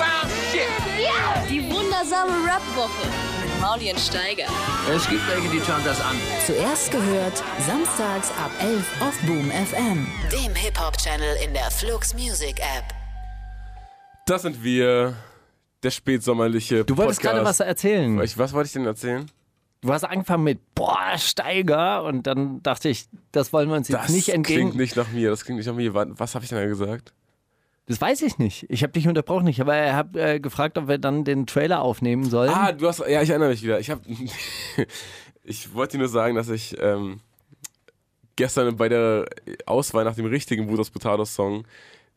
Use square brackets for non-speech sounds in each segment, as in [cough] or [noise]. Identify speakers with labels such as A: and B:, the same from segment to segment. A: Aha.
B: Die wundersame Rap-Woche mit Mauli und Steiger.
C: Es gibt welche, die schauen das an.
D: Zuerst gehört, samstags ab 11 auf Boom FM.
E: dem Hip-Hop-Channel in der Flux Music App.
F: Das sind wir, der spätsommerliche
G: Du wolltest gerade was
F: Podcast.
G: erzählen.
F: Ich, was wollte ich denn erzählen?
G: Du hast angefangen mit, boah, Steiger. Und dann dachte ich, das wollen wir uns jetzt
F: Das
G: nicht entgegen.
F: klingt nicht nach mir. Das klingt nicht nach mir. Wa- Was habe ich denn da gesagt?
G: Das weiß ich nicht. Ich habe dich unterbrochen. Ich habe hab, äh, gefragt, ob wir dann den Trailer aufnehmen sollen.
F: Ah, du hast. Ja, ich erinnere mich wieder. Ich habe. [laughs] ich wollte dir nur sagen, dass ich ähm, gestern bei der Auswahl nach dem richtigen Brutus Potados Song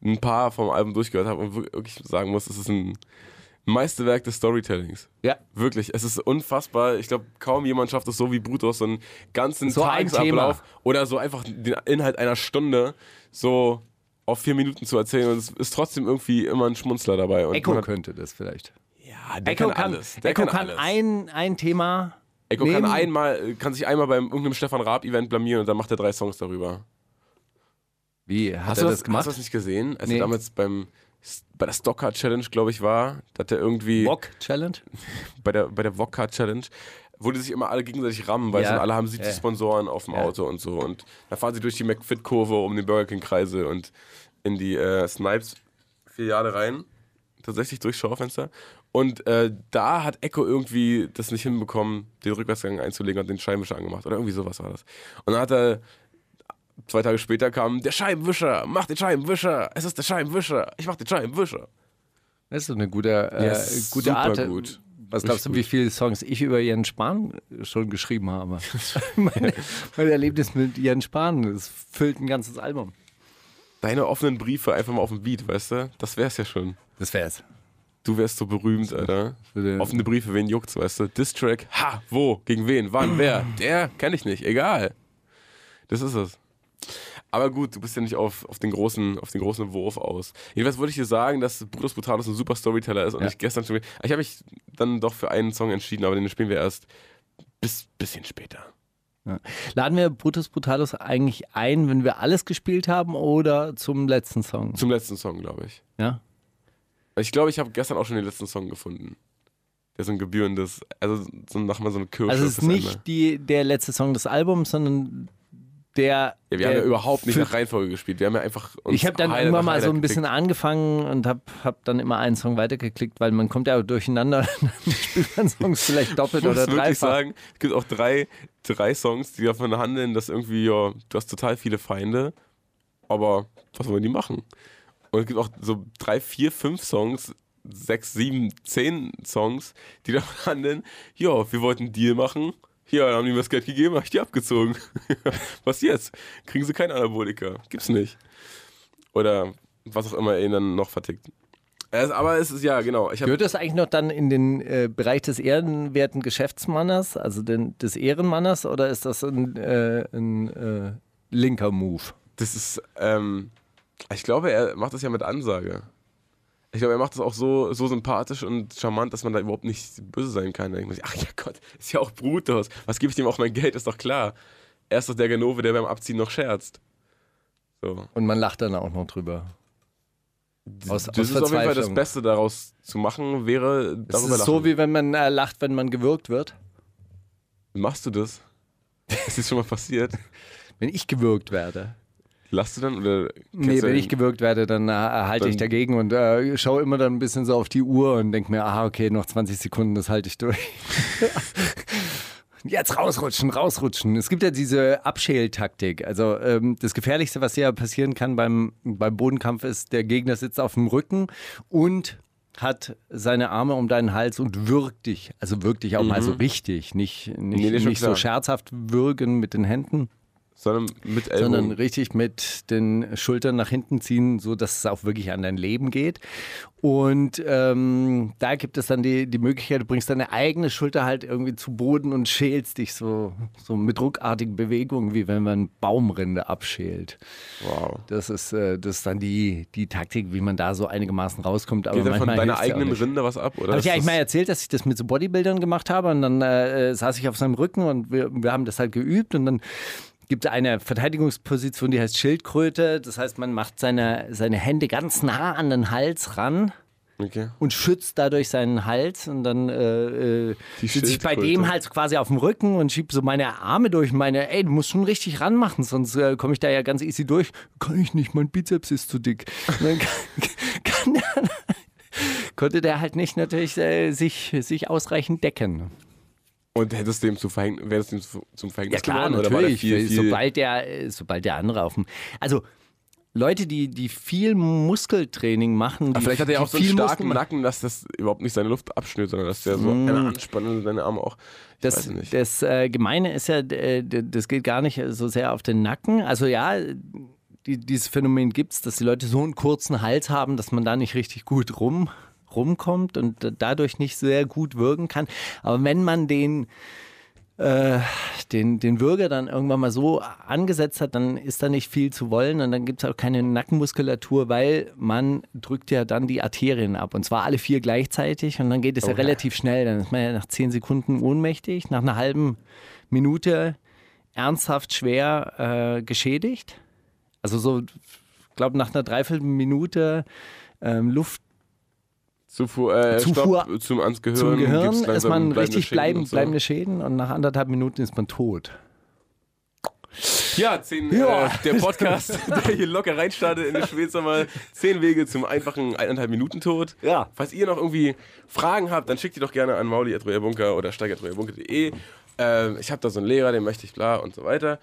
F: ein paar vom Album durchgehört habe und wir- wirklich sagen muss, es ist ein Meisterwerk des Storytellings.
G: Ja.
F: Wirklich, es ist unfassbar. Ich glaube, kaum jemand schafft es so wie Brutus, so einen ganzen
G: So ein
F: Tagesablauf oder so einfach den Inhalt einer Stunde so auf vier Minuten zu erzählen. Und es ist trotzdem irgendwie immer ein Schmunzler dabei. Und man
G: Echo
F: hat-
G: könnte das vielleicht.
F: ja, der
G: Echo
F: kann,
G: kann,
F: alles. Der
G: Echo kann,
F: alles.
G: ein, ein Thema.
F: Echo kann
G: nehmen.
F: einmal, kann sich einmal beim irgendeinem Stefan Raab Event blamieren und dann macht er drei Songs darüber.
G: Wie, hast,
F: du Hast du das nicht gesehen? Als
G: Nee.
F: er damals beim bei der Stocker Challenge, glaube ich, war, da hat er irgendwie
G: Bock Challenge?
F: bei der bei der Wokka Challenge wurde sich immer alle gegenseitig rammen, weil
G: Ja.
F: dann alle haben 70
G: Ja.
F: Sponsoren auf dem Auto und so und da fahren sie durch die McFit Kurve um den Burger King Kreise und in die äh, Snipes Filiale rein, tatsächlich durchs Schaufenster und äh, da hat Echo irgendwie das nicht hinbekommen, den Rückwärtsgang einzulegen und den Scheibenwischer angemacht oder irgendwie sowas war das. Und dann hat er zwei Tage später kam der Scheibenwischer, mach den Scheibenwischer, es ist der Scheibenwischer, ich mach den Scheibenwischer.
G: Das ist so eine gute, äh,
F: Ja, ist
G: gute
F: super
G: Art.
F: gut.
G: Was
F: Richtig
G: glaubst du,
F: gut.
G: wie viele Songs ich über Jens Spahn schon geschrieben habe? [laughs] mein, mein Erlebnis mit Jens Spahn, das füllt ein ganzes Album.
F: Deine offenen Briefe einfach mal auf dem Beat, weißt du? Das wär's ja schon.
G: Das wär's.
F: Du wärst so berühmt, Alter.
G: würde-
F: Offene Briefe, wen juckt's, weißt du? Distrack, ha, wo, gegen
G: [clears throat]
F: wen, wann, wer, der, kenn ich nicht, egal. Das ist es. Aber gut, du bist ja nicht auf, auf, den, großen, auf den großen Wurf aus. Jedenfalls würde ich dir sagen, dass Brutus Brutalus ein super Storyteller ist und
G: Ja.
F: ich gestern schon. Ich habe mich dann doch für einen Song entschieden, aber den spielen wir erst bis bisschen später.
G: Laden wir Brutus Brutalus eigentlich ein, wenn wir alles gespielt haben oder zum letzten Song?
F: Zum letzten Song, glaube ich.
G: Ja.
F: Ich glaube, ich habe gestern auch schon den letzten Song gefunden. Der ist ein gebührendes, also so nochmal so eine Kirsche.
G: Also es ist
F: fürs Ende.
G: nicht die, der letzte Song des Albums, sondern der.
F: Ja, wir
G: der
F: haben ja überhaupt nicht
G: Äh, für-
F: nach Reihenfolge gespielt. Wir haben ja einfach. Uns
G: Ich habe dann
F: Highlight
G: irgendwann
F: nach
G: mal so
F: Highlight
G: ein bisschen angefangen und habe hab dann immer einen Song weitergeklickt, weil man kommt ja durcheinander, [laughs] dann spielt man Songs vielleicht doppelt
F: geklickt.
G: oder
F: Ich muss wirklich
G: dreifach.
F: sagen, es gibt auch drei, drei Songs, die davon handeln, dass irgendwie, ja, du hast total viele Feinde, aber was wollen die machen? Und es gibt auch so drei, vier, fünf Songs, sechs, sieben, zehn Songs, die [laughs] davon handeln, ja, wir wollten einen Deal machen, ja, dann haben die mir das Geld gegeben, hab ich die abgezogen. [laughs] was jetzt? Kriegen sie keinen Anabolika? Gibt's nicht. Oder was auch immer ihn dann noch vertickt. Es- Aber es ist ja, genau. Ich hab,
G: Gehört das eigentlich noch dann in den äh, Bereich des ehrenwerten Geschäftsmannes, also den, des Ehrenmannes, oder ist das ein, äh, ein äh, linker Move?
F: Das ist, ähm, ich glaube, er macht das ja mit Ansage. Ich glaube, er macht das auch so, so sympathisch und charmant, dass man da überhaupt nicht böse sein kann. Da denkt man sich, ach ja Gott, ist ja auch Brutus. Was gebe ich dem auch mein Geld, ist doch klar. Er ist doch der Ganove, der beim Abziehen noch scherzt. So.
G: Und man lacht dann auch noch drüber. Aus,
F: Das ist auf jeden Fall das Beste daraus zu machen, wäre
G: Es
F: darüber
G: ist so,
F: lachen.
G: wie wenn man äh, lacht, wenn man gewürgt wird.
F: Machst du das? [laughs] Ist das schon mal passiert?
G: Wenn ich gewürgt werde.
F: Lachst du dann oder kennst
G: Nee,
F: du
G: wenn
F: einen-
G: ich gewürgt werde, dann äh, halte ich
F: Dann-
G: dagegen und äh, schaue immer dann ein bisschen so auf die Uhr und denke mir, aha, okay, noch 20 Sekunden, das halte ich durch. [laughs] Jetzt rausrutschen, rausrutschen. Es gibt ja diese Abschältaktik. Also ähm, das Gefährlichste, was ja passieren kann beim, beim Bodenkampf, ist, der Gegner sitzt auf dem Rücken und hat seine Arme um deinen Hals und würgt dich. Also würgt dich auch mal so richtig. Nicht,
F: Mhm. Nee,
G: nicht,
F: nee, schon
G: nicht so
F: klar.
G: scherzhaft würgen mit den Händen
F: sondern mit
G: sondern
F: Ellbogen.
G: richtig mit den Schultern nach hinten ziehen, so dass es auch wirklich an dein Leben geht. Und ähm, da gibt es dann die, die Möglichkeit, du bringst deine eigene Schulter halt irgendwie zu Boden und schälst dich so, so mit ruckartigen Bewegungen, wie wenn man Baumrinde abschält.
F: Wow.
G: Das ist, äh, das ist dann die, die Taktik, wie man da so einigermaßen rauskommt. Aber
F: Geht dann von
G: manchmal
F: deiner
G: hilft's ja auch
F: eigenen
G: nicht.
F: Rinde was ab? Oder
G: Habe
F: ist
G: ich ja
F: das-
G: eigentlich mal erzählt, dass ich das mit so Bodybuildern gemacht habe und dann äh, äh, saß ich auf seinem Rücken und wir, wir haben das halt geübt und dann gibt eine Verteidigungsposition, die heißt Schildkröte. Das heißt, man macht seine, seine Hände ganz nah an den Hals ran
F: Okay.
G: und schützt dadurch seinen Hals und dann äh, äh,
F: Die
G: sitze ich bei
F: Schildkröte.
G: dem Hals quasi auf dem Rücken und schieb so meine Arme durch meine, ey, du musst schon richtig ranmachen, sonst äh, komme ich da ja ganz easy durch. Kann ich nicht, mein Bizeps ist zu dick. Und dann [laughs] kann, kann der, konnte der halt nicht natürlich äh, sich, sich ausreichend decken.
F: Und hättest dem zu verhängn, wäre das dem zu- zum Verhängnis
G: Ja klar,
F: geworden? Oder war der
G: natürlich.
F: viel, viel
G: sobald, der, sobald der andere auf dem... Also, Leute, die, die viel Muskeltraining machen, die,
F: Aber vielleicht hat er
G: die
F: ja auch so einen
G: viel
F: starken
G: Muskeln- Mhm.
F: Nacken, dass das überhaupt nicht seine Luft abschnürt, sondern dass der so eine Anspannung und seine Arme auch. Ich weiß
G: Das,
F: es nicht.
G: das äh, Gemeine ist ja, d- äh, d- das geht gar nicht äh, so sehr auf den Nacken. Also ja, die, dieses Phänomen gibt es, dass die Leute so einen kurzen Hals haben, dass man da nicht richtig gut rum, rumkommt und d- dadurch nicht sehr gut wirken kann. Aber wenn man den, äh, den, den Würger dann irgendwann mal so angesetzt hat, dann ist da nicht viel zu wollen und dann gibt es auch keine Nackenmuskulatur, weil man drückt ja dann die Arterien ab und zwar alle vier gleichzeitig und dann geht es
F: Oh
G: ja relativ schnell. Dann ist man ja nach zehn Sekunden ohnmächtig, nach einer halben Minute ernsthaft schwer äh, geschädigt. Also so, ich glaube, nach einer Dreiviertelminute ähm, Luft
F: Zufuhr, äh,
G: Zufuhr
F: Stopp, zum ans Gehirn.
G: zum Gehirn
F: gibt's
G: ist
F: langsam
G: man
F: bleibende
G: richtig
F: Schäden
G: bleiben,
F: und so.
G: bleibende Schäden und nach anderthalb Minuten ist man tot.
F: Ja, zehn,
G: Ja.
F: Äh, der Podcast, der hier locker reinstartet in den Spätsommer. Zehn Wege zum einfachen eineinhalb Minuten Tod.
G: Ja.
F: Falls ihr noch irgendwie Fragen habt, dann schickt die doch gerne an mauli.ruhrbunker oder steiger.ruhrbunker.de. Ähm, ich habe da so einen Lehrer, den möchte ich bla und so weiter.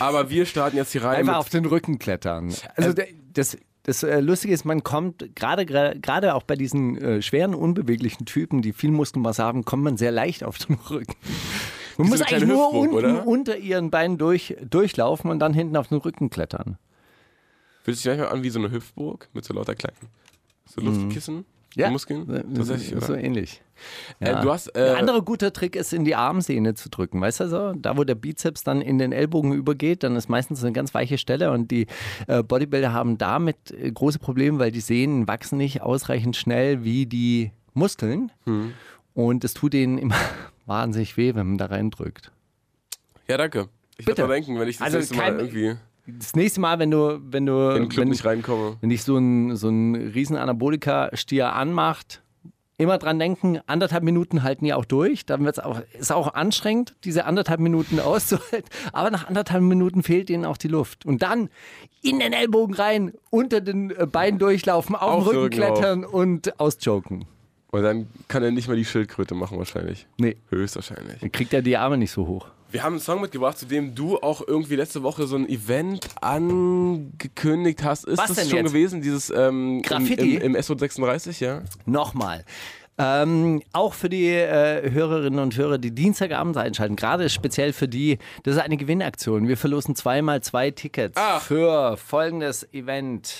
F: Aber wir starten jetzt hier rein.
G: Einfach
F: mit-
G: auf den Rücken klettern. Also der- das, das äh, Lustige ist, man kommt gerade gra- gerade auch bei diesen äh, schweren, unbeweglichen Typen, die viel Muskelmasse haben, kommt man sehr leicht auf den Rücken. Man
F: Wie so
G: muss
F: eine kleine
G: eigentlich nur
F: Hüftburg,
G: unten
F: oder?
G: unter ihren Beinen durch, durchlaufen und dann hinten auf den Rücken klettern.
F: Fühlt sich manchmal an wie so eine Hüpfburg mit so lauter Kleinen. So Luftkissen,
G: Mhm. Ja,
F: Muskeln.
G: so-
F: Tatsächlich,
G: so
F: oder?
G: ähnlich.
F: Äh, du hast,
G: Ein
F: äh,
G: anderer guter Trick ist, in die Armsehne zu drücken. Weißt du so? Da, wo der Bizeps dann in den Ellbogen übergeht, dann ist meistens eine ganz weiche Stelle und die äh, Bodybuilder haben damit äh, große Probleme, weil die Sehnen wachsen nicht ausreichend schnell wie die Muskeln.
F: Hm.
G: Und es tut ihnen immer [laughs] wahnsinnig weh, wenn man da reindrückt.
F: ja, danke. Ich werde
G: Bitte.
F: dran denken, wenn ich das
G: Also
F: nächste
G: kein-
F: Mal irgendwie
G: Das nächste Mal, wenn du, wenn du,
F: in den Club
G: wenn,
F: nicht reinkomme.
G: wenn dich so ein, so ein riesen Anabolika-Stier anmacht, immer dran denken, anderthalb Minuten halten die auch durch. Dann wird's auch, ist auch anstrengend, diese anderthalb Minuten [laughs] auszuhalten. Aber nach anderthalb Minuten fehlt ihnen auch die Luft. Und dann in den Ellbogen rein, unter den äh, Beinen durchlaufen, auf,
F: Auf
G: den
F: den
G: Rücken
F: Rücken
G: klettern und ausjoken.
F: Und dann kann er nicht mal die Schildkröte machen wahrscheinlich.
G: Nee,
F: Höchstwahrscheinlich.
G: dann kriegt er die Arme nicht so hoch.
F: Wir haben einen Song mitgebracht, zu dem du auch irgendwie letzte Woche so ein Event angekündigt hast. Ist
G: Was
F: das
G: denn
F: schon
G: jetzt?
F: gewesen, dieses ähm,
G: Graffiti?
F: Im, im, im SO36, ja?
G: Nochmal. Ähm, auch für die äh, Hörerinnen und Hörer, die Dienstagabends einschalten, gerade speziell für die, das ist eine Gewinnaktion. Wir verlosen zweimal zwei Tickets
F: Ah.
G: für folgendes Event.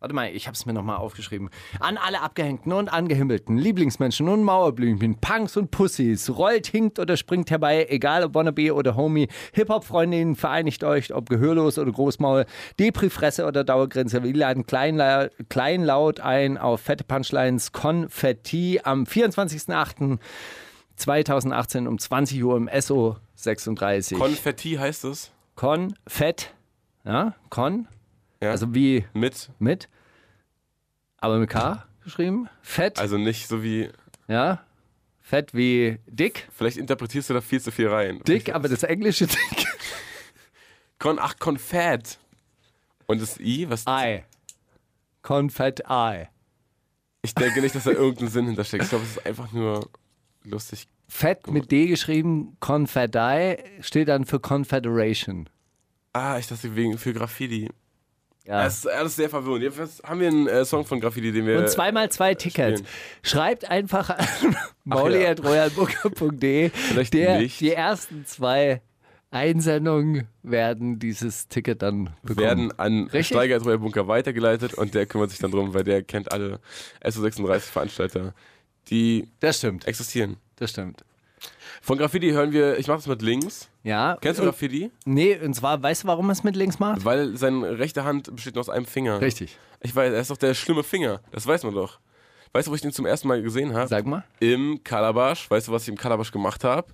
G: Warte mal, ich habe es mir nochmal aufgeschrieben. An alle Abgehängten und Angehimmelten, Lieblingsmenschen und Mauerblümchen, Punks und Pussys, rollt, hinkt oder springt herbei, egal ob Wannabe oder Homie, Hip-Hop-Freundinnen, vereinigt euch, ob gehörlos oder Großmaul, Depri-Fresse oder Dauergrenze, wir laden kleinla kleinlaut ein auf fette Punchlines Konfetti am 24.08.2018 um 20 Uhr im SO 36.
F: Konfetti heißt es.
G: Konfett, ja, Kon,
F: Ja.
G: also wie
F: Mit.
G: mit, aber mit K geschrieben. Fett,
F: Also nicht so wie.
G: ja. Fett wie dick.
F: Vielleicht interpretierst du da viel zu viel rein.
G: Dick, aber das englische Dick.
F: Kon, ach, Konfett. Und das I, was.
G: Ei. Confett Ei.
F: Ich denke nicht, dass da irgendeinen Sinn hintersteckt. Ich glaube, es ist einfach nur lustig.
G: Fett mit D geschrieben, Confetti steht dann für Confederation.
F: Ah, ich dachte wegen für Graffiti.
G: Ja.
F: Das, das ist sehr verwirrend. Jedenfalls haben wir einen äh, Song von Graffiti, den wir.
G: Und zweimal zwei Tickets.
F: spielen.
G: Schreibt einfach an mauli.royalbooker.de.
F: Vielleicht
G: Der-
F: nicht.
G: Die ersten zwei Einsendungen werden dieses Ticket dann bekommen.
F: werden an
G: Richtig?
F: Steiger Treue Bunker weitergeleitet und der kümmert sich dann drum, weil der kennt alle SO36-Veranstalter, die
G: Das stimmt,
F: existieren.
G: das stimmt.
F: Von Graffiti hören wir, ich mach das mit links.
G: Ja.
F: Kennst du
G: und-
F: Graffiti?
G: Nee, und zwar, weißt du, warum er es mit links macht?
F: Weil seine rechte Hand besteht nur aus einem Finger.
G: Richtig.
F: Ich weiß, er ist doch der schlimme Finger. Das weiß man doch. Weißt du, wo ich den zum ersten Mal gesehen habe?
G: Sag mal.
F: Im Kalabasch. Weißt du, was ich im Kalabasch gemacht habe?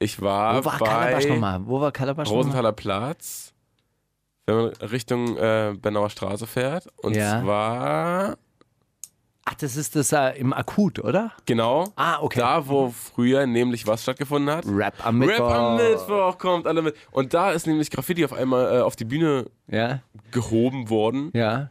F: Ich war,
G: Wo war Kalabasch
F: Äh, bei
G: nochmal? Wo war Kalabasch nochmal?
F: Rosenthaler Platz, wenn man Richtung äh, Bernauer Straße fährt. Und
G: Ja.
F: zwar,
G: Ach, das ist das äh, im Akut, oder?
F: genau,
G: Ah, okay.
F: da, wo früher nämlich was stattgefunden hat.
G: Rap am
F: Rap
G: Mittwoch.
F: am Mittwoch kommt alle mit. Und da ist nämlich Graffiti auf einmal äh, auf die Bühne
G: Ja,
F: gehoben worden.
G: ja.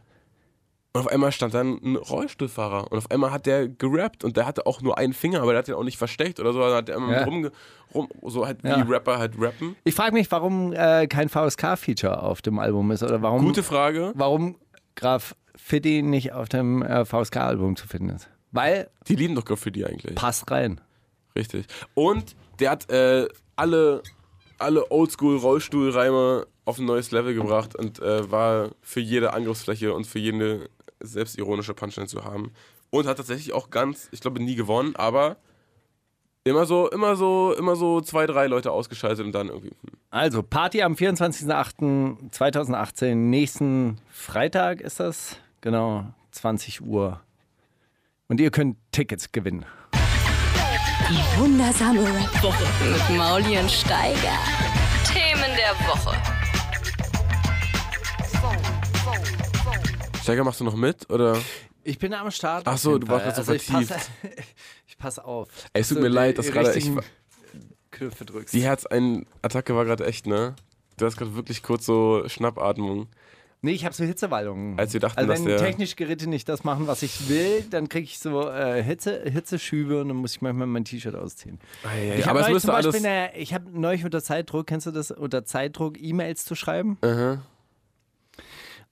F: Und auf einmal stand dann ein Rollstuhlfahrer. Und auf einmal hat der gerappt. Und der hatte auch nur einen Finger, aber der hat den auch nicht versteckt oder so. Da hat der immer
G: Ja.
F: rumge rum, so halt
G: Ja.
F: wie Rapper halt rappen.
G: Ich frage mich, warum äh, kein VSK-Feature auf dem Album ist oder warum,
F: Gute Frage.
G: warum Graf Fitti nicht auf dem äh, VSK-Album zu finden ist. Weil,
F: Die lieben doch Graffiti eigentlich.
G: passt rein.
F: Richtig. Und der hat äh, alle, alle Oldschool-Rollstuhlreime auf ein neues Level gebracht und äh, war für jede Angriffsfläche und für jede selbstironische Punchline zu haben. Und hat tatsächlich auch ganz, ich glaube, nie gewonnen, aber immer so, immer so, immer so zwei, drei Leute ausgeschaltet und dann irgendwie. hm.
G: Also, Party am 24.08.2018, nächsten Freitag ist das. Genau, 20 Uhr. Und ihr könnt Tickets gewinnen.
D: Die wundersame Rap
B: Woche mit Mauli und Steiger. Themen der Woche.
F: Steiger, machst du noch mit? Oder?
G: Ich bin am Start.
F: Ach so,
G: auf jeden
F: du warst
G: Fall. Also
F: gerade so
G: ich
F: vertieft.
G: passe- [laughs] Ich passe auf.
F: Ey, es tut
G: Dass
F: mir
G: du
F: leid,
G: die
F: dass gerade ich-
G: richtigen Knöpfe drückst.
F: Die Herz-Ein-Attacke war gerade echt, ne? Du hast gerade wirklich kurz so Schnappatmung.
G: Nee, ich habe so Hitzewallungen.
F: Als wir dachten,
G: also
F: dass
G: wenn
F: der-
G: technische Geräte nicht das machen, was ich will, dann kriege ich so äh, Hitze, Hitzeschübe und dann muss ich manchmal mein T-Shirt ausziehen.
F: Ei, ei,
G: ich
F: aber es
G: habe neulich,
F: müsste
G: zum Beispiel
F: alles-
G: eine- ich hab neulich unter Zeitdruck, kennst du das, unter Zeitdruck E-Mails zu schreiben?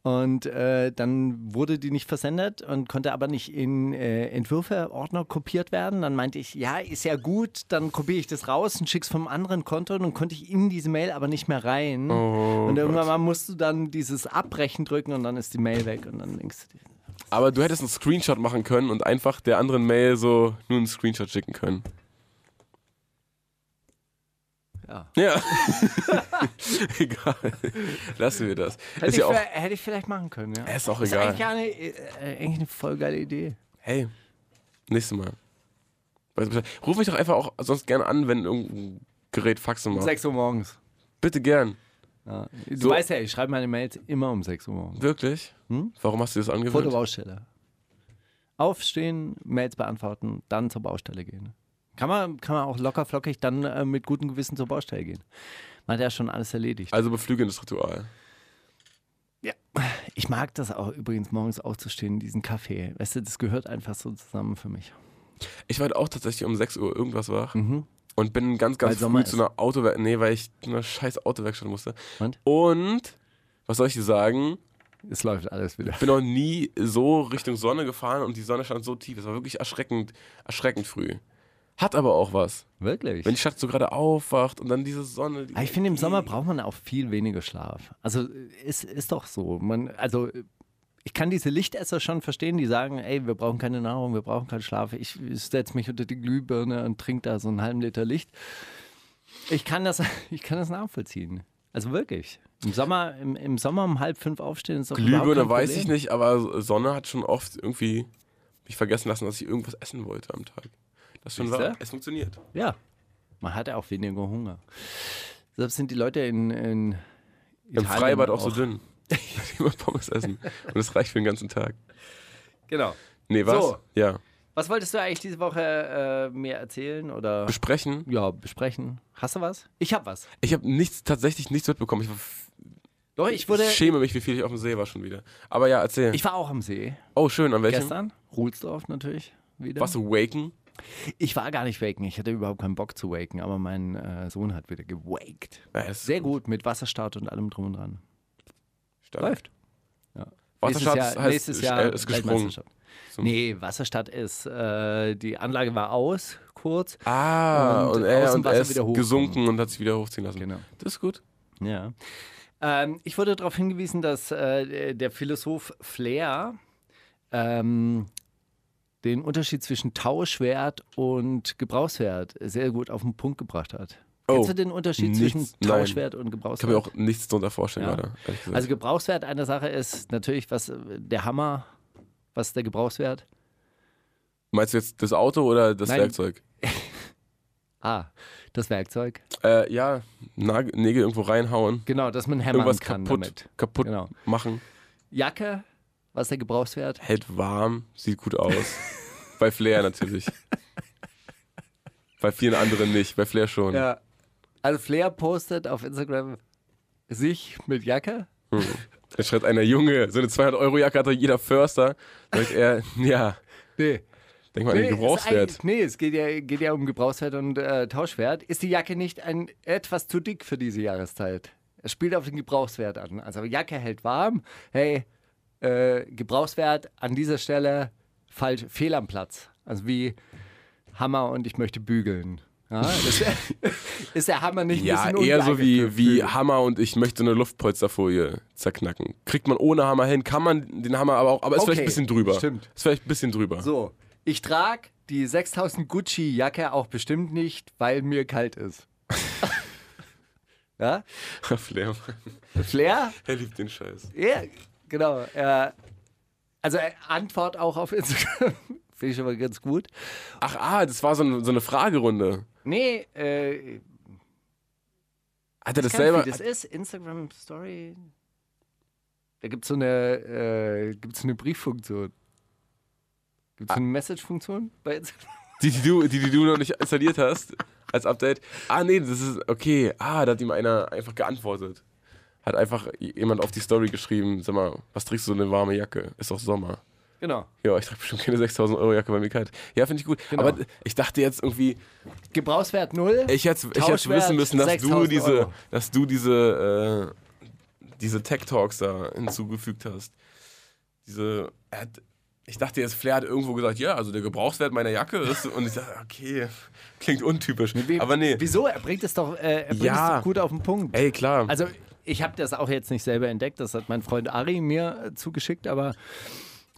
G: Und äh, dann wurde die nicht versendet und konnte aber nicht in äh, Entwürfe-Ordner kopiert werden. Dann meinte ich, ja, ist ja gut, dann kopiere ich das raus und schick's vom anderen Konto. Und dann konnte ich in diese Mail aber nicht mehr rein.
F: Oh
G: und irgendwann mal musst du dann dieses Abbrechen drücken und dann ist die Mail weg und dann denkst du dir.
F: Aber du hättest einen Screenshot machen können und einfach der anderen Mail so nur einen Screenshot schicken können.
G: Ja.
F: Ja. [laughs] egal. Lassen wir das.
G: Hätte,
F: ist
G: ich,
F: ja auch, Äh,
G: vielleicht- hätte ich vielleicht machen können, ja.
F: ist auch
G: Ist
F: egal.
G: eigentlich eine, äh, eigentlich eine voll geile Idee.
F: Hey, nächstes Mal. Weiß Bescheid. Ruf mich doch einfach auch sonst gerne an, wenn irgendein Gerät Faxen macht.
G: 6 Uhr morgens.
F: Bitte gern.
G: Ja. Du
F: So.
G: weißt ja, ich schreibe meine Mails immer um 6 Uhr morgens.
F: Wirklich?
G: Hm?
F: Warum hast du das
G: Vor der
F: angewöhnt?
G: Baustelle. Aufstehen, Mails beantworten, dann zur Baustelle gehen. Kann man, kann man auch locker flockig dann äh, mit gutem Gewissen zur Baustelle gehen. Man hat ja schon alles erledigt.
F: Also beflügelndes Ritual.
G: Ich mag das auch übrigens morgens aufzustehen, diesen Kaffee. Weißt du, das gehört einfach so zusammen für mich.
F: Ich war heute auch tatsächlich um 6 Uhr irgendwas wach
G: Mhm.
F: und bin ganz, ganz
G: Weil
F: früh
G: Sommer
F: zu einer Autowerkstatt, nee, weil ich zu einer scheiß Autowerkstatt musste.
G: Und?
F: Und, was soll ich dir sagen,
G: Es läuft alles wieder.
F: bin noch nie so Richtung Sonne gefahren und die Sonne stand so tief. Es war wirklich erschreckend, erschreckend früh. Hat aber auch was.
G: Wirklich?
F: Wenn die Stadt so gerade aufwacht und dann diese Sonne. Die
G: Aber Ah, ich finde, im Sommer braucht man auch viel weniger Schlaf. Also es ist doch so. Man, also ich kann diese Lichtesser schon verstehen, die sagen, ey, wir brauchen keine Nahrung, wir brauchen keinen Schlaf. Ich setze mich unter die Glühbirne und trinke da so einen halben Liter Licht. Ich kann das, [laughs] ich kann das nachvollziehen. Also wirklich. Im Sommer, im, im Sommer um halb fünf aufstehen ist doch überhaupt
F: Glühbirne
G: kein
F: weiß ich
G: Problem.
F: nicht, aber Sonne hat schon oft irgendwie mich vergessen lassen, dass ich irgendwas essen wollte am Tag. Das schon
G: Siehst du?
F: war, es funktioniert.
G: Ja, man hat ja auch weniger Hunger. Deshalb sind die Leute in, in
F: Im
G: Italien
F: Freibad auch so dünn. [laughs] Ich will immer Pommes essen. Und das reicht für den ganzen Tag.
G: Genau.
F: Nee, was?
G: So.
F: Ja.
G: Was wolltest du eigentlich diese Woche äh, mir erzählen oder
F: Besprechen.
G: ja, besprechen? Hast du was? Ich habe was.
F: Ich habe nichts, tatsächlich nichts mitbekommen. Ich, war f-
G: Doch, ich wurde
F: ich schäme mich, wie viel ich auf dem See war schon wieder. Aber ja, erzähl.
G: ich war auch am See
F: oh, schön. An welchem?
G: gestern, Ruhlsdorf natürlich wieder.
F: Warst du waken?
G: Ich war gar nicht waken, ich hatte überhaupt keinen Bock zu waken, aber mein äh, Sohn hat wieder gewaked.
F: Ja, das ist
G: Sehr gut mit Wasserstart und allem drum und dran.
F: Stark.
G: Läuft.
F: Wasserschatz
G: nächstes Jahr,
F: heißt,
G: nächstes
F: ist-
G: Jahr
F: äh, ist gesprungen.
G: Weltmeisterschaft. Nee, Wasserstart ist, äh, die Anlage war aus, kurz.
F: Ah,
G: Und
F: und, er,
G: aus dem
F: und
G: Wasser
F: er ist
G: wieder hochkommen.
F: gesunken und hat sich wieder hochziehen lassen.
G: Genau.
F: Das ist gut.
G: Ja. Ähm, ich wurde darauf hingewiesen, dass äh, der Philosoph Flair ähm, den Unterschied zwischen Tauschwert und Gebrauchswert sehr gut auf den Punkt gebracht hat.
F: Oh,
G: Kennst du den Unterschied
F: nichts-
G: zwischen
F: nein.
G: Tauschwert und
F: Ich kann mir
G: Gebrauchswert?
F: auch nichts drunter vorstellen
G: Ja.
F: gerade. ehrlich gesagt.
G: also Gebrauchswert einer Sache ist natürlich was äh, der Hammer, was ist der Gebrauchswert?
F: Meinst du jetzt das Auto oder das
G: Nein.
F: Werkzeug?
G: Ah, das Werkzeug.
F: Äh, ja, Nag- Nägel irgendwo reinhauen.
G: Genau, dass man hämmern
F: Irgendwas
G: kann
F: kaputt,
G: damit.
F: kaputt
G: Genau.
F: machen.
G: Jacke, was der Gebrauchswert?
F: Hält warm, sieht gut aus. bei Flair natürlich. bei vielen anderen nicht, bei Flair schon.
G: Ja. Also Flair postet auf Instagram sich mit Jacke.
F: Dann schreibt einer, Junge, so eine 200-Euro-Jacke hat doch jeder Förster. Sagt er, ja,
G: Nee.
F: denk mal an den Gebrauchswert.
G: Nee, es geht ja, geht ja um Gebrauchswert und äh, Tauschwert. Ist die Jacke nicht ein, etwas zu dick für diese Jahreszeit? Es spielt auf den Gebrauchswert an. Also Jacke hält warm. Hey, äh, Gebrauchswert an dieser Stelle falsch, fehl am Platz. Also wie Hammer und ich möchte bügeln. Ja, ist, der, [laughs] ist der Hammer nicht
F: Ja,
G: ein bisschen
F: eher so
G: ungeeignet für
F: wie, wie
G: Bügeln?
F: Hammer und ich möchte so eine Luftpolsterfolie zerknacken. Kriegt man ohne Hammer hin, kann man den Hammer aber auch, aber ist vielleicht
G: Okay,
F: ein bisschen drüber.
G: stimmt.
F: Ist vielleicht ein bisschen drüber.
G: So, ich trage die 6000 Gucci-Jacke auch bestimmt nicht, weil mir kalt ist. [laughs] ja?
F: [laughs] Flair,
G: Flair?
F: er liebt den Scheiß.
G: Ja, genau. Äh, also äh, Antwort auch auf Instagram. [laughs] Finde ich schon mal ganz gut.
F: Ach, ah, das war so eine, so eine Fragerunde.
G: Nee, äh,
F: Hat er
G: ich
F: das
G: weiß
F: selber?
G: nicht, wie das ist Instagram Story. Da gibt es so eine, äh, gibt's so eine Brieffunktion. Gibt es so eine Message-Funktion bei Instagram?
F: Die, die, du, die, die du noch nicht installiert hast als Update. Ah, nee, das ist okay. Ah, da hat ihm einer einfach geantwortet. Hat einfach jemand auf die Story geschrieben, sag mal, was trägst du so eine warme Jacke? Ist doch Sommer.
G: [laughs] Genau.
F: Ja, ich trage bestimmt keine 6000 Euro Jacke bei mir kalt. Ja, finde ich gut.
G: Genau.
F: Aber ich dachte jetzt irgendwie,
G: Gebrauchswert null.
F: ich hätte ich hätt's
G: Tauschwert
F: wissen müssen, dass du
G: 6000
F: diese,
G: Euro.
F: dass du diese, äh, diese Tech Talks da hinzugefügt hast. Diese, er hat, ich dachte jetzt, Flair hat irgendwo gesagt, ja, also der Gebrauchswert meiner Jacke ist. Und ich dachte, okay, klingt untypisch.
G: Wie-
F: Aber nee.
G: Wieso? Er bringt es doch, äh, er bringt
F: Ja.
G: es doch gut auf den Punkt.
F: Ey, klar.
G: Also ich habe das auch jetzt nicht selber entdeckt, das hat mein Freund Ari mir äh, zugeschickt, aber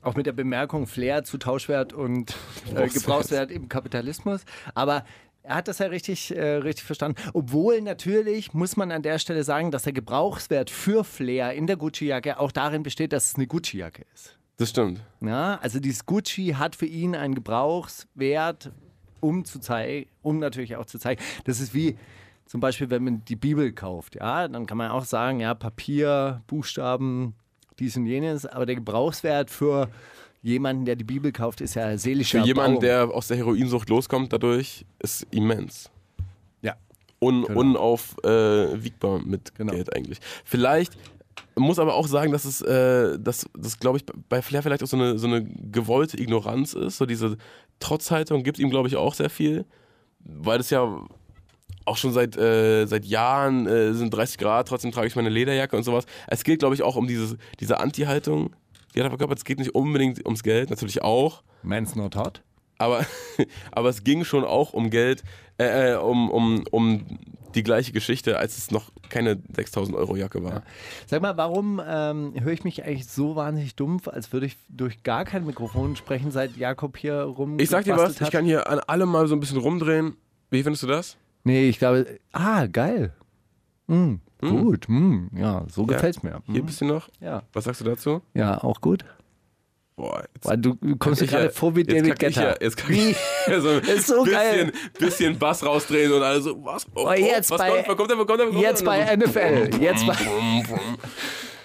G: auch mit der Bemerkung Flair zu Tauschwert und äh, Gebrauchswert im Kapitalismus. Aber er hat das ja richtig, äh, richtig verstanden. Obwohl natürlich muss man an der Stelle sagen, dass der Gebrauchswert für Flair in der Gucci-Jacke auch darin besteht, dass es eine Gucci-Jacke ist.
F: das stimmt.
G: Ja, also dieses Gucci hat für ihn einen Gebrauchswert, um zu zeigen, um natürlich auch zu zeigen. Das ist wie zum Beispiel, wenn man die Bibel kauft, ja, dann kann man auch sagen, ja, Papier, Buchstaben, dies und jenes, aber der Gebrauchswert für jemanden, der die Bibel kauft, ist ja seelischer
F: Für jemanden,
G: Bauch.
F: der aus der Heroinsucht loskommt, dadurch ist immens.
G: ja.
F: Un, Unaufwiegbar mit
G: Genau.
F: Geld eigentlich. Vielleicht muss aber auch sagen, dass es, äh, dass das glaube ich bei Flair vielleicht auch so eine, so eine gewollte Ignoranz ist. So diese Trotzhaltung gibt ihm glaube ich auch sehr viel, weil das ja auch schon seit, äh, seit Jahren äh, sind 30 Grad, trotzdem trage ich meine Lederjacke und sowas. Es geht glaube ich auch um dieses, diese Anti-Haltung, die hat er verkörpert. Es geht nicht unbedingt ums Geld, natürlich auch,
G: Man's not hot.
F: aber, [laughs] aber es ging schon auch um Geld, äh, äh, um, um, um die gleiche Geschichte, als es noch keine 6000 Euro Jacke war.
G: Sag mal, warum ähm, höre ich mich eigentlich so wahnsinnig dumpf, als würde ich durch gar kein Mikrofon sprechen, seit Jakob hier rum
F: Ich sag dir was, ich
G: hat?
F: kann hier an alle mal so ein bisschen rumdrehen. Wie findest du das?
G: Nee, ich glaube. Ah, geil. Mm, Gut, mm, ja, so gefällt's mir.
F: Hm.
G: Hm,
F: Hier ein bisschen noch.
G: Ja.
F: Was sagst du dazu?
G: ja, auch gut.
F: Boah, jetzt
G: Weil du du kommst dir
F: Ich ja-
G: gerade vor wie
F: jetzt
G: David
F: kack ich
G: Guetta.
F: Ja, jetzt
G: [laughs]
F: kack ich ja, so
G: Ist so
F: bisschen,
G: geil.
F: Bisschen Bass rausdrehen und alle so, was? Oh, oh,
G: jetzt
F: was
G: bei-
F: kommt, wo kommt er, wo kommt er, wo kommt er?
G: Jetzt
F: Und dann
G: bei NFL, jetzt bei
F: so,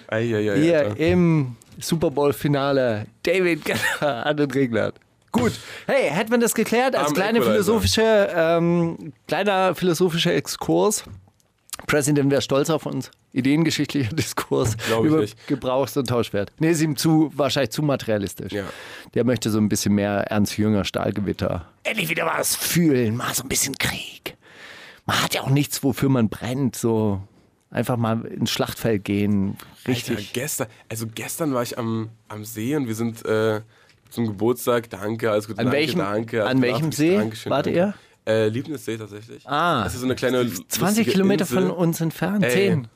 F: ei, ei, ei,
G: hier
F: Alter.
G: im Super Bowl Finale David [laughs] Guetta an den Regnert. Gut, hey, hätten wir das geklärt als
F: Am
G: kleine
F: Equalizer.
G: philosophische, ähm, kleiner philosophischer Exkurs. Präsident wäre stolz auf uns. Ideengeschichtlicher [laughs] Diskurs
F: Glaub ich
G: über
F: nicht.
G: Gebrauchs- und Tauschwert. Nee, ist ihm zu, wahrscheinlich zu materialistisch.
F: Ja.
G: Der möchte so ein bisschen mehr Ernst Jünger Stahlgewitter. Endlich wieder was fühlen, mal so ein bisschen Krieg. Man hat ja auch nichts, wofür man brennt. So einfach mal ins Schlachtfeld gehen. Richtig.
F: Alter, gestern, also gestern war ich am, am See und wir sind äh, zum Geburtstag, danke, alles Gute,
G: An
F: danke,
G: welchem-
F: danke.
G: an welchem
F: Dankeschön,
G: See
F: Dankeschön,
G: wart
F: danke. Äh, Liebnissee tatsächlich.
G: Ah.
F: Das ist so eine kleine
G: 20
F: lustige
G: Kilometer
F: Insel.
G: von uns entfernt.
F: Ey.
G: 10.
F: als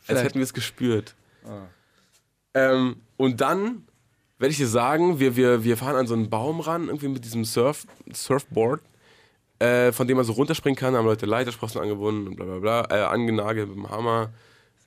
G: Vielleicht.
F: hätten wir es gespürt.
G: Ah.
F: Ähm, und dann werde ich dir sagen, wir, wir, wir fahren an so einen Baum ran, irgendwie mit diesem Surf, Surfboard, äh, von dem man so runterspringen kann, haben Leute Leitersprossen angebunden und bla bla bla, äh, angenagelt mit dem Hammer.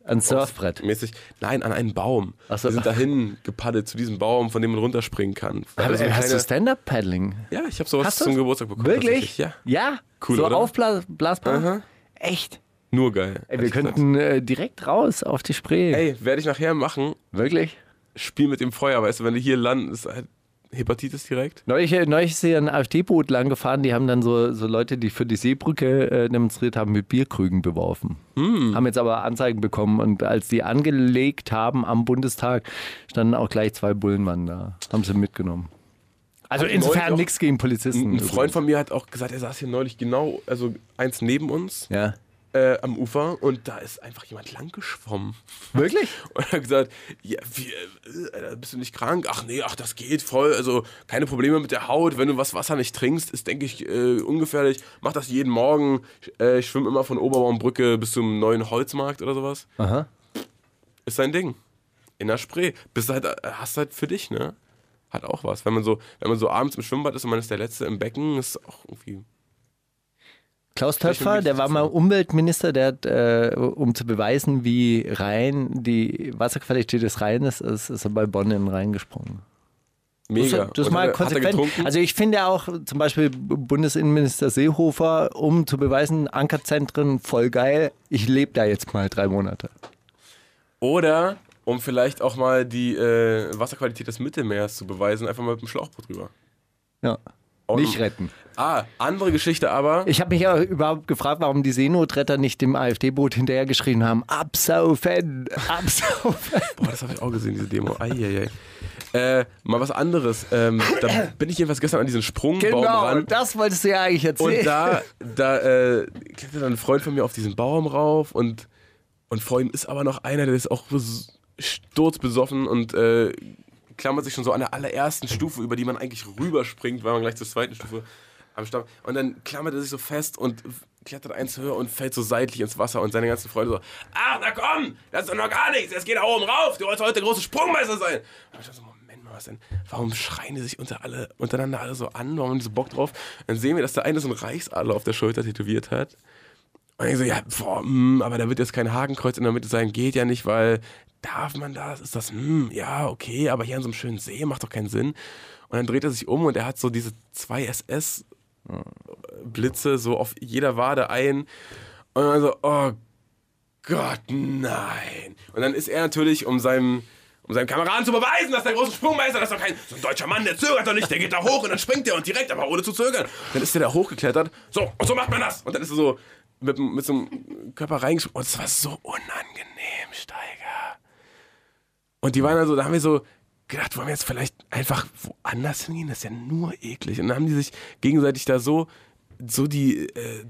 G: Ein Surfbrett.
F: mäßig. Nein, an einen Baum.
G: Ach so.
F: Wir sind dahin gepaddelt zu diesem Baum, von dem man runterspringen kann. Also
G: Hab- hast
F: keine-
G: du Stand-Up-Paddling?
F: ja, ich habe sowas
G: Hast du
F: zum
G: es?
F: Geburtstag bekommen.
G: Wirklich?
F: tatsächlich, Ja.
G: ja.
F: Cool,
G: so
F: oder?
G: aufblasbar? Echt?
F: Nur
G: Ey,
F: geil.
G: wir
F: ehrlich gesagt.
G: könnten äh, direkt raus auf die Spree.
F: Ey, werde ich nachher machen.
G: Wirklich?
F: Spiel mit dem Feuer, weißt du, wenn du hier landest, ist halt Hepatitis direkt.
G: Neulich, äh, neulich ist hier ein AfD-Boot lang gefahren, die haben dann so, so Leute, die für die Seebrücke äh, demonstriert haben, mit Bierkrügen beworfen.
F: Hm.
G: Haben jetzt aber Anzeigen bekommen und als die angelegt haben am Bundestag, standen auch gleich zwei Bullenmann da. Haben sie mitgenommen. Also
F: Hat neulich
G: insofern
F: auch
G: nichts gegen Polizisten.
F: Ein, ein Freund von mir hat auch gesagt, er saß hier neulich genau, also eins neben uns
G: Ja.
F: äh, am Ufer und da ist einfach jemand lang geschwommen.
G: Wirklich?
F: [laughs] Und er hat gesagt, ja, wie, äh, Alter, bist du nicht krank? Ach nee, ach das geht voll, also keine Probleme mit der Haut. Wenn du was Wasser nicht trinkst, ist denke ich äh, ungefährlich. Mach das jeden Morgen. Äh, ich schwimme immer von Oberbaumbrücke bis zum neuen Holzmarkt oder sowas.
G: Aha.
F: Ist sein Ding. In der Spree. Bist halt, äh, hast halt für dich, ne? Hat auch was. Wenn man so, wenn man so abends im Schwimmbad ist und man ist der Letzte im Becken, ist auch irgendwie.
G: Klaus
F: Vielleicht
G: Töpfer,
F: möglich
G: der
F: zu
G: war mal
F: sagen.
G: Umweltminister, der hat, äh, um zu beweisen, wie rein die Wasserqualität des Rheines ist, ist er bei Bonn in den Rhein gesprungen.
F: Mega.
G: halt Das, das
F: Und
G: ist mal
F: hat er- hat er
G: konsequent.
F: getrunken?
G: Also ich finde auch zum Beispiel Bundesinnenminister Seehofer, um zu beweisen, Ankerzentren voll geil, ich lebe da jetzt mal drei Monate.
F: Oder um vielleicht auch mal die äh, Wasserqualität des Mittelmeers zu beweisen, einfach mal mit dem Schlauchboot rüber.
G: Ja.
F: Und-
G: Nicht retten.
F: Ah, andere Geschichte aber.
G: Ich habe mich ja überhaupt gefragt, warum die Seenotretter nicht dem AfD-Boot hinterhergeschrien haben, absaufen, absaufen.
F: Boah, das habe ich auch gesehen, diese Demo. Eieiei. Äh, mal was anderes. Ähm, da bin ich jedenfalls gestern an diesen Sprungbaum
G: Genau,
F: ran.
G: das wolltest du ja eigentlich erzählen.
F: Und da, da äh, klettert dann ein Freund von mir auf diesen Baum rauf und, und vor ihm ist aber noch einer, der ist auch bes- sturzbesoffen und äh, klammert sich schon so an der allerersten Stufe, über die man eigentlich rüberspringt, weil man gleich zur zweiten Stufe am Stamm. Und dann klammert er sich so fest und klettert eins höher und fällt so seitlich ins Wasser und seine ganzen Freunde so, ach, na komm, das ist doch noch gar nichts, jetzt geht da oben rauf, du wolltest heute der große Sprungmeister sein. Und ich dachte so, Moment mal, was denn? Warum schreien die sich unter alle, untereinander alle so an? Warum haben die so Bock drauf? Dann sehen wir, dass der eine so einen Reichsadler auf der Schulter tätowiert hat. Und ich so, ja, boah, mm, aber da wird jetzt kein Hakenkreuz in der Mitte sein, geht ja nicht, weil darf man das? Ist das, mm, ja, okay, aber hier an so einem schönen See macht doch keinen Sinn. Und dann dreht er sich um und er hat so diese zwei SS-Blitze so auf jeder Wade ein. Und dann so, oh Gott, nein. Und dann ist er natürlich, um seinem, um seinem Kameraden zu beweisen, dass der große Sprungmeister, das ist doch kein so ein deutscher Mann, der zögert doch nicht, der geht da hoch und dann springt der und direkt, aber ohne zu zögern. Dann ist der da hochgeklettert. So, und so macht man das. Und dann ist er so mit, dem- mit so einem Körper reingesprungen. Und es war so unangenehm, Steiger. Und die waren dann so, da haben wir so gedacht, wollen wir jetzt vielleicht einfach woanders hingehen? Das ist ja nur eklig. Und dann haben die sich gegenseitig da so, so die, äh,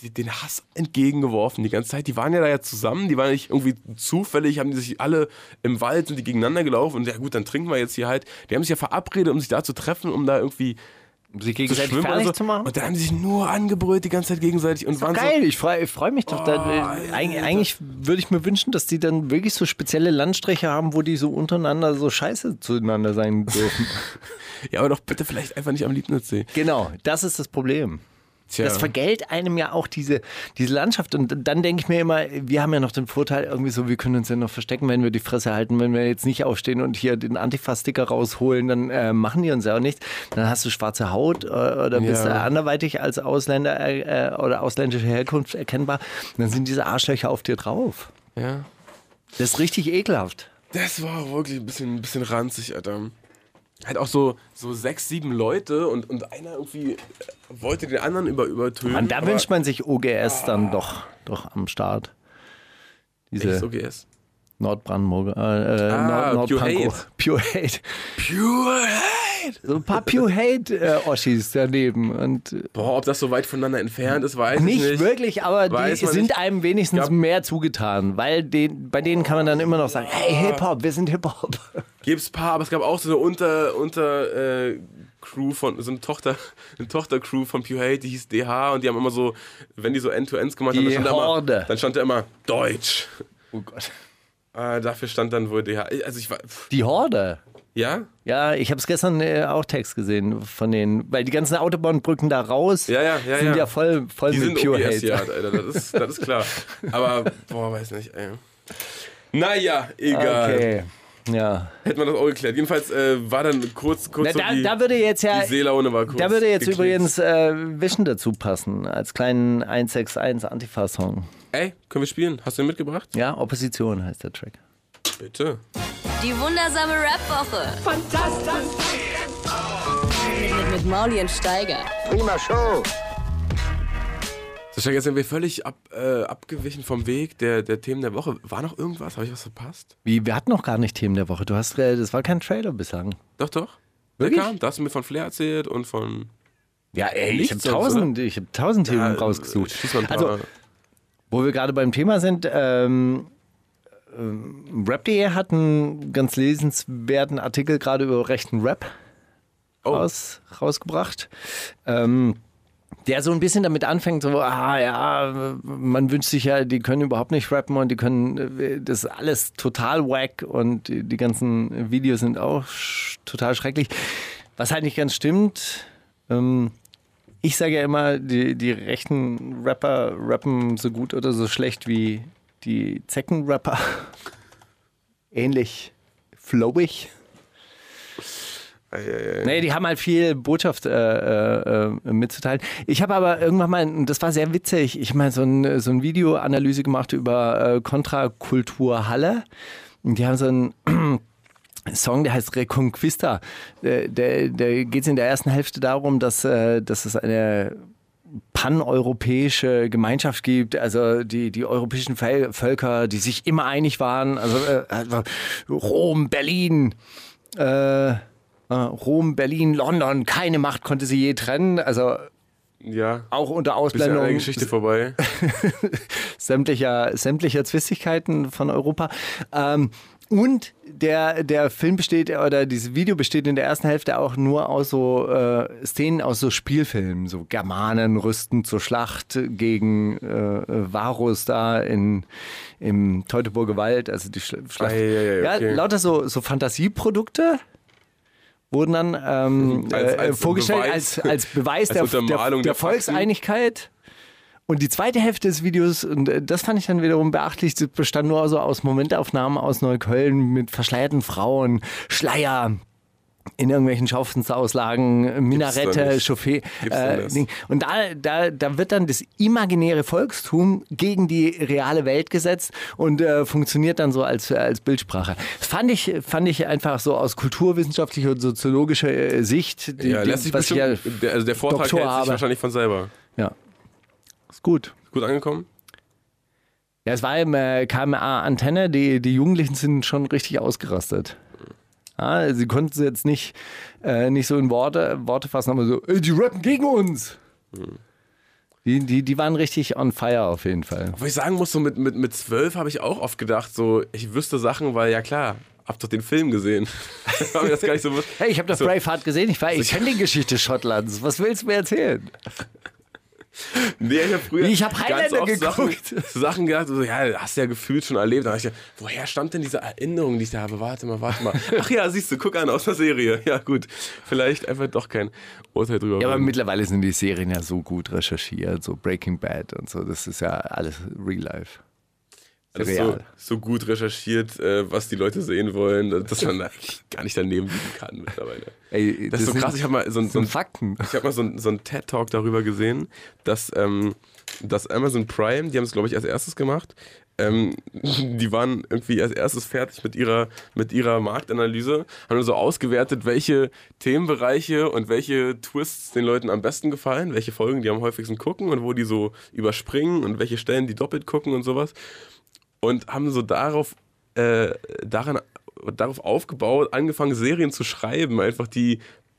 F: die, den Hass entgegengeworfen die ganze Zeit. Die waren ja da ja zusammen, die waren nicht irgendwie zufällig, haben die sich alle im Wald sind die gegeneinander gelaufen und ja gut, dann trinken wir jetzt hier halt. Die haben sich ja verabredet, um sich da zu treffen, um da irgendwie
G: Sie
F: zu schwimmen also und, so. und dann haben sie sich nur angebrüllt die ganze Zeit gegenseitig und waren
G: Geil, ich freue freu mich doch. dann, äh,
F: Alter.
G: eig- eigentlich würde ich mir wünschen, dass die dann wirklich so spezielle Landstriche haben, wo die so untereinander so scheiße zueinander sein
F: [laughs]
G: dürfen.
F: so, ja aber doch bitte vielleicht einfach nicht am Liebnitzsee.
G: genau, das ist das Problem.
F: Tja.
G: Das vergällt einem ja auch diese, diese Landschaft. Und dann denke ich mir immer, wir haben ja noch den Vorteil, irgendwie so, wir können uns ja noch verstecken, wenn wir die Fresse halten. Wenn wir jetzt nicht aufstehen und hier den Antifa-Sticker rausholen, dann äh, machen die uns ja auch nichts. Dann hast du schwarze Haut äh, oder bist äh,
F: Ja.
G: anderweitig als Ausländer äh, äh, oder ausländische Herkunft erkennbar. Und dann sind diese Arschlöcher auf dir drauf.
F: ja.
G: Das ist richtig ekelhaft.
F: Das war wirklich ein bisschen, ein bisschen ranzig, Alter. Halt auch so, so sechs, sieben Leute und, und einer irgendwie äh, wollte den anderen über, übertönen.
G: Und da
F: aber
G: wünscht man sich OGS dann doch, doch am Start. Diese
F: Echt OGS.
G: Nordbrandenburger, äh, äh,
F: Ah,
G: Nord
F: Pure
G: Nordpankow.
F: Hate.
G: Pure Hate.
F: Pure Hate!
G: So ein paar Pure Hate-Oschis daneben. Und äh,
F: Boah, ob das so weit voneinander entfernt ist, weiß
G: nicht,
F: ich nicht.
G: wirklich, aber die
F: Weiß man
G: sind
F: nicht.
G: einem wenigstens
F: Gab-
G: mehr zugetan, weil den, bei denen kann man dann immer noch sagen, hey Hip-Hop, wir sind Hip-Hop. [laughs]
F: Gibt's paar, aber es gab auch so eine Unter, unter äh, Crew von, so eine Tochter, [laughs] eine Tochter-Crew von Pure Hate, die hieß DH und die haben immer so, wenn die so End-to-Ends gemacht haben,
G: Die
F: dann stand, da
G: Horde.
F: immer, dann stand da immer Deutsch.
G: Oh Gott.
F: Äh, dafür stand dann wohl DH. Also ich war, pff,
G: Die Horde.
F: ja?
G: Ja, ich habe es gestern äh, auch Text gesehen von denen, weil die ganzen Autobahnbrücken da raus
F: Ja, ja, ja,
G: sind ja,
F: ja.
G: voll, voll
F: Die
G: Also mit
F: sind E
G: Pure
F: OPS,
G: Hate.
F: ja, Alter, das ist, das ist klar. Aber, boah, weiß nicht, ey. Naja,
G: [laughs]
F: egal.
G: Okay. Ja.
F: Hätten wir das auch geklärt. Jedenfalls äh, war dann kurz, kurz
G: Na,
F: so
G: da,
F: die,
G: da würde jetzt ja.
F: die Seelaune war kurz.
G: Da würde jetzt
F: geknickt.
G: übrigens äh, Vision dazu passen, als kleinen 161 Antifa-Song.
F: Ey, können wir spielen? Hast du ihn mitgebracht?
G: Ja, Opposition heißt der Track.
F: Bitte.
B: Die wundersame Rap-Woche. Fantastisch. Mit, mit Mauli und Steiger.
F: Sascha, jetzt sind wir völlig ab, äh, abgewichen vom Weg der, der Themen der Woche. War noch irgendwas? Habe ich was verpasst?
G: Wie, wir hatten noch gar nicht Themen der Woche. Du hast, äh, das war kein Trailer bislang.
F: Doch, doch.
G: Wirklich?
F: Der kam. Da hast du mir von Flair erzählt und von.
G: Ja, ey, ich
F: Nichts
G: habe
F: sonst,
G: tausend, ich hab tausend Themen
F: äh,
G: rausgesucht.
F: Schieß mal ein paar.
G: Also, Wo wir gerade beim Thema sind, ähm, ähm, Rap.de hat einen ganz lesenswerten Artikel gerade über rechten Rap
F: Oh.
G: raus, rausgebracht. Ähm, der so ein bisschen damit anfängt, so, ah ja, man wünscht sich ja, die können überhaupt nicht rappen und die können, äh, das ist alles total wack und die, die ganzen Videos sind auch sch total schrecklich. Was halt nicht ganz stimmt, ähm, ich sage ja immer, die, die rechten Rapper rappen so gut oder so schlecht wie die Zecken-Rapper. [laughs] Ähnlich flowig. Nee, die haben halt viel Botschaft äh, äh, äh, mitzuteilen. Ich habe aber irgendwann mal, und das war sehr witzig, ich habe mal so ein, so ein Videoanalyse gemacht über äh, Kontrakultur Halle. Und die haben so ein Song, der heißt Reconquista. Der, der, der geht es in der ersten Hälfte darum, dass, äh, dass es eine paneuropäische Gemeinschaft gibt, also die, die europäischen Völ- Völker, die sich immer einig waren, also äh, also Rom, Berlin, äh, äh, Rom, Berlin, London, keine Macht konnte sie je trennen, also
F: ja.
G: auch unter
F: Bist ja an der
G: Ausblendung
F: Geschichte [laughs] vorbei.
G: [laughs] sämtlicher, sämtlicher Zwistigkeiten von Europa. Ähm, und der, der Film besteht, oder dieses Video besteht in der ersten Hälfte auch nur aus so äh, Szenen aus so Spielfilmen. So Germanen rüsten zur Schlacht gegen äh, Varus da in, im Teutoburger Wald, also die Schl
F: Ah,
G: Schlacht.
F: Ei, ei, ei, okay.
G: Ja, lauter so, so Fantasieprodukte wurden dann ähm,
F: Mhm, Als-
G: äh,
F: als
G: vorgestellt
F: Beweis.
G: als, als Beweis
F: Als
G: der, der,
F: Untermalung
G: der,
F: der Fakten.
G: Volkseinigkeit. Und die zweite Hälfte des Videos, und äh, das fand ich dann wiederum beachtlich, das bestand nur so aus Momentaufnahmen aus Neukölln mit verschleierten Frauen, Schleier in irgendwelchen Schaufensterauslagen, Minarette,
F: nicht.
G: Chauffeur.
F: Gibt's denn
G: Äh,
F: das?
G: Ding. und da, da, da wird dann das imaginäre Volkstum gegen die reale Welt gesetzt und äh, funktioniert dann so als, äh, als Bildsprache. Das fand ich, fand ich einfach so aus kulturwissenschaftlicher und soziologischer äh, Sicht. die-
F: ja,
G: die-
F: lässt sich
G: was ich
F: bestimmt. der, also der Vortrag hält sich
G: Doktorarbeit.
F: wahrscheinlich von selber.
G: ja, ja. Ist gut.
F: Ist Gut angekommen?
G: Ja, es war im äh, KMA-Antenne, die, die Jugendlichen sind schon richtig ausgerastet. Ja, sie konnten es jetzt nicht, äh, nicht so in Worte, Worte fassen, aber so, "Ey, die rappen gegen uns. Die, die, die waren richtig on fire auf jeden Fall.
F: Wo ich sagen muss, so mit, mit, mit 12 habe ich auch oft gedacht, so, ich wüsste Sachen, weil ja klar, hab doch den Film gesehen. [laughs] War mir das gar nicht so bewusst.
G: Hey, ich habe doch
F: So.
G: Braveheart gesehen, ich, war- ich kenne die Geschichte Schottlands. Was willst du mir erzählen?
F: Nee, ich habe früher.
G: Ich hab Highlander
F: ganz oft Sachen,
G: geguckt.
F: Sachen gedacht, so, ja, hast du ja gefühlt schon erlebt. Da hab ich gedacht, woher stammt denn diese Erinnerung, die ich da habe? Warte mal, warte
G: [laughs]
F: mal. Ach ja, siehst du, guck an, aus der Serie. Ja, gut. Vielleicht einfach doch kein Urteil drüber.
G: Ja, aber
F: bilden.
G: mittlerweile sind die Serien ja so gut recherchiert, so Breaking Bad und so, das ist ja alles real life.
F: das ist so,
G: real.
F: so gut recherchiert, äh, was die Leute sehen wollen, dass man da gar nicht daneben liegen kann mittlerweile.
G: Ey,
F: Das, ist so
G: sind-
F: krass. Ich habe mal so, ein-
G: das
F: so
G: sind
F: ein
G: Fakten.
F: Ähm, Ich habe mal so, ein- so einen TED-Talk darüber gesehen, dass, ähm, dass Amazon Prime, die haben es, glaube ich, als erstes gemacht, ähm, [laughs] die waren irgendwie als erstes fertig mit ihrer, mit ihrer Marktanalyse, haben dann so ausgewertet, welche Themenbereiche und welche Twists den Leuten am besten gefallen, welche Folgen die am häufigsten gucken und wo die so überspringen und welche Stellen die doppelt gucken und sowas und haben so darauf, äh, daran, darauf aufgebaut, angefangen, Serien zu schreiben, einfach die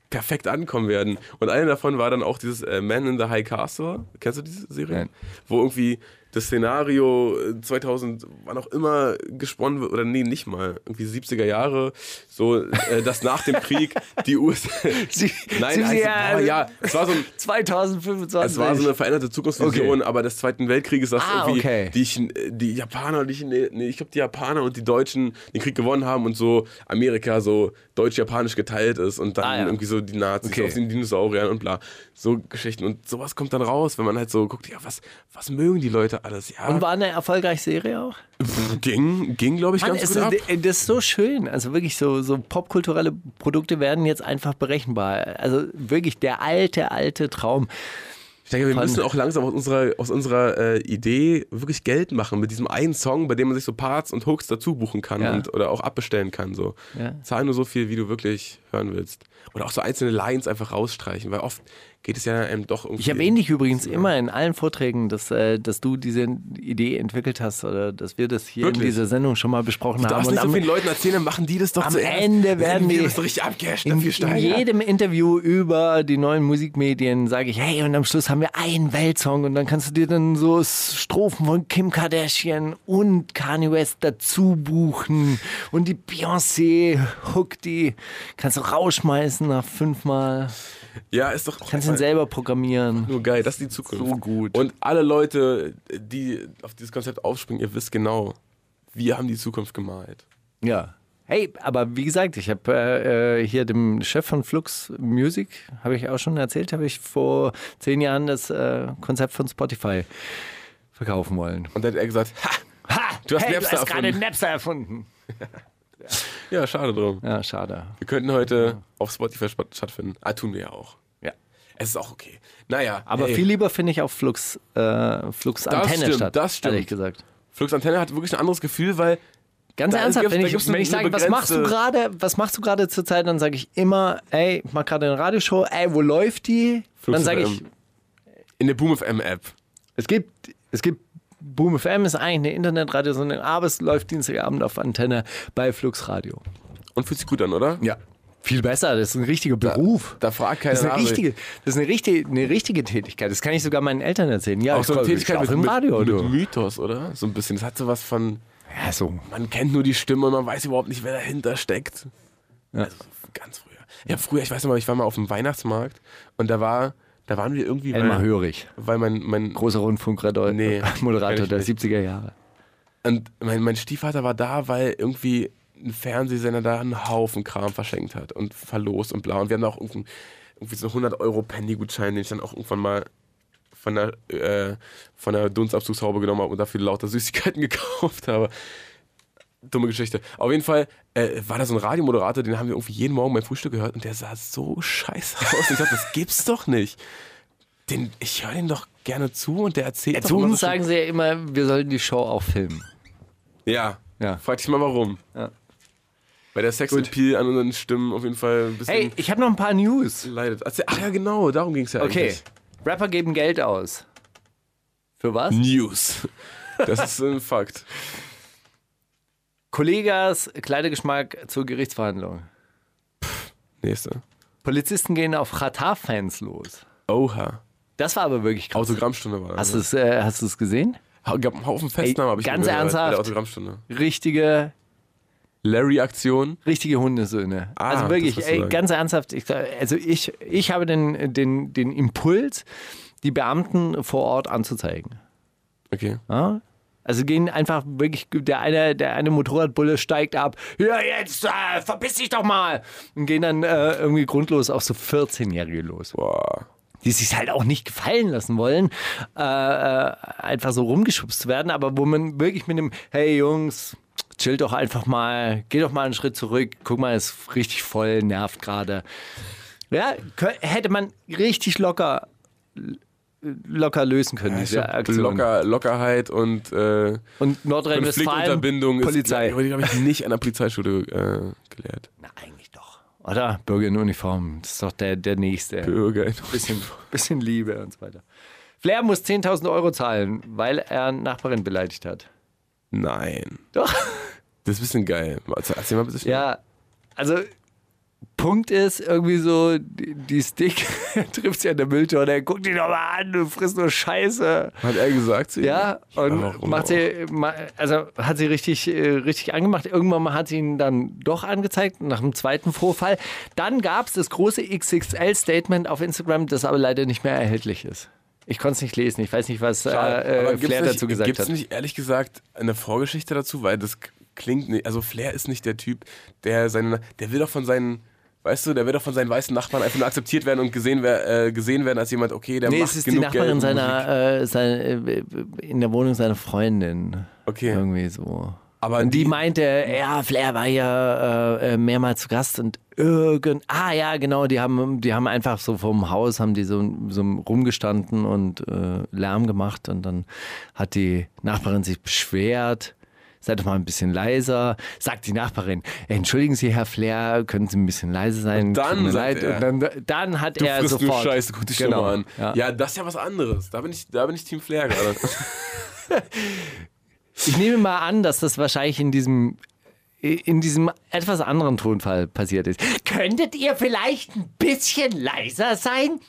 F: perfekt ankommen werden. Und eine davon war dann auch dieses äh, Man in the High Castle. Kennst du diese Serie?
G: Nein.
F: Wo irgendwie das Szenario äh, 2000, wann auch immer, gesponnen wird, oder nee, nicht mal, irgendwie 70er Jahre, so, äh, dass nach dem Krieg die [laughs] USA...
G: Sie-
F: Nein,
G: Sie- äh,
F: also,
G: ja.
F: boah, ja, es war so ein...
G: 2025.
F: Es war so eine veränderte Zukunftsvision,
G: Okay.
F: aber des Zweiten Weltkrieges, dass
G: Ah,
F: irgendwie
G: okay.
F: die, Chin- die Japaner, die Chine, nee, ich glaube die Japaner und die Deutschen den Krieg gewonnen haben und so Amerika so deutsch-japanisch geteilt ist und dann
G: Ah, ja.
F: irgendwie so die Nazis
G: Okay.
F: aus den Dinosauriern und bla. So Geschichten. Und sowas kommt dann raus, wenn man halt so guckt, ja, was, was mögen die Leute und alles. Ja,
G: Und war eine erfolgreiche Serie auch?
F: pff, ging, ging glaube ich,
G: Mann,
F: ganz
G: es
F: gut ab.
G: ist, das ist so schön. Also wirklich so, so popkulturelle Produkte werden jetzt einfach berechenbar. Also wirklich der alte, alte Traum.
F: Ich denke, wir
G: Fun.
F: müssen auch langsam aus unserer, aus unserer äh, Idee wirklich Geld machen mit diesem einen Song, bei dem man sich so Parts und Hooks dazu buchen kann
G: Ja.
F: und, oder auch abbestellen kann. So.
G: Ja.
F: Zahl nur so viel, wie du wirklich hören willst. Oder auch so einzelne Lines einfach rausstreichen, weil oft geht es ja einem doch irgendwie.
G: Ich erwähne dich übrigens immer in allen Vorträgen, dass, äh, dass du diese Idee entwickelt hast oder dass wir das hier
F: Wirklich?
G: in dieser Sendung schon mal besprochen
F: Du
G: haben.
F: darfst nicht so
G: am-
F: vielen Leuten erzählen, dann machen die das doch
G: am
F: zuerst.
G: Ende werden
F: die
G: die-
F: das doch richtig abgehasht,
G: in,
F: dafür
G: in
F: steigen.
G: jedem Interview über die neuen Musikmedien sage ich, hey, und am Schluss haben wir einen Weltsong und dann kannst du dir dann so S- Strophen von Kim Kardashian und Kanye West dazu buchen und die Beyoncé Hook, die kannst du rausschmeißen nach fünfmal,
F: Ja, ist doch.
G: kannst ihn selber programmieren.
F: Nur geil, das ist die Zukunft.
G: So gut.
F: Und alle Leute, die auf dieses Konzept aufspringen, ihr wisst genau, wir haben die Zukunft gemalt.
G: Ja. Hey, aber wie gesagt, ich habe äh, äh, hier dem Chef von Flux Music, habe ich auch schon erzählt, habe ich vor zehn Jahren das äh, Konzept von Spotify verkaufen wollen.
F: Und dann hat er gesagt, ha,
G: Ha!
F: Du hast Napster erfunden.
G: Napster erfunden.
F: ja, schade drum.
G: Ja, schade.
F: Wir könnten heute auf Spotify spat- stattfinden. Ah, tun wir ja auch.
G: Ja.
F: Es ist auch okay. Naja.
G: Aber
F: hey,
G: viel lieber finde ich auch Flux, äh, Flux Antenne
F: stimmt,
G: statt.
F: das stimmt.
G: Ehrlich gesagt.
F: Flux Antenne hat wirklich ein anderes Gefühl, weil
G: Ganz
F: Da
G: ernsthaft,
F: gibt's-
G: wenn
F: da
G: ich,
F: gibt's
G: wenn ich
F: eine
G: sage, was machst du
F: begrenzte-
G: gerade, was machst du gerade zur Zeit, dann sage ich immer, ey, ich mach gerade eine Radioshow, ey, wo läuft die?
F: Flux
G: dann sage ich,
F: FM. in der Boom FM App.
G: Es gibt, es gibt Boom FM ist eigentlich eine Internetradiosendung, aber es läuft Dienstagabend auf Antenne bei Flux Radio.
F: Und fühlt sich gut an, oder?
G: Ja. Viel besser, das ist ein richtiger Beruf.
F: Da fragt keiner
G: das ist eine
F: nach.
G: richtige, das ist eine richtige, eine richtige Tätigkeit. Das kann ich sogar meinen Eltern erzählen. Ja,
F: Auch
G: ich
F: so eine
G: glaub, ich
F: Tätigkeit
G: schlaf
F: mit,
G: im
F: mit,
G: Radio.
F: mit
G: du.
F: Mythos, oder? So ein bisschen. Das hat so was von,
G: ja, so.
F: man kennt nur die Stimme und man weiß überhaupt nicht, wer dahinter steckt. Also ganz früher. Ja, früher, ich weiß noch mal, ich war mal auf dem Weihnachtsmarkt und da war, da waren wir irgendwie,
G: Elmar
F: weil,
G: Hörig,
F: weil mein, mein
G: großer Rundfunkmoderator
F: Nee, kenn
G: Moderator
F: ich
G: der
F: nicht.
G: 70er Jahre.
F: Und mein, mein Stiefvater war da, weil irgendwie ein Fernsehsender da einen Haufen Kram verschenkt hat und verlost und bla. Und wir haben da auch irgendein, irgendwie so 100 Euro Penny-Gutschein, den ich dann auch irgendwann mal von der, äh, von der Dunstabzugshaube genommen habe und dafür lauter [laughs] Süßigkeiten gekauft habe. Dumme Geschichte. Auf jeden Fall äh, war da so ein Radiomoderator, den haben wir irgendwie jeden Morgen beim Frühstück gehört und der sah so scheiße aus. Ich dachte, das gibt's doch nicht. Den, ich höre den doch gerne zu und der erzählt doch
G: Zu
F: immer so
G: uns
F: schön-
G: sagen sie ja immer, wir sollten die Show auch filmen.
F: ja.
G: Ja.
F: Frag dich mal warum.
G: Ja.
F: Weil der Sex Appeal an unseren Stimmen auf jeden Fall ein bisschen
G: Hey, ich habe noch ein paar News.
F: leidet. Erzähl- Ach ja, genau, darum ging es ja
G: Okay.
F: eigentlich.
G: Rapper geben Geld aus. Für was?
F: News. Das ist ein Fakt.
G: Kollegas Kleidergeschmack zur Gerichtsverhandlung.
F: Nächste.
G: Polizisten gehen auf Qatar-Fans los.
F: Oha.
G: Das war aber wirklich krass.
F: Autogrammstunde war das.
G: Hast du es äh, hast du es gesehen?
F: Ha- Gab einen Haufen Festnahmen,
G: Ey,
F: habe ich
G: ganz
F: gehört bei der
G: ernsthaft?
F: Autogrammstunde.
G: Richtige,
F: Larry-Aktion.
G: richtige Hundesöhne.
F: Ah,
G: also
F: das
G: wirklich,
F: wirst du
G: ey,
F: sagen.
G: ganz ernsthaft. Ich, also ich, ich habe den, den, den Impuls, die Beamten vor Ort anzuzeigen.
F: Okay.
G: Ja? Also gehen einfach wirklich, der eine, der eine Motorradbulle steigt ab, ja jetzt, äh, verpiss dich doch mal. Und gehen dann äh, irgendwie grundlos auf so 14-Jährige los,
F: Boah.
G: die sich halt auch nicht gefallen lassen wollen, äh, äh, einfach so rumgeschubst zu werden, aber wo man wirklich mit dem, hey Jungs, chill doch einfach mal, geh doch mal einen Schritt zurück, guck mal, ist richtig voll, nervt gerade. Ja, kö- hätte man richtig locker, locker lösen können,
F: Ich
G: diese
F: glaub,
G: Aktion.
F: Locker, Lockerheit und äh,
G: Und Nordrhein-Westfalen.
F: Konfliktunterbindung
G: Polizei.
F: ist, glaube ich, nicht an der Polizeischule äh, gelehrt.
G: Na, eigentlich doch. Oder? Bürger in Uniform. Das ist doch der, der Nächste.
F: Bürger.
G: [laughs] Bisschen, bisschen Liebe und so weiter. Flair muss 10.000 Euro zahlen, weil er einen Nachbarin beleidigt hat.
F: Nein.
G: Doch.
F: Das ist ein bisschen geil. Erzähl mal bitte schnell.
G: Ja. Also, Punkt ist irgendwie so, die, die Stick [laughs] trifft sie an der Mülltonne, guck die doch mal an, du frisst nur Scheiße.
F: Hat er gesagt zu ihm?
G: Ja, und
F: warum
G: macht sie, ma- also hat sie richtig, äh, richtig angemacht. Irgendwann mal hat sie ihn dann doch angezeigt, nach dem zweiten Vorfall. Dann gab es das große XXL-Statement auf Instagram, das aber leider nicht mehr erhältlich ist. Ich konnte es nicht lesen, ich weiß nicht, was äh,
F: Aber
G: äh,
F: gibt's
G: Flair
F: nicht,
G: dazu gesagt
F: gibt's
G: hat.
F: nicht ehrlich gesagt eine Vorgeschichte dazu, weil das klingt nicht. Also Flair ist nicht der Typ, der seine, der will doch von seinen Weißt du, der wird doch von seinen weißen Nachbarn einfach nur akzeptiert werden und gesehen, wer, äh, gesehen werden als jemand, okay, der
G: Nee,
F: macht
G: es ist die
F: genug Geld.
G: Nachbarin
F: und Musik.
G: seiner, äh, sein- äh, in der Wohnung seiner Freundin.
F: Okay,
G: Irgendwie so.
F: aber
G: Und die meinte, ja, Flair war ja äh, äh, mehrmals zu Gast und irgend. Ah ja, genau, die haben, die haben einfach so vom Haus, haben die so, so rumgestanden und äh, Lärm gemacht und dann hat die Nachbarin sich beschwert. Seid doch mal ein bisschen leiser, sagt die Nachbarin. Entschuldigen Sie, Herr Flair, können Sie ein bisschen leise sein?
F: Und dann
G: Tut mir
F: sagt
G: leid.
F: er,
G: und dann, dann hat
F: du
G: er
F: frisst
G: sofort.
F: nur Scheiße, gute Stimme
G: Genau,
F: an.
G: ja.
F: Ja. das ist ja was anderes. Da bin ich, da bin ich Team
G: [laughs]
F: Flair gerade.
G: Ich nehme mal an, dass das wahrscheinlich in diesem äh, in diesem etwas anderen Tonfall passiert ist. Könntet ihr vielleicht ein bisschen leiser sein?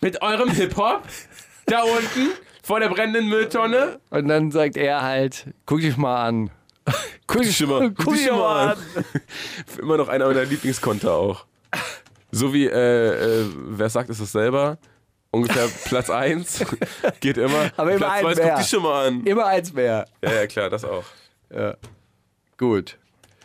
F: Mit eurem Hip-Hop da unten vor der brennenden Mülltonne.
G: Und dann sagt er halt, guck dich mal an. Guck dich
F: Stimme.
G: Guck dich mal an.
F: Immer noch einer meiner Lieblingskonter auch. So wie, äh, äh, wer sagt, ist es selber?
G: [laughs]
F: Ungefähr Platz 1 geht immer.
G: Aber immer
F: Platz
G: einen
F: zwei ist, guck
G: mehr.
F: dich schon mal an.
G: Immer eins mehr.
F: Ja, ja, klar, das auch.
G: Gut.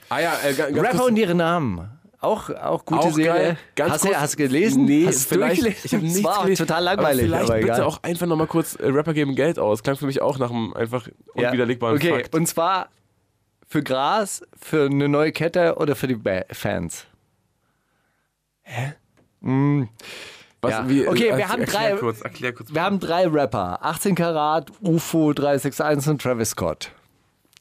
F: Ah ja, äh, ga- ganz kurz-
G: Rapper und ihre Namen. Auch, auch gute
F: Auch
G: Serie.
F: geil. Ganz
G: hast, du,
F: kurz-
G: hast du gelesen?
F: Nee,
G: hast du
F: vielleicht.
G: durchgelesen?
F: Ich habe nichts
G: [laughs] Es war
F: gelesen.
G: total langweilig.
F: Aber vielleicht
G: aber
F: bitte
G: egal.
F: auch einfach nochmal kurz äh, Rapper geben Geld aus. Klang für mich auch nach einem einfach
G: Ja.
F: unwiderlegbaren
G: okay.
F: Fakt.
G: Und zwar für Gras, für eine neue Kette oder für die ba Fans?
F: Was,
G: ja.
F: wie,
G: Okay,
F: äh,
G: wir haben
F: erklär
G: drei-
F: Kurz, erklär kurz.
G: Wir haben drei Rapper: 18 Karat, UFO 361 und Travis Scott.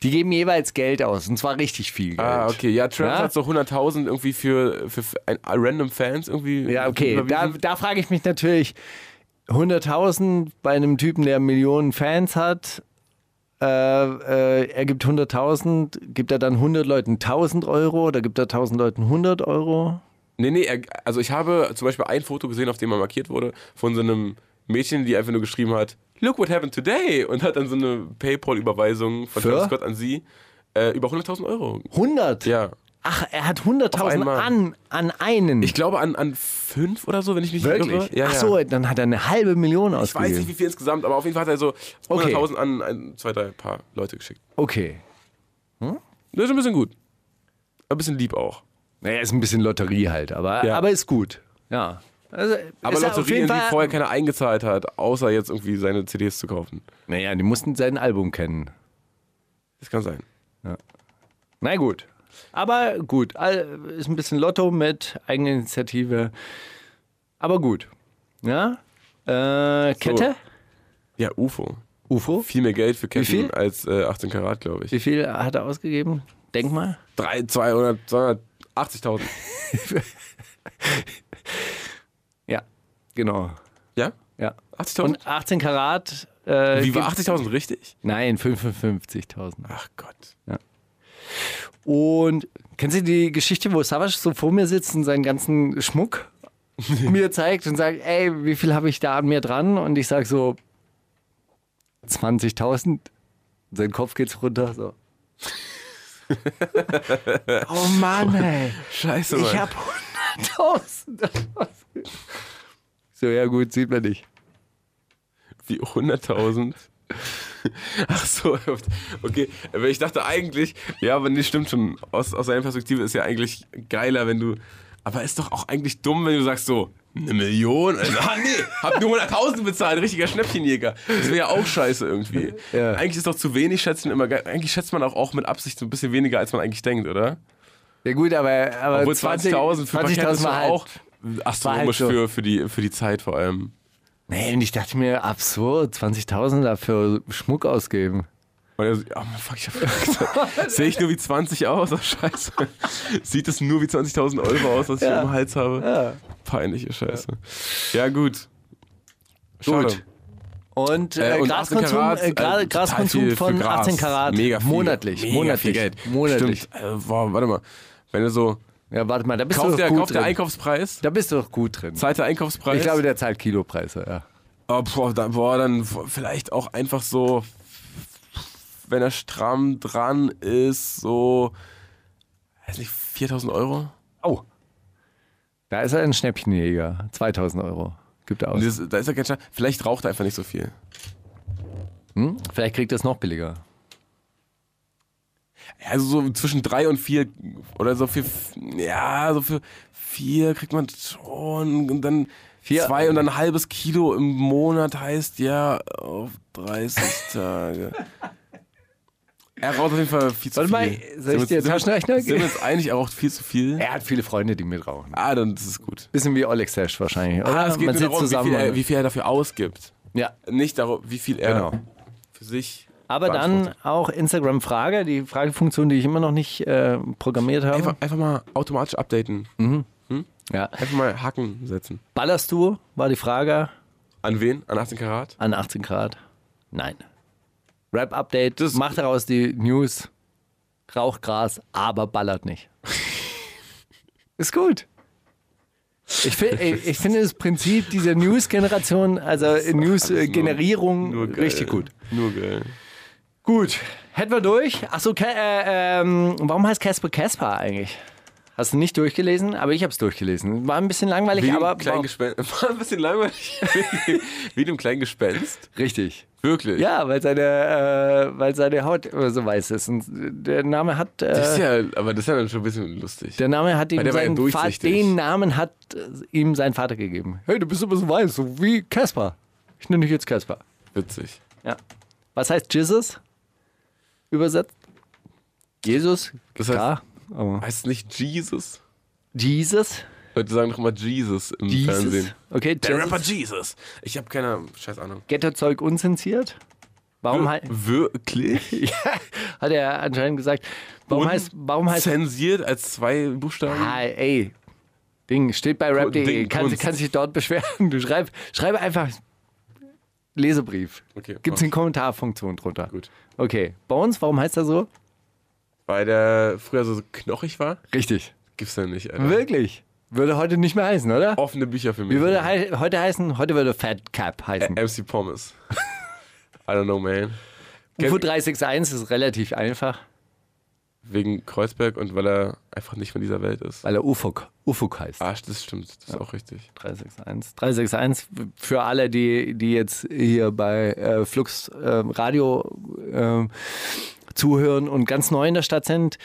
G: Die geben jeweils Geld aus und zwar richtig viel Geld.
F: ah, okay. Ja, Travis
G: Ja?
F: hat so 100.000 irgendwie für, für f- ein, äh, random Fans irgendwie.
G: Ja, okay. Da,
F: überwiesen.
G: da frage ich mich natürlich: 100.000 bei einem Typen, der Millionen Fans hat. Äh, äh, er gibt 100.000, gibt er dann 100 Leuten 1.000 Euro oder gibt er 1.000 Leuten 100 Euro?
F: Nee, nee, er, also ich habe zum Beispiel ein Foto gesehen, auf dem er markiert wurde, von so einem Mädchen, die einfach nur geschrieben hat, look what happened today und hat dann so eine Paypal-Überweisung von
G: Für?
F: Travis Scott an sie äh, über 100.000 Euro.
G: 100?
F: Ja.
G: Ach, er hat
F: Auf
G: 100.000
F: einmal.
G: an, an einen.
F: Ich glaube an, an fünf oder so, wenn ich mich nicht irre. Ja,
G: Ach
F: ja.
G: so, dann hat er eine halbe Million
F: Ich weiß nicht, wie
G: ausgegeben.
F: viel insgesamt, aber auf jeden Fall hat er so
G: Okay.
F: 100.000 an ein, zwei, drei paar Leute geschickt.
G: Okay.
F: Das ist ein bisschen gut. Ein bisschen lieb auch.
G: Naja, ist ein bisschen Lotterie halt, aber,
F: Ja.
G: aber ist gut. Ja. Also,
F: Aber
G: ist ja auf
F: Lotterien,
G: jeden
F: die
G: Fall,
F: vorher keiner eingezahlt hat, außer jetzt irgendwie seine CDs zu kaufen.
G: Naja, die mussten sein Album kennen.
F: Das kann sein.
G: Na gut. Aber gut, all- ist ein bisschen Lotto mit Eigeninitiative. Aber gut. Ja? Äh, Kette?
F: Ja, UFO.
G: UFO?
F: Viel mehr Geld für Ketten
G: viel?
F: als äh, 18 Karat, glaube
G: Wie
F: ich.
G: viel hat er ausgegeben? Denk mal.
F: Drei, 200, 280.000.
G: Ja, genau.
F: Ja?
G: Ja.
F: 80.000?
G: Und 18 Karat. Äh,
F: Wie war
G: gibt-
F: 80.000 richtig?
G: Nein, 55.000.
F: Ach Gott.
G: Und kennst du die Geschichte, wo Savage so vor mir sitzt und seinen ganzen
F: [laughs]
G: Schmuck mir zeigt und sagt, ey, wie viel habe ich da an mir dran? Und ich sage so 20.000. Und Sein Kopf geht's runter.
F: [laughs]
G: So. oh Mann, ey.
F: Scheiße, Mann.
G: Ich habe 100.000. [laughs] So, ja gut, sieht man nicht.
F: Wie 100.000? Ach so, okay. Aber ich dachte eigentlich, ja, aber nee, stimmt schon. Aus, aus seiner Perspektive ist ja eigentlich geiler, wenn du. Aber ist doch auch eigentlich dumm, wenn du sagst so, eine Million? Also, ah, nee, hab nur 100.000 bezahlt, richtiger Schnäppchenjäger. Das wäre ja auch scheiße irgendwie.
G: Ja.
F: Eigentlich ist doch zu wenig schätzen immer geil. Eigentlich schätzt man auch, auch mit Absicht so ein bisschen weniger, als man eigentlich denkt, oder?
G: Ja gut, aber, aber
F: Obwohl 20.000
G: 20.000
F: für Parkett ist
G: Äh, war
F: schon
G: halt
F: auch astronomisch
G: so.
F: für, für, die, für die Zeit vor allem.
G: Nee, und ich dachte mir, absurd, 20.000 dafür Schmuck ausgeben.
F: Und er so, oh Mann, fuck, ich hab vergessen. Sehe ich nur wie 20 aus? Oh, scheiße. Sieht es nur wie 20.000 Euro aus, was ich am Hals habe? Peinliche Scheiße. Ja, gut. Schade.
G: Gut. Und, äh,
F: Äh, und 18
G: Graskonsum,
F: Karat,
G: äh, Gra
F: äh, total
G: Graskonsum
F: viel
G: von
F: für Gras.
G: 18 Karat.
F: Mega viel.
G: Monatlich.
F: Mega
G: monatlich.
F: Viel Geld.
G: Monatlich.
F: Stimmt. Äh, boah, warte mal. Wenn du so.
G: Ja, warte mal, da bist
F: Kauft
G: du doch
F: der,
G: gut
F: kauft
G: drin.
F: der Einkaufspreis?
G: da bist du doch gut drin.
F: Zahlt der Einkaufspreis?
G: Ich glaube, der zahlt Kilopreise, ja.
F: Oh, boah, dann, boah, dann vielleicht auch einfach so, wenn er stramm dran ist, so. Weiß nicht, 4000 Euro?
G: Oh. Da ist er ein Schnäppchenjäger. 2000 Euro gibt er aus.
F: Das, da ist ja kein Schaden. Vielleicht raucht er einfach nicht so viel.
G: Vielleicht kriegt er es noch billiger.
F: Also so zwischen drei und vier oder so für, ja, so für vier kriegt man schon und dann
G: Vier-
F: zwei und dann ein halbes Kilo im Monat heißt ja auf 30
G: [laughs]
F: Tage. Er raucht auf jeden Fall viel
G: Warte
F: zu
G: mal,
F: viel.
G: soll ich
F: Sind wir
G: dir
F: uns- sind wir-
G: Taschenrechner
F: Sind wir uns einig, er raucht viel
G: [laughs]
F: zu viel?
G: Er hat viele Freunde, die mitrauchen.
F: Ah, dann ist es gut.
G: Bisschen wie Oleg Sesh wahrscheinlich. Oder?
F: Ah, es geht
G: Man
F: nur
G: sitzt
F: darum,
G: zusammen.
F: Wie, viel er,
G: und-
F: wie viel er dafür ausgibt.
G: ja,
F: Nicht darum, wie viel er
G: Genau.
F: für sich.
G: aber dann
F: beantwortet.
G: auch Instagram-Frage, die Fragefunktion, die ich immer noch nicht äh, programmiert habe.
F: Einfach, einfach mal automatisch updaten.
G: Mhm.
F: Hm?
G: Ja.
F: Einfach mal Haken setzen.
G: Ballerst du, war die Frage,
F: An wen? An 18 Karat?
G: an 18 Grad? Nein. Rap-Update, macht daraus die News. Raucht Gras, aber ballert nicht. [laughs] Ist gut. Ich, fi- ey, ich finde das Prinzip dieser News-Generation, also
F: alles nur-
G: News-Generierung, Äh, richtig gut.
F: Nur geil.
G: Gut, hätten wir durch. Achso, äh, ähm, warum heißt Casper Casper eigentlich? Hast du nicht durchgelesen? Aber ich habe es durchgelesen. War ein bisschen langweilig,
F: Wie
G: aber
F: dem kleinen Gespenst. [laughs] War ein bisschen langweilig. Wie dem kleinen Gespenst.
G: richtig.
F: Wirklich.
G: Ja, weil seine, äh, weil seine Haut immer so weiß ist. Und der Name hat,
F: Das ist
G: äh,
F: ja, aber das ist ja dann schon ein bisschen lustig.
G: der Name hat ihm
F: Weil der war ja
G: seinen Vater,
F: durchsichtig.
G: den Namen hat äh, ihm sein Vater gegeben. Hey, du bist immer so weiß, so wie Casper. Ich nenne dich jetzt Casper.
F: Witzig.
G: Ja. Was heißt Jesus? Übersetzt? Jesus?
F: Das heißt-
G: Klar. Aber
F: Heißt es nicht Jesus?
G: Jesus?
F: Leute sagen doch mal Jesus im
G: Jesus?
F: Fernsehen.
G: Okay,
F: Der
G: Jesus.
F: Rapper Jesus. Ich habe keine scheiß Ahnung.
G: Ghetto-Zeug unzensiert? Warum hei- [laughs]
F: Wirklich?
G: ja, hat er anscheinend gesagt. Warum heißt, warum heißt,
F: Zensiert als zwei Buchstaben?
G: ah, ey, Ding, steht bei rap.de,
F: Ding,
G: kannst,
F: Kunst.
G: kannst dich dort beschweren. Du schreib, schreib einfach Lesebrief.
F: Okay,
G: Gibt's
F: mach
G: eine Kommentarfunktion drunter.
F: Gut.
G: Okay, Bones, warum heißt er so?
F: Weil der früher so knochig war?
G: Richtig.
F: Gibt's ja nicht, Alter.
G: Wirklich. Würde heute nicht mehr heißen, oder?
F: Offene Bücher für mich.
G: Wie würde hei heute heißen? Heute würde Fat Cap heißen. [laughs]
F: MC Pommes. I don't know, man. äh,
G: UFO 361 ist relativ einfach,
F: Wegen Kreuzberg und weil er einfach nicht von dieser Welt ist.
G: weil er Ufuk, Ufuk heißt.
F: Arsch, das stimmt. Das ist auch richtig.
G: 361. 361 für alle, die, die jetzt hier bei äh, Flux ähm, Radio ähm, zuhören und ganz neu in der Stadt sind.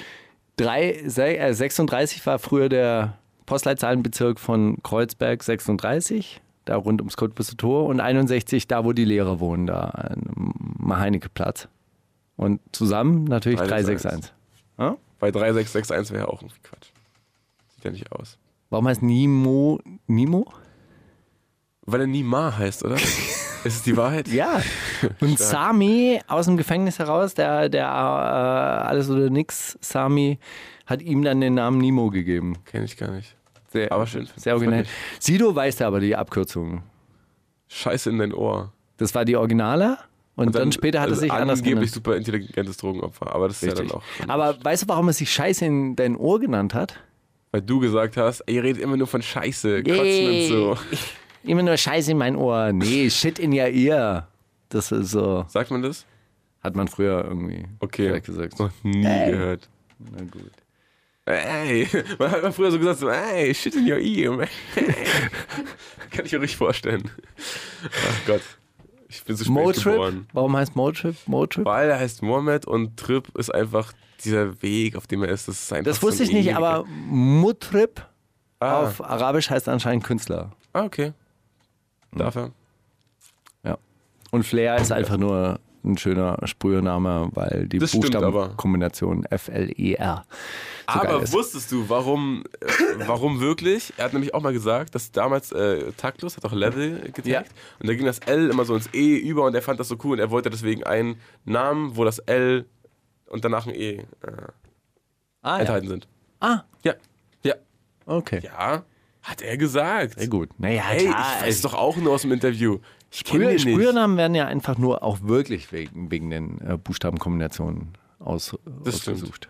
G: Drei, se, äh, 36 war früher der Postleitzahlenbezirk von Kreuzberg 36, da rund ums Cottbusser Tor und 61 da, wo die Lehrer wohnen, da am Heineke-Platz. Und zusammen natürlich 361.
F: 361. Weil 3661 wäre ja auch irgendwie Quatsch. Sieht ja nicht aus.
G: Warum heißt Nimo Nimo?
F: Weil er Nima
G: [laughs]
F: heißt, oder? ist es die Wahrheit?
G: Ja. [laughs] Und Sami aus dem Gefängnis heraus, der, der äh, alles oder nix Sami, hat ihm dann den Namen Nemo gegeben.
F: Kenn ich gar nicht.
G: Sehr,
F: Aber schön.
G: Sehr originell.
F: Fand
G: Sido weiß aber die Abkürzung.
F: Scheiße in dein Ohr.
G: Das war die Originale und, dann, später hat er
F: also
G: sich anders genannt.
F: angeblich super intelligentes Drogenopfer. Aber das ist ja dann auch.
G: Aber weißt du, warum er sich Scheiße in dein Ohr genannt hat?
F: Weil du gesagt hast, ey, ihr redet immer nur von Scheiße,
G: Yay.
F: Kotzen und so.
G: Immer nur Scheiße in mein Ohr.
F: [laughs]
G: Nee, Shit in ihr Ear. Das ist so.
F: Sagt man das?
G: Hat man früher irgendwie
F: Okay.
G: vielleicht gesagt.
F: Noch nie gehört.
G: Na gut.
F: Ey, man hat man früher so gesagt, so, ey, shit in your ear.
G: [laughs]
F: man. Kann ich mir richtig vorstellen. Ach Gott, ich bin so spät
G: Motrip.
F: geboren.
G: Warum heißt Motrip? Motrip?
F: Weil er heißt Mohammed und Trip ist einfach dieser Weg, auf dem er ist. Das, ist einfach
G: Das wusste
F: so ein
G: ich nicht,
F: ewiger-
G: aber Mutrip
F: Ah,
G: auf Arabisch heißt anscheinend Künstler.
F: ah okay. Darf er?
G: Und Flair ist einfach nur ein schöner Sprühname, weil die
F: Das stimmt, aber- Ah,
G: Buchstabenkombination E F-L-E-R. so geil
F: aber
G: ist.
F: wusstest du, warum, äh, warum wirklich? Er hat nämlich auch mal gesagt, dass damals äh, Taktlos hat auch Level getaggt
G: Ja.
F: und da ging das L immer so ins E über und er fand das so cool und er wollte deswegen einen Namen, wo das L und danach ein E äh,
G: Ah, ja.
F: enthalten sind.
G: ah,
F: Ja. Ja.
G: okay.
F: Ja. Hat er gesagt.
G: Sehr gut. Naja,
F: Ey, ich
G: klar.
F: weiß doch auch nur aus dem Interview. Ich kenne
G: Sprüh,
F: ihn nicht.
G: Sprühnamen werden ja einfach nur auch wirklich wegen, wegen den äh, Buchstabenkombinationen aus,
F: Das
G: ausgesucht.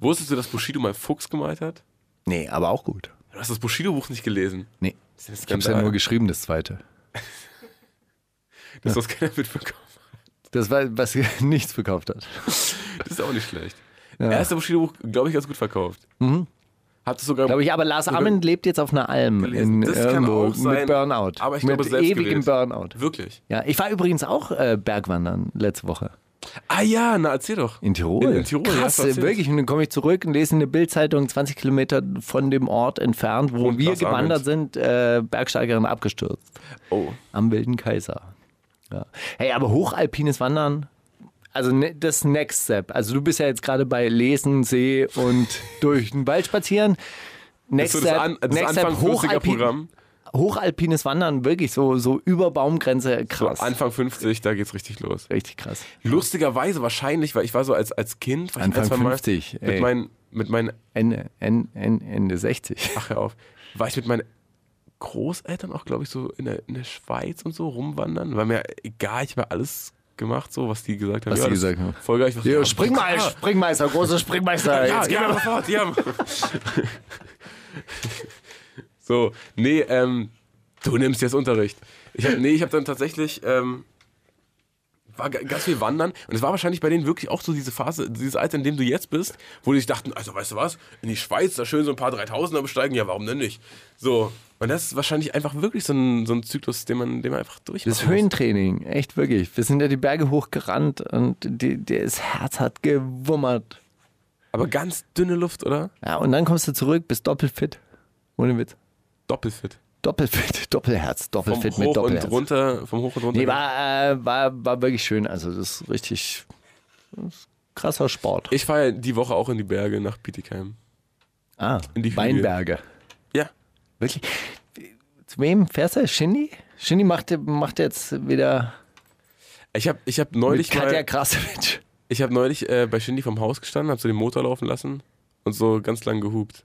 F: Wusstest du, dass Bushido mal Fuchs gemalt hat?
G: Nee, aber auch gut.
F: Du hast das Bushido-Buch nicht gelesen.
G: Nee.
F: Das ist
G: Ich
F: ein
G: hab's ja nur
F: Skandal.
G: geschrieben, das zweite.
F: dass das keiner mitbekommen
G: Das war, was [laughs] nichts verkauft hat.
F: hat. Das ist auch nicht schlecht. Erste Bushido-Buch, glaube ich, ganz gut verkauft. Mhm. Habt es sogar.
G: Glaube ich, aber Lars
F: Oder-
G: Ammen lebt jetzt auf einer Alm
F: Gelesen.
G: in äh,
F: Das kann
G: irgendwo
F: auch sein,
G: mit Burnout.
F: aber ich
G: mit
F: glaube, selbst
G: ewigem
F: gewählt.
G: Burnout.
F: Wirklich.
G: Ja, ich war übrigens auch äh, Bergwandern letzte Woche.
F: Ah ja, na erzähl doch.
G: In Tirol.
F: In, in Tirol,
G: Krass,
F: hast du erzählt.
G: wirklich. Und dann komme ich zurück und lese in der Bildzeitung 20 Kilometer von dem Ort entfernt, wo
F: Und
G: wir
F: Lars
G: gewandert sind, äh, Bergsteigerin abgestürzt.
F: Oh.
G: Am Wilden Kaiser. Ja. Hey, aber hochalpines Wandern, also ne, das Next Step. Also du bist ja jetzt gerade bei Lesen, See und durch den Wald spazieren. Next
F: So das An das Anfang günstiger
G: hochalpin-
F: Programm.
G: hochalpines Wandern, wirklich so, so über Baumgrenze,
F: So
G: krass.
F: Anfang 50, da geht's richtig los.
G: Richtig krass.
F: Lustigerweise wahrscheinlich, weil ich war so als, als Kind, war ich
G: Anfang
F: ein, zwei Mal
G: 50, ey.
F: mit meinen, mit meinen,
G: Ende, Ende, Ende, Ende 60.
F: ach hör auf, war ich mit meinen Großeltern auch, glaube ich, so in der, in der Schweiz und so rumwandern. War mir egal, ich habe alles gemacht, so was die gesagt haben.
G: Was
F: ja,
G: die
F: das
G: gesagt haben.
F: ist Voll geil. Ich war so, ja, klar.
G: Springmeister, großer Springmeister.
F: Ja, ja, sofort, ja. so, nee, ähm, du nimmst jetzt Unterricht. Ich hab, nee, ich habe dann tatsächlich, ähm, war ga- ganz viel wandern und es war wahrscheinlich bei denen wirklich auch so diese Phase, dieses Alter, in dem du jetzt bist, wo die sich dachten, also weißt du was, in die Schweiz, da schön so ein paar 3000er besteigen, ja warum denn nicht? So, und das ist wahrscheinlich einfach wirklich so ein, so ein Zyklus, den man, den man einfach durch
G: Das Höhentraining, echt wirklich. Wir sind ja die Berge hochgerannt und die, die, das Herz hat gewummert.
F: Aber ganz dünne Luft, oder?
G: Ja, und dann kommst du zurück, bist doppelt fit. Ohne Witz.
F: Doppelfit.
G: Doppelfit, [laughs] Doppelherz,
F: Vom
G: Doppelfit mit
F: Hoch und
G: Doppelherz.
F: runter, vom Hoch und runter.
G: Nee, war, äh, war, war wirklich schön. Also, das ist richtig das ist krasser Sport.
F: Ich fahre ja die Woche auch in die Berge nach Bietigheim.
G: ah,
F: in die Hügel.
G: Weinberge.
F: Ja.
G: Wirklich. Zu wem fährst du? Shindy? Shindy macht, macht jetzt wieder
F: Ich habe ich hab
G: mit
F: neulich,
G: Katja
F: mal,
G: Krasowitsch.
F: ich hab neulich äh, bei Shindy vom Haus gestanden, habe so den Motor laufen lassen und so ganz lang gehupt.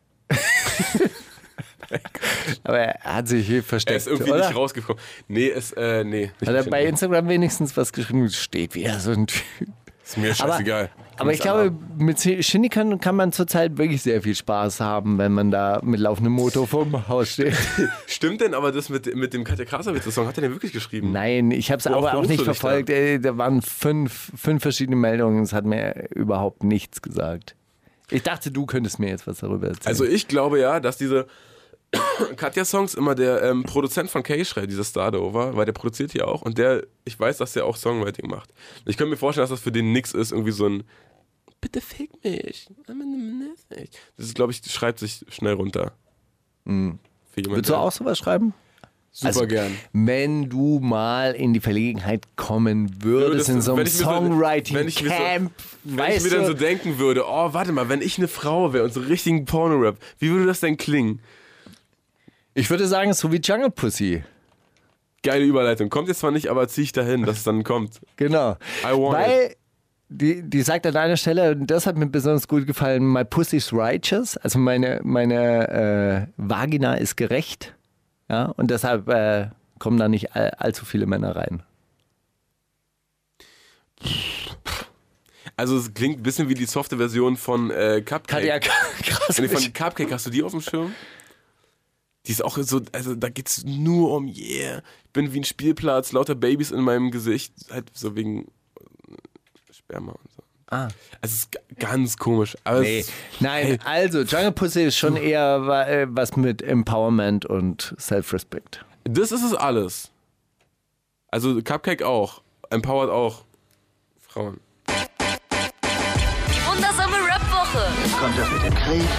G: Aber er hat sich hier
F: Er
G: versteckt.
F: ist irgendwie
G: oder?
F: nicht rausgekommen. Nee, ist, äh, nee. Nicht
G: Hat er bei
F: Shindy.
G: Instagram wenigstens was geschrieben? Steht wieder so ein Typ.
F: ist mir scheißegal.
G: aber ich
F: Kann's anhaben.
G: glaube, mit Shindy kann, kann man zurzeit wirklich sehr viel Spaß haben, wenn man da mit laufendem Motor vorm Haus
F: [laughs]
G: steht.
F: Stimmt denn aber das mit, mit dem Katja Krasavitz-Song? Hat er den wirklich geschrieben?
G: Nein, ich habe es
F: Worauf
G: aber auch
F: berufst
G: nicht
F: du dich
G: verfolgt. Ey, da waren fünf, fünf verschiedene Meldungen. Es hat mir überhaupt nichts gesagt. Ich dachte, du könntest mir jetzt was darüber erzählen.
F: Also ich glaube ja, dass diese [coughs] Katja-Songs immer der ähm, Produzent von K-Schrei, dieser Stardover, weil der produziert hier auch und der, ich weiß, dass der auch Songwriting macht. Ich könnte mir vorstellen, dass das für den nix ist, irgendwie so ein Bitte fick mich. Das ist, glaube ich, schreibt sich schnell runter. Für jemanden,
G: Würdest Mhm. du
F: der-
G: auch sowas schreiben?
F: Super
G: also,
F: gern.
G: Wenn du mal in die Verlegenheit kommen würdest,
F: Würdest du-
G: in so einem
F: wenn ich mir so- wenn ich mir so-
G: Songwriting-Camp,
F: Wenn ich
G: weißt
F: mir dann so
G: du,
F: denken würde, oh, warte mal, wenn ich eine Frau wäre und so richtigen Porno-Rap, wie würde das denn klingen?
G: ich würde sagen, so wie Jungle Pussy.
F: Geile Überleitung. Kommt jetzt zwar nicht, aber zieh ich dahin, dass es dann kommt.
G: Genau.
F: I want it.
G: Weil die, die sagt an einer Stelle, und das hat mir besonders gut gefallen, my pussy's righteous, also meine, meine äh, Vagina ist gerecht. Ja, und deshalb äh, kommen da nicht all, allzu viele Männer rein.
F: Also es klingt ein bisschen wie die softe Version von äh, Cupcake.
G: Katja, [laughs] krass.
F: Nee, von Cupcake, hast du die auf dem Schirm? Die ist auch so, also da geht's nur um yeah. Ich bin wie ein Spielplatz, lauter Babys in meinem Gesicht, halt so wegen äh, Sperma und so.
G: Ah.
F: Also es ist g- ganz komisch. Aber
G: Nee.
F: es,
G: Nein,
F: Hey.
G: also Jungle Pussy ist schon eher wa- äh, was mit Empowerment und Self-Respect.
F: das ist es alles. Also Cupcake auch, empowert auch Frauen.
B: Die wundersame Rap-Woche
A: Kommt das mit dem Krieg,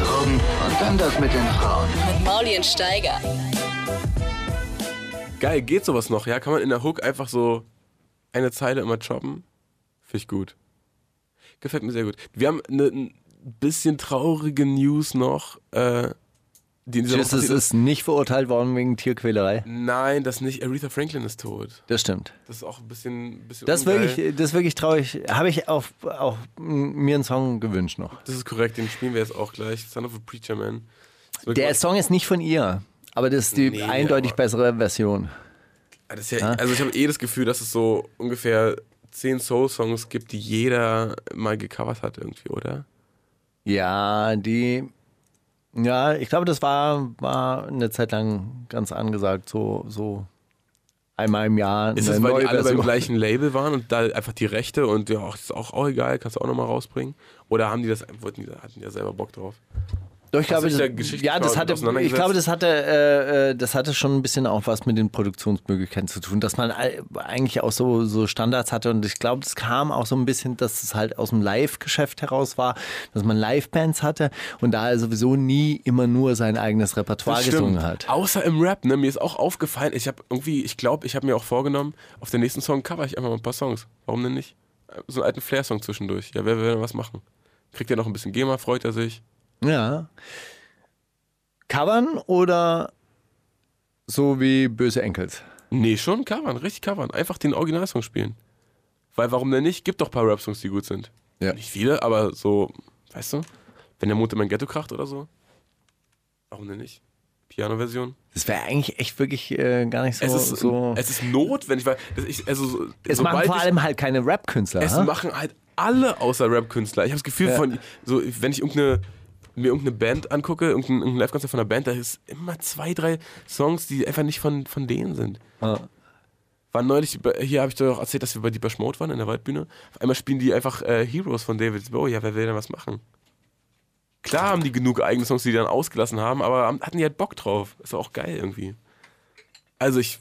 A: Drogen und dann das mit den Frauen.
B: mit Maulien Steiger.
F: Geil, geht sowas noch, ja? Kann man in der Hook einfach so eine Zeile immer choppen? Finde ich gut. Gefällt mir sehr gut. Wir haben eine ein bisschen traurige News noch. Äh, die in dieser Woche
G: Jesus
F: passiert ist.
G: ist nicht verurteilt worden wegen Tierquälerei.
F: Nein, das nicht. Aretha Franklin ist tot.
G: Das stimmt.
F: Das ist auch ein bisschen, bisschen
G: Das ist
F: ungeil.
G: wirklich, das ist wirklich traurig. Habe ich auch, auch m, mir einen Song gewünscht noch.
F: Das ist korrekt, den spielen wir jetzt auch gleich. Son of a Preacher Man. Das wird
G: Der
F: mal-
G: Song ist nicht von ihr, aber das ist die
F: Nee,
G: eindeutig
F: aber-
G: bessere Version.
F: Ah, Das ist ja, also ich habe eh das Gefühl, dass es so ungefähr zehn Soul-Songs gibt, die jeder mal gecovert hat irgendwie, oder?
G: Ja, die. Ja, ich glaube, das war, war eine Zeit lang ganz angesagt, so, so einmal im Jahr.
F: Ist
G: eine
F: das, weil
G: neue
F: die alle beim
G: Version.
F: gleichen Label waren und da einfach die Rechte und ja, ach, ist auch, auch egal, kannst du auch nochmal rausbringen? Oder haben die das, wollten die, hatten die da selber Bock drauf?
G: Doch, ich glaube,
F: dich
G: das,
F: da geschichtlich
G: ja, das
F: quasi
G: hatte, ich
F: auseinandergesetzt?
G: glaube, das hatte, äh, äh, das hatte schon ein bisschen auch was mit den Produktionsmöglichkeiten zu tun, dass man all- eigentlich auch so, so Standards hatte und ich glaube, es kam auch so ein bisschen, dass es halt aus dem Live-Geschäft heraus war, dass man Live-Bands hatte und da sowieso nie immer nur sein eigenes Repertoire
F: Das
G: gesungen
F: stimmt.
G: hat.
F: Außer im Rap, ne? Mir ist auch aufgefallen, ich habe irgendwie, ich glaube, ich habe mir auch vorgenommen, auf den nächsten Song cover ich einfach mal ein paar Songs. Warum denn nicht? So einen alten Flair-Song zwischendurch. Ja, wer will denn was machen? Kriegt er noch ein bisschen GEMA, freut er sich.
G: Ja. Covern oder so wie Böse Enkels?
F: Nee, schon covern, richtig covern. Einfach den Originalsong spielen. Weil warum denn nicht? Gibt doch ein paar Rap-Songs, die gut sind.
G: Ja.
F: Nicht viele, aber so, weißt du, wenn der Mond in mein Ghetto kracht oder so. Warum denn nicht? Piano-Version.
G: Das wäre eigentlich echt wirklich äh, gar nicht so.
F: es, ist,
G: so
F: es ist notwendig, weil das- ich, also, so-
G: es machen
F: sobald
G: vor
F: ich-
G: allem halt keine Rap-Künstler.
F: Es
G: ha?
F: machen halt alle außer Rap-Künstler. Ich habe das Gefühl,
G: Ja.
F: von, so, wenn ich irgendeine, mir irgendeine Band angucke, irgendein, irgendein Live-Konzert von einer Band, da ist immer zwei, drei Songs, die einfach nicht von, von denen sind.
G: Ja.
F: War neulich, bei- hier habe ich dir auch erzählt, dass wir bei Deeper Mode waren in der Waldbühne. Auf einmal spielen die einfach äh, Heroes von David Bowie. Ja, wer will denn was machen? Klar haben die genug eigene Songs, die die dann ausgelassen haben, aber haben- hatten die halt Bock drauf. Ist auch geil irgendwie. Also ich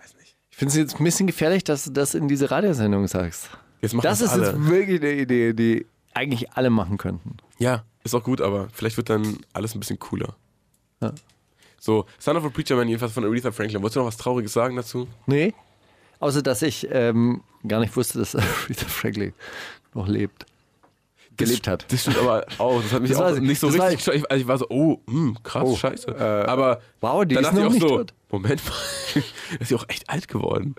F: weiß nicht.
G: Ich finde es jetzt ein bisschen gefährlich, dass du das in diese Radiosendung sagst.
F: Jetzt machen
G: Das
F: das
G: ist
F: alle.
G: jetzt wirklich eine Idee, die eigentlich alle machen könnten.
F: Ja, ist auch gut, aber vielleicht wird dann alles ein bisschen cooler.
G: Ja.
F: So, Son of a Preacher Man, jedenfalls von Aretha Franklin. Wolltest du noch was Trauriges sagen dazu?
G: Nee? Außer, dass ich ähm, gar nicht wusste, dass [laughs] Aretha Franklin noch lebt. Gelebt hat.
F: Das stimmt aber auch. Das hat
G: [laughs]
F: mich
G: Das weiß
F: auch
G: ich,
F: nicht so
G: das
F: richtig. Ich. Also ich war so, oh, mh, krass,
G: Oh,
F: scheiße.
G: äh,
F: aber
G: wow, die
F: dann
G: ist
F: dachte ich
G: noch
F: auch
G: nicht
F: so,
G: tot.
F: Moment mal, [laughs] ist sie auch echt alt geworden.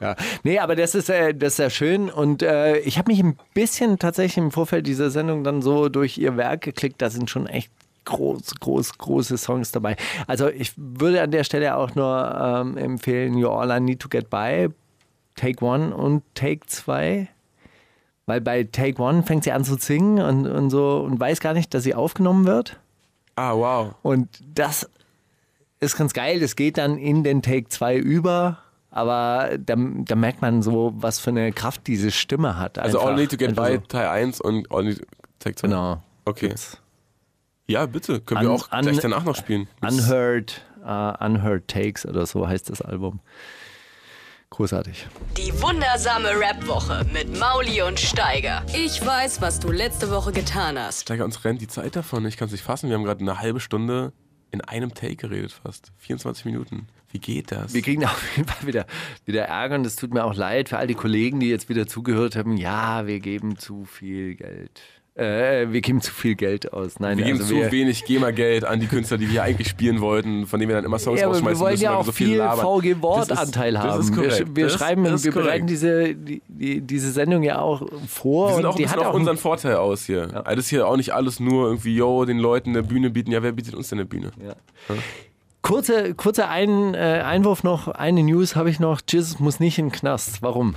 G: Ja. Nee, aber das ist, äh, das ist sehr schön und äh, ich habe mich ein bisschen tatsächlich im Vorfeld dieser Sendung dann so durch ihr Werk geklickt. Da sind schon echt groß, groß, große Songs dabei. Also ich würde an der Stelle auch nur ähm, empfehlen, You All I Need to Get By, Take One und Take Zwei. Weil bei Take One fängt sie an zu singen und, und so und weiß gar nicht, dass sie aufgenommen wird.
F: Ah, wow.
G: Und das ist ganz geil. Das geht dann in den Take 2 über. Aber da, da merkt man so, was für eine Kraft diese Stimme hat.
F: Also
G: Einfach-
F: All I Need to Get
G: einfach
F: By
G: so.
F: Teil 1 und All I Need Take 2.
G: Genau.
F: Okay.
G: Gibt's.
F: Ja, bitte. Können wir
G: An-
F: auch
G: an-
F: gleich danach noch spielen.
G: Unheard, äh, unheard Takes oder so heißt das Album. Großartig.
B: Die wundersame Rap-Woche mit Mauli und Steiger. Ich weiß, was du letzte Woche getan hast.
F: Steiger, uns rennt die Zeit davon. Ich kann es nicht fassen. Wir haben gerade eine halbe Stunde in einem Take geredet fast. 24 Minuten. Wie geht das?
G: Wir kriegen auf jeden Fall wieder, wieder Ärger und es tut mir auch leid für all die Kollegen, die jetzt wieder zugehört haben. Ja, wir geben zu viel Geld. Äh, wir geben zu viel Geld aus. Nein,
F: Wir geben
G: also
F: zu wenig GEMA-Geld an die Künstler, die wir eigentlich spielen wollten, von denen wir dann immer Songs
G: Ja, aber wir
F: rausschmeißen
G: wollen
F: müssen,
G: ja
F: weil
G: auch
F: wir so viel
G: viel
F: labern.
G: VG-Wortanteil
F: Das ist- das ist
G: haben. Wir, sch-
F: korrekt.
G: wir
F: Das
G: schreiben,
F: ist
G: wir
F: korrekt.
G: bereiten diese, die, die, diese Sendung ja auch vor.
F: Wir sind
G: und
F: auch ein
G: die
F: bisschen
G: hat
F: auf
G: auch
F: unseren Vorteil aus hier. Also Das ist hier auch nicht alles nur irgendwie, yo, den Leuten eine Bühne bieten. Ja, wer bietet uns denn eine Bühne?
G: Kurze, kurzer ein, äh, Einwurf noch, eine News habe ich noch. Jesus muss nicht in den Knast. Warum?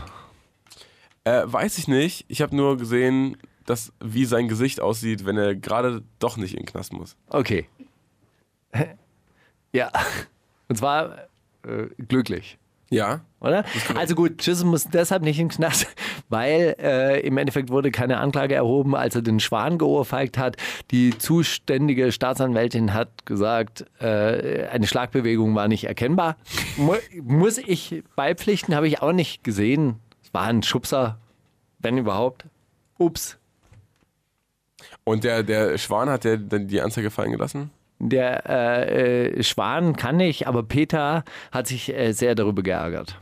F: Äh, weiß ich nicht. Ich habe nur gesehen, dass, wie sein Gesicht aussieht, wenn er gerade doch nicht in den Knast muss.
G: Okay. [laughs] Ja. Und zwar äh, glücklich.
F: Ja,
G: oder? Also gut, Chisholm muss deshalb nicht in den Knast, [laughs] weil äh, im Endeffekt wurde keine Anklage erhoben, als er den Schwan geohrfeigt hat. Die zuständige Staatsanwältin hat gesagt, äh, eine Schlagbewegung war nicht erkennbar. Mu muss ich beipflichten, habe ich auch nicht gesehen. Es war ein Schubser, wenn überhaupt. Ups.
F: Und der, der Schwan hat ja dann die Anzeige fallen gelassen.
G: Der äh, äh, Schwan kann nicht, aber Peter hat sich äh, sehr darüber geärgert.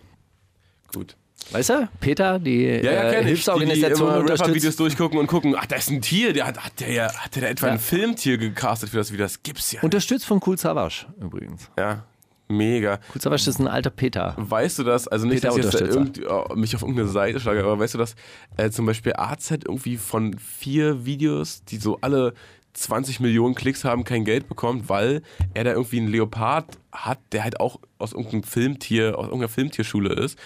F: Gut.
G: Weißt du? Peter, die
F: Ja, ja,
G: äh,
F: kenn ich. Die, die
G: Hilfsorganisation
F: immer
G: unterstützt.
F: Rapper-Videos durchgucken und gucken, ach, da ist ein Tier, der hat, hat der ja, hat der da etwa
G: Ja.
F: ein Filmtier gecastet für das Video, das gibt's ja.
G: Unterstützt von Cool Savage übrigens.
F: ja, mega.
G: Cool Savage ist ein alter Peter.
F: Weißt du das, also nicht,
G: Peter
F: dass ich jetzt da
G: Unterstützer.
F: irgendwie, oh, mich auf irgendeine Seite schlage, aber weißt du das, äh, zum Beispiel AZ irgendwie von vier Videos, die so alle 20 Millionen Klicks haben, kein Geld bekommt, weil er da irgendwie einen Leopard hat, der halt auch aus irgendeinem Filmtier, aus irgendeiner Filmtierschule ist.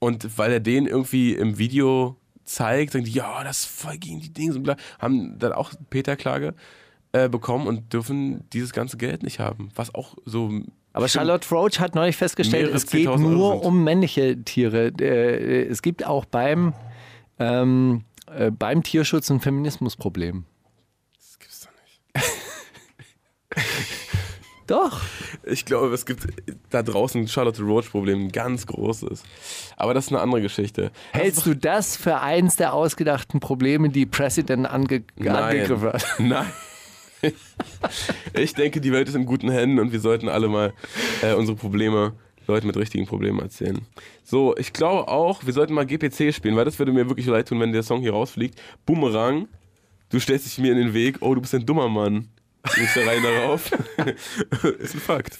F: Und weil er den irgendwie im Video zeigt, sagen die, ja, das ist voll gegen die Dings und bla, haben dann auch Peter-Klage äh, bekommen und dürfen dieses ganze Geld nicht haben. Was auch so.
G: Aber
F: stimmt.
G: Charlotte Roach hat neulich festgestellt,
F: Mehrere
G: es geht
F: 10.000 Euro
G: nur
F: sind.
G: um männliche Tiere. Äh, Es gibt auch beim, ähm, äh, beim Tierschutz ein Feminismusproblem.
F: Das gibt's doch nicht.
G: [laughs] Doch.
F: Ich glaube, es gibt da draußen ein Charlotte Roach-Problem, ein ganz großes. Aber das ist eine andere Geschichte.
G: Hältst du das für eins der ausgedachten Probleme, die President ange angegriffen
F: Nein.
G: hat?
F: [laughs] Nein. Ich denke, die Welt ist in guten Händen und wir sollten alle mal äh, unsere Probleme Leuten mit richtigen Problemen erzählen. So, ich glaube auch, wir sollten mal GPC spielen, weil das würde mir wirklich leid tun, wenn der Song hier rausfliegt. Boomerang, du stellst dich mir in den Weg, oh, du bist ein dummer Mann. Gehst da rein darauf. [laughs] ist ein Fakt.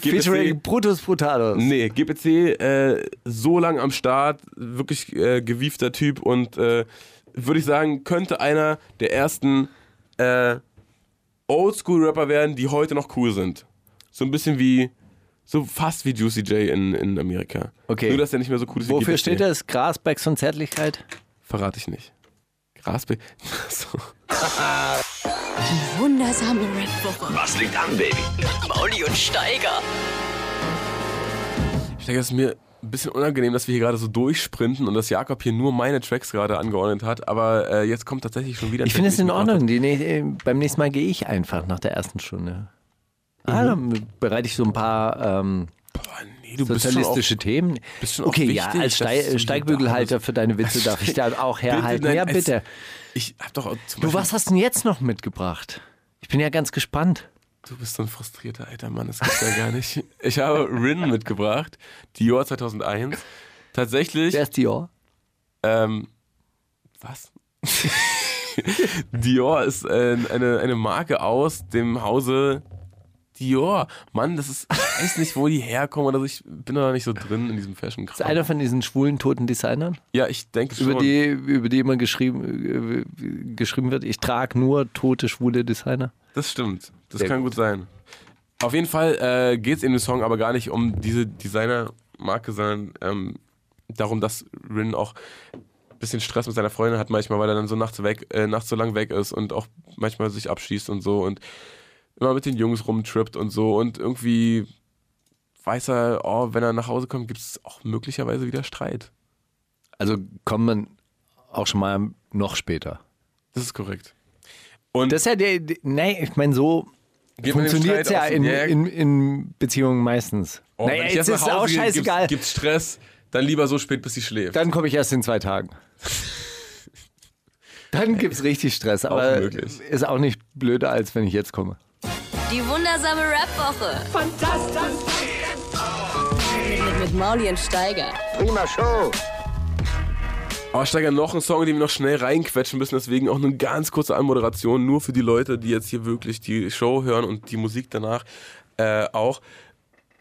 G: Featuring Brutus Brutalos.
F: Nee, GPC äh, so lang am Start, wirklich äh, gewiefter Typ und äh, würde ich sagen, könnte einer der ersten äh, Oldschool-Rapper werden, die heute noch cool sind. So ein bisschen wie, so fast wie Juicy J in, in Amerika.
G: Okay.
F: Nur, dass er nicht mehr so cool ist wie
G: Wofür
F: GPC.
G: steht das? Grasbecks und Zärtlichkeit?
F: Verrate ich nicht. Grasbe. [laughs] So.
D: Wundersame
C: Was liegt an, Baby?
B: Mit Mauli und Steiger.
F: Ich denke, es ist mir ein bisschen unangenehm, dass wir hier gerade so durchsprinten und dass Jakob hier nur meine Tracks gerade angeordnet hat, aber äh, jetzt kommt tatsächlich schon wieder ein
G: Ich finde
F: Track,
G: es in
F: den ich mitgebracht
G: Ordnung. Die, nä- äh, beim nächsten Mal gehe ich einfach nach der ersten Stunde.
F: Mhm.
G: Ah, dann bereite ich so ein paar ähm,
F: habe. Boah, Oh, nee, du bist schon auch
G: sozialistische Themen.
F: bist schon auch
G: Okay, ja,
F: wichtig,
G: als
F: dass
G: Stei
F: du hier da
G: Steigbügelhalter
F: bist.
G: für deine Witze darf ich
F: [laughs]
G: da auch herhalten.
F: nein,
G: ja,
F: es-
G: bitte.
F: Ich hab doch auch zum
G: Du,
F: Beispiel-
G: was hast du denn jetzt noch mitgebracht? Ich bin ja ganz gespannt.
F: Du bist so ein frustrierter alter Mann, das gibt's ja gar nicht. Ich habe Rin mitgebracht, Dior 2001. Tatsächlich.
G: Wer ist Dior?
F: Ähm, was? [laughs] Dior ist äh, eine, eine Marke aus dem Hause Dior. Mann, das ist. Ich weiß nicht, wo die herkommen oder so. Ich bin da nicht so drin in diesem fashion
G: Ist einer von diesen schwulen, toten Designern,
F: Ja, ich denke schon.
G: über die, über die immer geschrieben, äh, geschrieben wird, ich trage nur tote, schwule Designer?
F: Das stimmt. Das
G: Sehr
F: kann gut. sein. Auf jeden Fall äh, geht es in dem Song aber gar nicht um diese Designer-Marke, sondern ähm, darum, dass Rin auch ein bisschen Stress mit seiner Freundin hat manchmal, weil er dann so nachts weg, äh, nachts so lang weg ist und auch manchmal sich abschießt und so und immer mit den Jungs rumtrippt und so und irgendwie weiß er, oh, wenn er nach Hause kommt, gibt es auch möglicherweise wieder Streit.
G: Also kommt man auch schon mal noch später.
F: Das ist korrekt. Und
G: Das ist ja der, der nee, ich meine, so
F: geht man dem
G: funktioniert es
F: Streit
G: ja
F: aus dem
G: in,
F: Jäger-
G: in, in Beziehungen meistens.
F: Oh,
G: naja,
F: wenn ich
G: jetzt
F: erst
G: ist
F: nach Hause
G: auch
F: gehe,
G: scheißegal.
F: Gibt's, gibt's Stress, dann lieber so spät, bis sie schläft.
G: Dann komme ich erst in zwei
F: [laughs]
G: Tagen. Dann gibt es richtig Stress, aber
F: möglich.
G: ist auch nicht blöder, als wenn ich jetzt komme.
B: Die wundersame Rap-Woche. Fantastisch. Mit, mit, mit Mauli und Steiger.
A: Prima Show.
F: Aber Ah, Steiger, noch ein Song, den wir noch schnell reinquetschen müssen, deswegen auch eine ganz kurze Anmoderation, nur für die Leute, die jetzt hier wirklich die Show hören und die Musik danach äh, auch.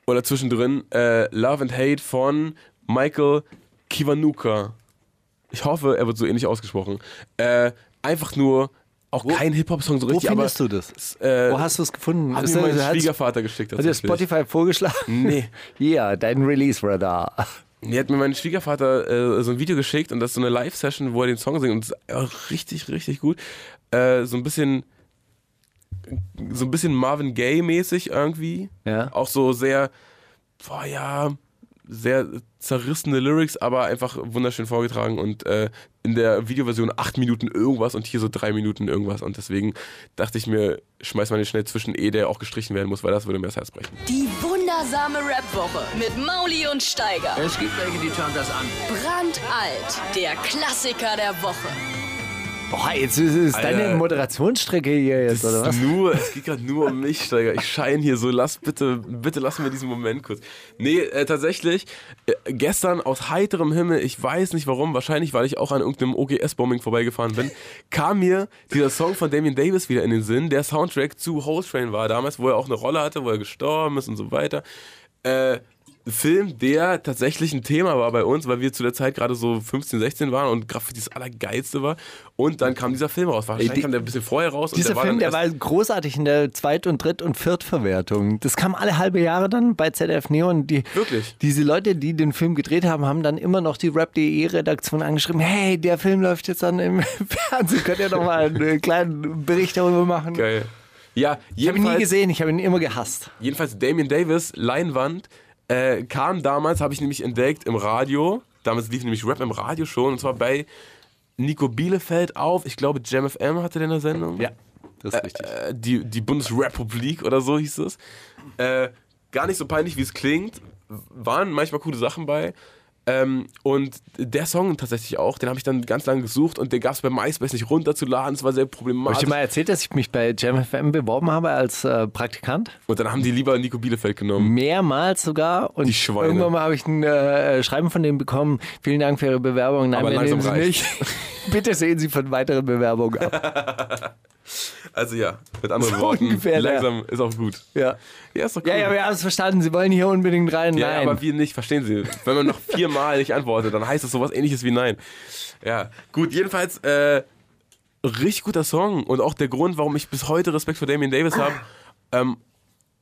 F: Oder zwischendrin äh, Love and Hate von Michael Kiwanuka. Ich hoffe, er wird so ähnlich ausgesprochen. Äh, einfach nur auch kein Hip-Hop-Song so richtig, aber
G: du das?
F: äh,
G: Wo hast du es gefunden?
F: hat
G: Ist
F: mir mein
G: das- hat's-
F: Schwiegervater geschickt.
G: Hat dir
F: tatsächlich.
G: Spotify vorgeschlagen?
F: Nee.
G: [laughs] Ja, dein Release-Radar.
F: Mir hat mir mein Schwiegervater äh, so ein Video geschickt und das ist so eine Live-Session, wo er den Song singt und das ist auch richtig, richtig gut. Äh, so ein bisschen, so ein bisschen Marvin Gaye-mäßig irgendwie.
G: Ja.
F: Auch so sehr, boah ja, sehr zerrissene Lyrics, aber einfach wunderschön vorgetragen und äh, in der Videoversion acht Minuten irgendwas und hier so drei Minuten irgendwas und deswegen dachte ich mir, schmeiß mal den schnell zwischen E, der auch gestrichen werden muss, weil das würde mir das Herz brechen.
B: Die wundersame Rap-Woche. Mit Mauli und Steiger.
C: Es gibt welche, die schauen das an.
B: Brandalt. Der Klassiker der Woche.
G: Boah, jetzt ist, ist
F: Alter.
G: deine Moderationsstrecke hier jetzt,
F: Es
G: oder
F: ist
G: was?
F: Nur, es geht gerade nur um mich, Steiger. Ich scheine hier so. Lass bitte, bitte lassen wir diesen Moment kurz. Nee, äh, tatsächlich, äh, gestern aus heiterem Himmel, ich weiß nicht warum, wahrscheinlich weil ich auch an irgendeinem OGS-Bombing vorbeigefahren bin, kam mir dieser Song von Damien Davis wieder in den Sinn. Der Soundtrack zu Host Train war damals, wo er auch eine Rolle hatte, wo er gestorben ist und so weiter. Äh, ein Film, der tatsächlich ein Thema war bei uns, weil wir zu der Zeit gerade so 15, 16 waren und Graffiti das Allergeilste war. Und dann kam dieser Film raus. Wahrscheinlich
G: die-
F: kam der ein bisschen vorher raus. und
G: Dieser
F: der war
G: Film,
F: dann
G: der
F: erst-
G: war großartig in der Zweit- und Dritt- und Viertverwertung. Das kam alle halbe Jahre dann bei ZDF Neo und die,
F: Wirklich?
G: diese Leute, die den Film gedreht haben, haben dann immer noch die Rap.de-Redaktion angeschrieben, hey, der Film läuft jetzt dann im [laughs] Fernsehen, könnt ihr noch mal einen äh, kleinen Bericht darüber machen?
F: Geil. Ja,
G: Ich habe ihn nie
F: jedenfalls,
G: gesehen, ich habe ihn immer gehasst.
F: jedenfalls Damien Davis, Leinwand, äh, kam damals, habe ich nämlich entdeckt im Radio. Damals lief nämlich Rap im Radio schon und zwar bei Nico Bielefeld auf. Ich glaube, Jam FM hatte der eine Sendung.
G: das ist richtig.
F: äh, die, die Bundesrepublik oder so hieß es. Äh, gar nicht so peinlich, wie es klingt. Waren manchmal coole Sachen bei. Ähm, und der Song tatsächlich auch, den habe ich dann ganz lange gesucht und den gab es bei MySpace nicht runterzuladen, es war sehr
G: Habe ich dir
F: problematisch.
G: mal erzählt, dass ich mich bei JamFM beworben habe als äh, Praktikant?
F: Und dann haben die lieber Nico Bielefeld genommen.
G: Mehrmals sogar. Und
F: Die Schweine.
G: irgendwann mal habe ich ein äh, Schreiben von denen bekommen. Vielen Dank für Ihre Bewerbung. Nein,
F: Aber
G: wir
F: langsam
G: nehmen Sie nicht. [laughs]
F: reicht's.
G: Bitte sehen Sie von weiteren Bewerbungen ab.
F: Also ja, mit anderen
G: So
F: Worten,
G: ungefähr, ja.
F: langsam ist auch gut.
G: Ja.
F: [laughs] Ja, ist doch cool.
G: Ja, ja, wir haben es verstanden. Sie wollen hier unbedingt rein.
F: Ja,
G: Nein.
F: aber wir nicht, verstehen Sie. Wenn man noch viermal nicht antwortet, dann heißt das sowas ähnliches wie nein. Ja, gut, jedenfalls, äh, richtig guter Song und auch der Grund, warum ich bis heute Respekt vor Damien Davis habe. Ähm,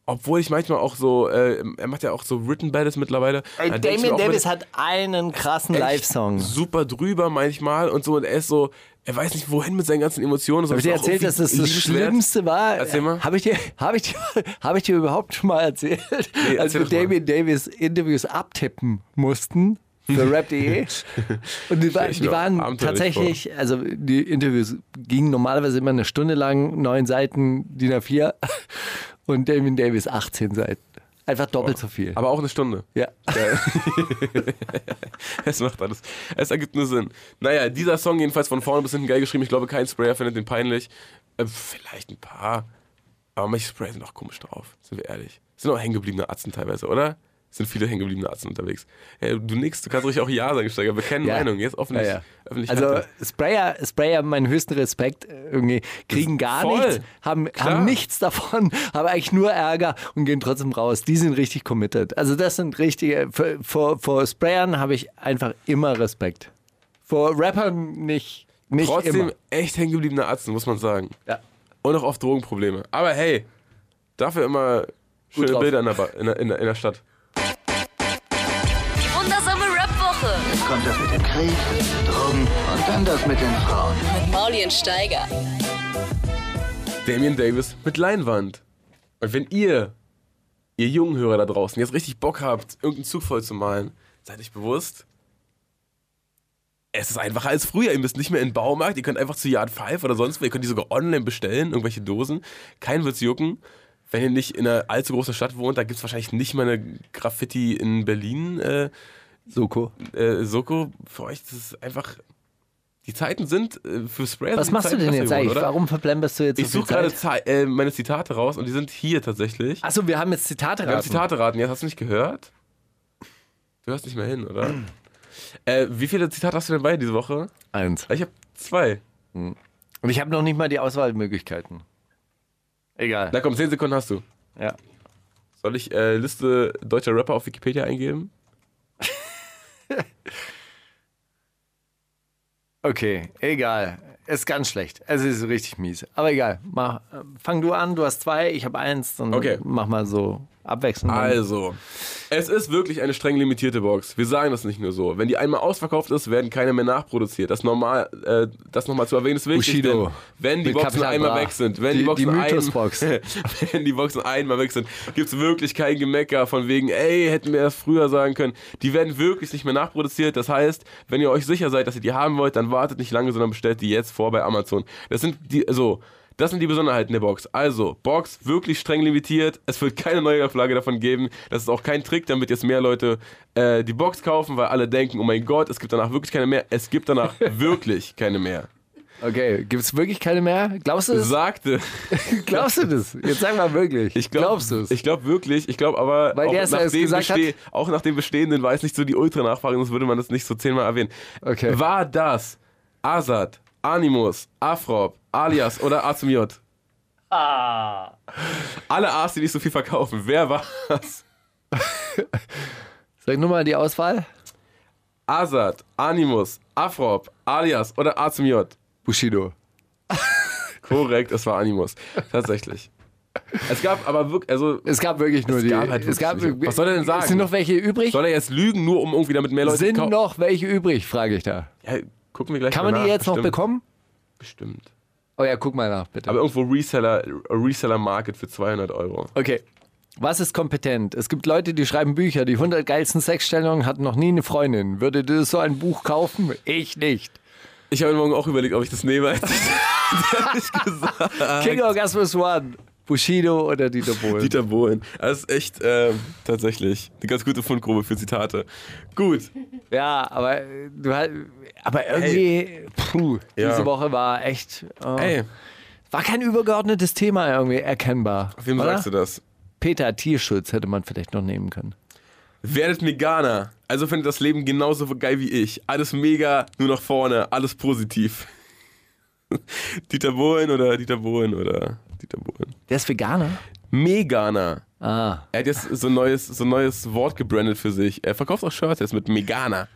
F: obwohl ich manchmal auch so, äh, er macht ja auch so Written Battles mittlerweile. Da denk ich mir
G: Damien
F: auch immer,
G: Davis hat einen krassen
F: echt
G: Live-Song.
F: Super drüber manchmal und so und er ist so, er weiß nicht wohin mit seinen ganzen Emotionen.
G: Habe ich dir erzählt, dass das das Schlimmste war?
F: Erzähl mal.
G: Habe ich, dir- [laughs] hab ich, dir- hab ich dir überhaupt schon mal erzählt,
F: Nee,
G: als
F: erzähl
G: wir
F: doch mal.
G: Damien Davis Interviews abtippen mussten für
F: [laughs]
G: rap.de? Und die, war,
F: Ich
G: die
F: mir
G: waren
F: abenteuerlich
G: tatsächlich, also die Interviews gingen normalerweise immer eine Stunde lang, neun Seiten, DIN A4 [laughs] und Damien Davis 18 Seiten. Einfach doppelt so viel.
F: Aber auch eine Stunde.
G: ja.
F: [laughs] Es macht alles. Es ergibt nur Sinn. Naja, dieser Song jedenfalls von vorne bis hinten geil geschrieben. Ich glaube, kein Sprayer findet den peinlich. Ähm, vielleicht ein paar. Aber manche Sprayer sind auch komisch drauf, sind wir ehrlich. Sind auch hängengebliebene Atzen teilweise, oder? Sind viele hängengebliebene Atzen unterwegs. Ja, du nix, du kannst ruhig auch Ja sagen, Steiger. Bekenne
G: Ja.
F: Meinung, jetzt öffentlich.
G: Ja, ja.
F: öffentlich
G: Also
F: halt.
G: Sprayer, Sprayer, meinen höchsten Respekt, äh, irgendwie kriegen gar
F: Voll.
G: nichts, haben, haben nichts davon, [laughs] haben eigentlich nur Ärger und gehen trotzdem raus. Die sind richtig committed. Also das sind richtige, vor- vor, vor Sprayern habe ich einfach immer Respekt. Vor Rappern nicht, nicht
F: Trotzdem
G: immer.
F: echt hängengebliebene Atzen, muss man sagen.
G: Ja.
F: Und auch oft Drogenprobleme. Aber hey, dafür immer schöne
G: drauf.
F: Bilder in der, Ba- in, der, in, der, in der Stadt.
B: Die wundersame Rap-Woche
A: Kommt das mit dem Krieg, Drogen und dann das mit den Frauen.
B: mit Mauli und Steiger.
F: Damien Davis mit Leinwand. Und wenn ihr, ihr jungen Hörer da draußen, jetzt richtig Bock habt, irgendeinen Zug voll zu malen, seid euch bewusst, es ist einfacher als früher. Ihr müsst nicht mehr in den Baumarkt, ihr könnt einfach zu Yard 5 oder sonst wo, ihr könnt die sogar online bestellen, irgendwelche Dosen. Kein wird's jucken. Wenn ihr nicht in einer allzu großen Stadt wohnt, da gibt es wahrscheinlich nicht mal eine Graffiti in Berlin. Äh,
G: Soko.
F: äh, Soko, für euch das ist einfach. Die Zeiten sind äh, für Sprayer.
G: Was
F: sind die
G: machst du
F: Zeiten
G: denn
F: besser
G: jetzt
F: geworden,
G: eigentlich?
F: oder?
G: Warum verplemperst du jetzt
F: Ich
G: so
F: suche
G: viel
F: gerade
G: Zeit?
F: Zei- äh, meine Zitate raus und die sind hier tatsächlich.
G: Achso, wir haben jetzt Zitate
F: Wir haben
G: raten.
F: Zitate raten. Jetzt hast du nicht gehört? Du hörst nicht mehr hin,
G: [clears throat]
F: oder? äh, wie viele Zitate hast du denn bei diese Woche?
G: Eins.
F: Ich habe zwei.
G: Und ich habe noch nicht mal die Auswahlmöglichkeiten. Egal.
F: Na komm, zehn Sekunden hast du.
G: Ja.
F: Soll ich äh, Liste deutscher Rapper auf Wikipedia eingeben?
G: Okay, egal. Ist ganz schlecht. Es ist richtig mies. Aber egal. Mach, äh, fang du an, du hast zwei, ich habe eins. Dann
F: Okay.
G: mach mal so abwechselnd.
F: Also, es ist wirklich eine streng limitierte Box. Wir sagen das nicht nur so. Wenn die einmal ausverkauft ist, werden keine mehr nachproduziert. Das normal, äh, das nochmal zu erwähnen ist wichtig.
G: Bushido.
F: Denn wenn die
G: Mit
F: Boxen
G: Capital
F: einmal
G: Bra.
F: weg sind, wenn die,
G: Die-
F: Boxen
G: die
F: [laughs]
G: Mythos-Box.
F: Ein, wenn die Boxen einmal weg sind, gibt es wirklich kein Gemecker von wegen, ey, hätten wir das früher sagen können. Die werden wirklich nicht mehr nachproduziert. Das heißt, wenn ihr euch sicher seid, dass ihr die haben wollt, dann wartet nicht lange, sondern bestellt die jetzt vor bei Amazon. Das sind die, so. Das sind die Besonderheiten der Box. Also, Box wirklich streng limitiert. Es wird keine neue Auflage davon geben. Das ist auch kein Trick, damit jetzt mehr Leute äh, die Box kaufen, weil alle denken, oh mein Gott, es gibt danach wirklich keine mehr. Es
G: [laughs]
F: gibt danach wirklich keine mehr.
G: Okay, gibt es wirklich keine mehr? Glaubst du das?
F: Sagte.
G: Glaubst du das? Jetzt sag mal wirklich.
F: Ich glaub,
G: Glaubst du es?
F: Ich glaube wirklich. Ich glaube aber,
G: Weil
F: auch,
G: der es erst
F: nachdem
G: gesagt hat?
F: beste- auch nach dem Bestehenden weiß nicht so die Ultra-Nachfrage, sonst würde man das nicht so zehnmal erwähnen.
G: Okay.
F: War das Asad, Animus, Afrop, Alias oder A zum J? Alle A's, die nicht so viel verkaufen. Wer war's?
G: Sag nur mal die Auswahl.
F: Asad, Animus, Afrop, Alias oder A zum J?
G: Bushido.
F: Korrekt, es war Animus. Tatsächlich. Es gab aber wirklich, also
G: Es gab wirklich nur die.
F: gab halt
G: es gab,
F: wirklich- Was soll er denn sagen?
G: Sind noch welche übrig?
F: soll er jetzt lügen, nur um irgendwie damit mehr Leute
G: Sind
F: zu kau-
G: noch welche übrig, frage ich da.
F: Ja, gucken wir gleich
G: Kann
F: mal
G: man die
F: nach.
G: jetzt noch
F: Bestimmt.
G: bekommen?
F: Bestimmt.
G: Oh ja, guck mal nach, bitte.
F: Aber irgendwo Reseller, Reseller Market für 200 Euro.
G: Okay. Was ist kompetent? Es gibt Leute, die schreiben Bücher. Die 100 geilsten Sexstellungen hat noch nie eine Freundin. Würdet ihr so ein Buch kaufen? Ich nicht.
F: Ich habe mir morgen auch überlegt, ob ich das [laughs] nehme.
G: King Orgasmus One. Bushido oder Dieter Bohlen.
F: Dieter Bohlen. Das ist echt ähm, tatsächlich eine ganz gute Fundgrube für Zitate. Gut.
G: Ja, aber äh, du hast, aber irgendwie, puh,
F: Ja.
G: diese Woche war echt, äh,
F: Ey,
G: war kein übergeordnetes Thema irgendwie erkennbar.
F: wem
G: oder?
F: sagst du das?
G: Peter Tierschutz hätte man vielleicht noch nehmen können.
F: Werdet Veganer. Also findet das Leben genauso geil wie ich. Alles mega, nur nach vorne, alles positiv. [laughs] Dieter Bohlen oder Dieter Bohlen oder Dieter Bohlen.
G: Der ist Veganer.
F: Meganer.
G: Ah,
F: Er hat jetzt so ein neues, so ein neues Wort gebrandet für sich. Er verkauft auch Shirts jetzt mit Megana.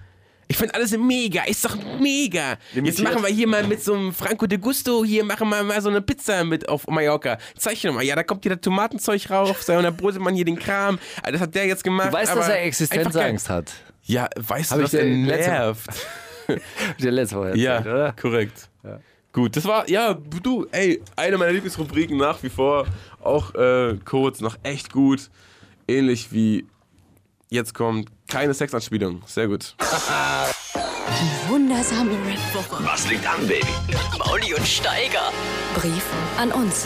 F: Ich finde alles mega, ist doch mega. Jetzt machen wir hier mal mit so einem Franco de Gusto, hier machen wir mal so eine Pizza mit auf Mallorca. Zeig dir doch mal, ja, da kommt hier das Tomatenzeug rauf, da unterbrotet man hier den Kram. Ah, Das hat der jetzt gemacht.
G: du weißt,
F: aber
G: dass er
F: einfach geil.
G: Existenzangst hat.
F: Ja, weißt
G: Hab
F: du,
G: ich
F: dass er
G: dir letzte-
F: nervt.
G: Hab ich dir letzte Woche erzählt,
F: Ja,
G: oder?
F: korrekt. Gut, das war, ja, du, ey, eine meiner Lieblingsrubriken nach wie vor. Auch äh, kurz, noch echt gut. Ähnlich wie jetzt kommt keine Sexanspielung. Sehr gut.
D: Wundersame Red
C: Was liegt an, Baby?
B: Mit Mauli und Steiger.
D: Brief an uns.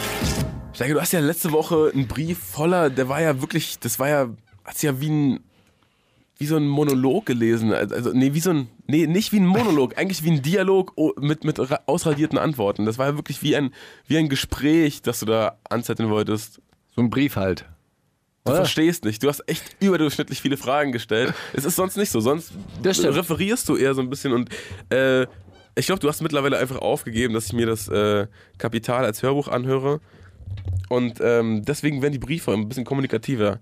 F: Steiger, du hast ja letzte Woche einen Brief voller, der war ja wirklich, das war ja, hat's ja wie ein, wie so ein Monolog gelesen. Also, nee, wie so ein, nee, nicht wie ein [laughs] Monolog, eigentlich wie ein Dialog o- mit, mit ra- ausradierten Antworten. Das war ja wirklich wie ein, wie ein Gespräch, das du da anzetteln wolltest.
G: So ein Brief halt.
F: Du
G: Oder?
F: verstehst nicht. Du hast echt überdurchschnittlich viele Fragen gestellt. Es ist sonst nicht so. Sonst
G: Das stimmt.
F: referierst du eher so ein bisschen und äh, ich glaube, du hast mittlerweile einfach aufgegeben, dass ich mir das äh, Kapital als Hörbuch anhöre. Und ähm, deswegen werden die Briefe ein bisschen kommunikativer.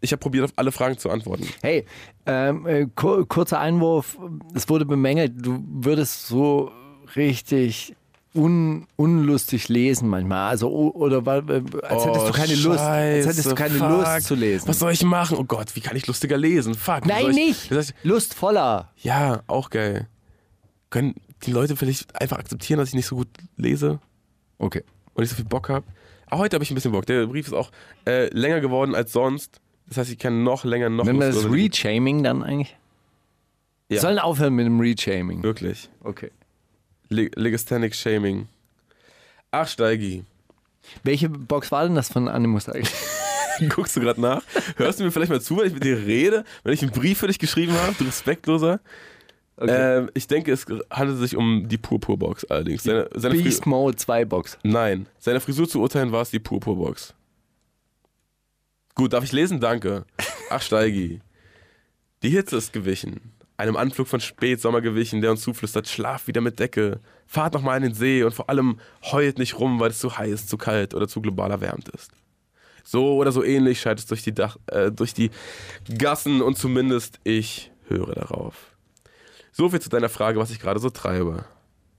F: Ich habe probiert, auf alle Fragen zu antworten.
G: Hey, ähm, äh, kur kurzer Einwurf. Es wurde bemängelt, du würdest so richtig un unlustig lesen manchmal. Also, o- oder war- äh, als hättest du keine Lust. Als hättest du keine
F: Oh, Scheiße, fuck.
G: Lust zu lesen.
F: Was soll ich machen? Oh Gott, wie kann ich lustiger lesen? Fuck. wie soll
G: Nein,
F: ich,
G: nicht.
F: Wie soll ich,
G: Lustvoller.
F: Ja, auch geil. Können die Leute vielleicht einfach akzeptieren, dass ich nicht so gut lese
G: Okay.
F: und nicht so viel Bock habe? Aber heute habe ich ein bisschen Bock. Der Brief ist auch äh, länger geworden als sonst. Das heißt, ich kann noch länger, noch
G: Nennen wir das
F: lustloser-
G: Rechaming dann eigentlich?
F: Ja.
G: Wir sollen aufhören mit dem Rechaming.
F: Wirklich.
G: Okay.
F: Le Legisthenic Shaming. Ach, Steigi. [laughs]
G: Welche Box war denn das von Animus eigentlich?
F: Guckst du gerade nach? Hörst du mir vielleicht mal zu, wenn ich mit dir rede? Wenn ich einen Brief für dich geschrieben habe, du Respektloser? Ähm, ich denke, es handelt sich um die Purpurbox allerdings. Seine, seine Fri-
G: Beast Mode 2 Box.
F: Nein. Seiner Frisur zu urteilen war es die Purpurbox. Gut, darf ich lesen? Danke. Ach, Steigi. Die Hitze ist gewichen. Einem Anflug von Spätsommer gewichen, der uns zuflüstert, schlaf wieder mit Decke. Fahrt nochmal in den See und vor allem heult nicht rum, weil es zu heiß, zu kalt oder zu global erwärmt ist. So oder so ähnlich schallt es durch die, Dach, äh, durch die Gassen und zumindest ich höre darauf. So viel zu deiner Frage, was ich gerade so treibe.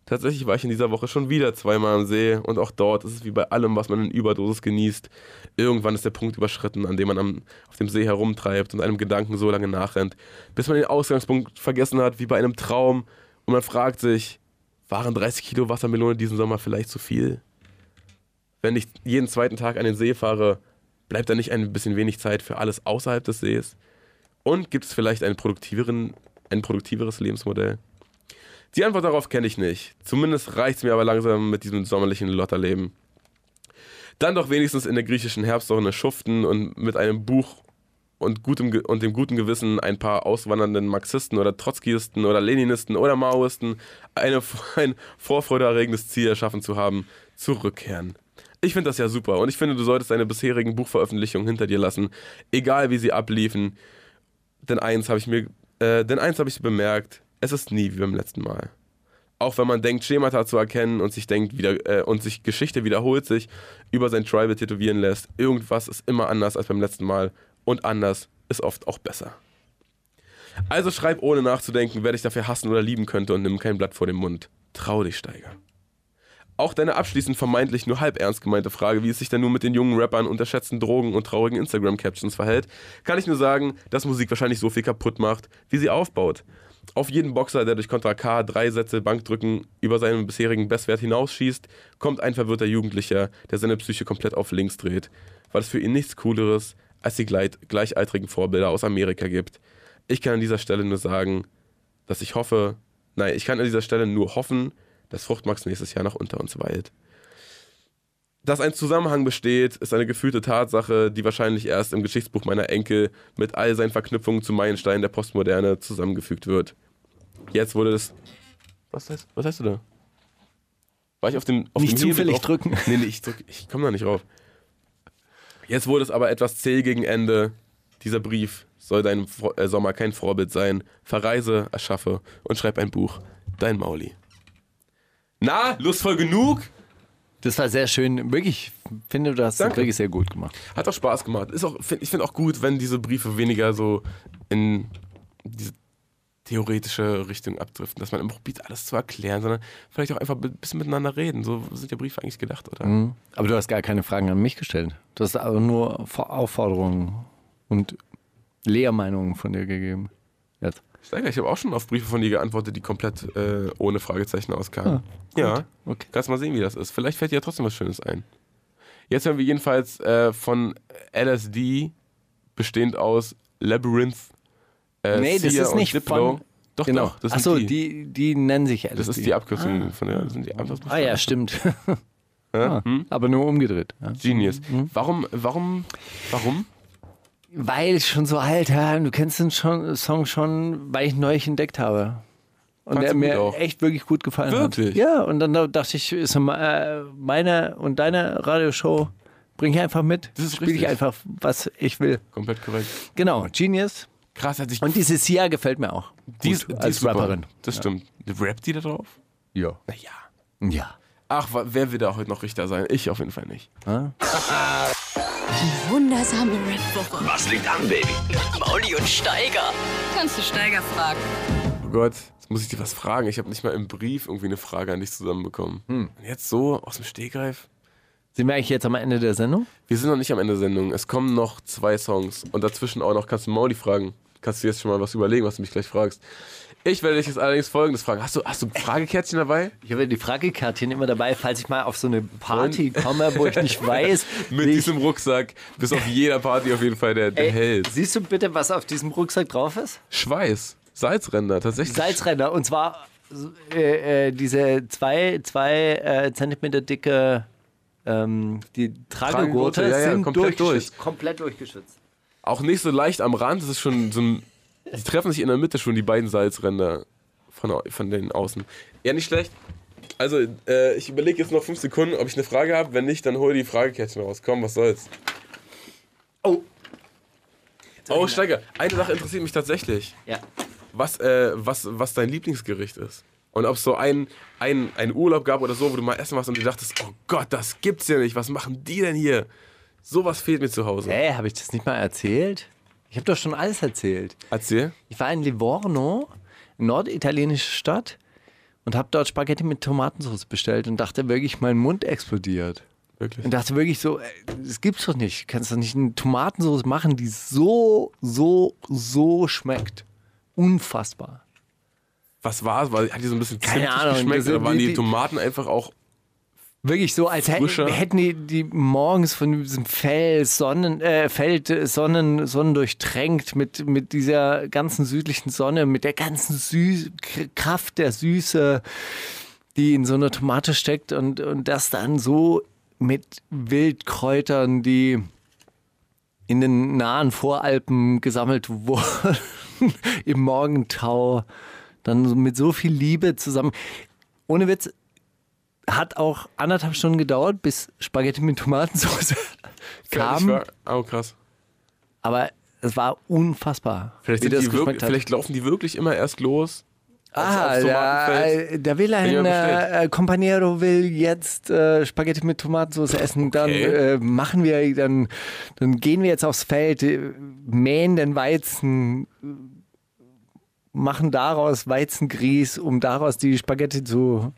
F: Tatsächlich war ich in dieser Woche schon wieder zweimal am See und auch dort ist es wie bei allem, was man in Überdosis genießt. Irgendwann ist der Punkt überschritten, an dem man am, auf dem See herumtreibt und einem Gedanken so lange nachrennt, bis man den Ausgangspunkt vergessen hat, wie bei einem Traum und man fragt sich, waren 30 Kilo Wassermelone diesen Sommer vielleicht zu viel? Wenn ich jeden zweiten Tag an den See fahre, bleibt da nicht ein bisschen wenig Zeit für alles außerhalb des Sees? Und gibt es vielleicht einen produktiveren, ein produktiveres Lebensmodell? Die Antwort darauf kenne ich nicht. Zumindest reicht's mir aber langsam mit diesem sommerlichen Lotterleben. Dann doch wenigstens in der griechischen Herbstsonne schuften und mit einem Buch und, gutem, Ge- und dem guten Gewissen ein paar auswandernden Marxisten oder Trotzkisten oder Leninisten oder Maoisten eine, [laughs] ein vorfreudeerregendes Ziel erschaffen zu haben, zurückkehren. Ich finde das ja super und ich finde, du solltest deine bisherigen Buchveröffentlichungen hinter dir lassen, egal wie sie abliefen, denn eins habe ich mir, äh, denn eins habe ich bemerkt, es ist nie wie beim letzten Mal. Auch wenn man denkt, Schemata zu erkennen und sich denkt, wieder, äh, und sich Geschichte wiederholt sich, über sein Tribal tätowieren lässt, irgendwas ist immer anders als beim letzten Mal und anders ist oft auch besser. Also schreib ohne nachzudenken, wer dich dafür hassen oder lieben könnte und nimm kein Blatt vor den Mund. Trau dich, Steiger. Auch deine abschließend vermeintlich nur halb ernst gemeinte Frage, wie es sich denn nun mit den jungen Rappern, unterschätzten Drogen und traurigen Instagram-Captions verhält, kann ich nur sagen, dass Musik wahrscheinlich so viel kaputt macht, wie sie aufbaut. Auf jeden Boxer, der durch Contra K drei Sätze Bankdrücken über seinen bisherigen Bestwert hinausschießt, kommt ein verwirrter Jugendlicher, der seine Psyche komplett auf links dreht, weil es für ihn nichts Cooleres als die gleit- gleichaltrigen Vorbilder aus Amerika gibt. Ich kann an dieser Stelle nur sagen, dass ich hoffe, nein, ich kann an dieser Stelle nur hoffen, dass Fruchtmax nächstes Jahr nach unter uns weilt. Dass ein Zusammenhang besteht, ist eine gefühlte Tatsache, die wahrscheinlich erst im Geschichtsbuch meiner Enkel mit all seinen Verknüpfungen zu Meilensteinen der Postmoderne zusammengefügt wird. Jetzt wurde das. Was heißt, was heißt du da? War ich auf dem. Auf
G: Nicht
F: dem Hebel
G: zufällig
F: drauf?
G: drücken.
F: Nee, nee, ich, drück, ich komme da nicht rauf. Jetzt wurde es aber etwas zäh gegen Ende. Dieser Brief soll deinem Vor äh, Sommer kein Vorbild sein. Verreise, erschaffe und schreib ein Buch. Dein Mauli. Na, lustvoll genug?
G: Das war sehr schön. Wirklich, finde, du hast
F: Danke.
G: das wirklich sehr gut gemacht.
F: Hat auch Spaß gemacht. Ist auch, find, ich finde auch gut, wenn diese Briefe weniger so in diese theoretische Richtung abdriften, dass man immer probiert, alles zu erklären, sondern vielleicht auch einfach ein bisschen miteinander reden. So sind ja Briefe eigentlich gedacht,
G: Mhm.
F: oder?
G: Aber du hast gar keine Fragen an mich gestellt. Du hast aber nur Vor- Aufforderungen und Lehrmeinungen von dir gegeben. Jetzt.
F: Steiger, ich habe auch schon auf Briefe von dir geantwortet, die komplett äh, ohne Fragezeichen auskamen. ja,
G: Ah, Okay.
F: kannst mal sehen, wie das ist. Vielleicht fällt dir ja trotzdem was Schönes ein. Jetzt hören wir jedenfalls äh, von LSD, bestehend aus Labyrinth. Äh,
G: Nee, das
F: Sia
G: ist
F: und
G: nicht
F: Diplo.
G: von-
F: Doch,
G: Genau.
F: doch, das sind
G: Achso,
F: die.
G: die. Die, nennen sich LSD.
F: Das ist die Ah. Abkürzung von der. Das sind die Abkürzung.
G: Ah ja,
F: [laughs]
G: stimmt. ah,
F: Hm?
G: Aber nur umgedreht. Ja.
F: Genius. Warum, warum, warum?
G: Weil ich schon so alt war, du kennst den schon, Song schon, weil ich ihn neulich entdeckt habe. Und
F: Fand's
G: der
F: gut
G: mir
F: auch.
G: echt wirklich gut gefallen
F: Wirklich?
G: hat. Ja, und dann da- dachte ich, ist so, äh, meine und deine Radioshow bring ich einfach mit.
F: Das ist
G: Spiel ich
F: richtig.
G: einfach, was ich will.
F: Komplett korrekt.
G: Genau, Genius.
F: Krass, hat sich.
G: Und diese Sia gefällt mir auch.
F: die
G: gut, als
F: super.
G: Rapperin.
F: Das stimmt. Rappt die da drauf?
G: Ja.
F: Naja.
G: Ja.
F: Ach, wa- wer will da heute noch Richter sein? Ich auf jeden Fall nicht.
D: Wundersame
C: Was liegt an, Baby?
B: Mauli und Steiger. Kannst du Steiger fragen?
F: Oh Gott, jetzt muss ich dir was fragen. Ich habe nicht mal im Brief irgendwie eine Frage an dich zusammenbekommen.
G: Hm.
F: Und jetzt so aus dem Stegreif?
G: Sind wir eigentlich jetzt am Ende der Sendung?
F: Wir sind noch nicht am Ende der Sendung. Es kommen noch zwei Songs und dazwischen auch noch kannst du Mauli fragen. Kannst du jetzt schon mal was überlegen, was du mich gleich fragst. Ich werde dich jetzt allerdings folgendes fragen. Hast du, hast du ein Fragekärtchen dabei?
G: Ich habe die Fragekärtchen immer dabei, falls ich mal auf so eine Party komme, wo ich
F: [laughs]
G: nicht weiß,
F: Mit diesem Rucksack bist auf jeder Party auf jeden Fall der, der Held.
G: Siehst du bitte, was auf diesem Rucksack drauf ist?
F: Schweiß, Salzränder, tatsächlich.
G: Salzränder. Und zwar äh, äh, diese zwei, zwei äh, Zentimeter dicke ähm, die Tragegurte
F: Tragegurte, ja, ja,
G: sind
F: komplett durch.
G: durchgeschützt. Komplett durchgeschützt.
F: Auch nicht so leicht am Rand, das ist schon so ein, Die treffen sich in der Mitte schon, die beiden Salzränder von, au- von den Außen. Ja, nicht schlecht. Also, äh, ich überlege jetzt noch fünf Sekunden, ob ich eine Frage habe. Wenn nicht, dann hol die Fragekärtchen raus. Komm, was soll's.
G: Oh.
F: Oh, Steiger, eine Sache interessiert mich tatsächlich.
G: Ja.
F: was, äh, was, was dein Lieblingsgericht ist. Und ob es so einen ein, ein Urlaub gab oder so, wo du mal essen warst und du dachtest, oh Gott, das gibt's ja nicht, was machen die denn hier? Sowas fehlt mir zu Hause.
G: Hey, habe ich das nicht mal erzählt? Ich habe doch schon alles erzählt.
F: Erzähl.
G: Ich war in Livorno, norditalienische Stadt, und habe dort Spaghetti mit Tomatensauce bestellt und dachte wirklich, mein Mund explodiert.
F: Wirklich.
G: Und dachte wirklich so, ey, das gibt's doch nicht. Du kannst doch nicht eine Tomatensauce machen, die so, so, so schmeckt. Unfassbar.
F: Was war's? War, hat die so ein bisschen
G: Keine
F: zimtig
G: Ahnung,
F: geschmeckt?
G: das-
F: oder waren die,
G: die-
F: Tomaten einfach auch.
G: Wirklich so, als hätten,
F: Frischer.
G: hätten die, die morgens von diesem Fels, Sonnen, äh, Feld äh, Sonnen, Sonnen durchtränkt mit, mit dieser ganzen südlichen Sonne, mit der ganzen Süß K- Kraft der Süße, die in so einer Tomate steckt und, und das dann so mit Wildkräutern, die in den nahen Voralpen gesammelt [laughs] wurden, im Morgentau, dann so mit so viel Liebe zusammen. Ohne Witz, hat auch anderthalb Stunden gedauert, bis Spaghetti mit Tomatensauce
F: fertig
G: kam.
F: war. Oh, krass.
G: Aber es war unfassbar,
F: Vielleicht,
G: wie
F: sind
G: das
F: die wirklich,
G: geschmeckt hat.
F: vielleicht laufen die wirklich immer erst los. als-
G: ah,
F: als
G: da,
F: Tomatenfeld.
G: äh, da will ein
F: jemand
G: äh, äh, Companiero will jetzt äh, Spaghetti mit Tomatensauce essen. Dann
F: Okay.
G: äh, machen wir, dann, dann gehen wir jetzt aufs Feld, äh, mähen den Weizen, äh, machen daraus Weizengrieß, um daraus die Spaghetti zu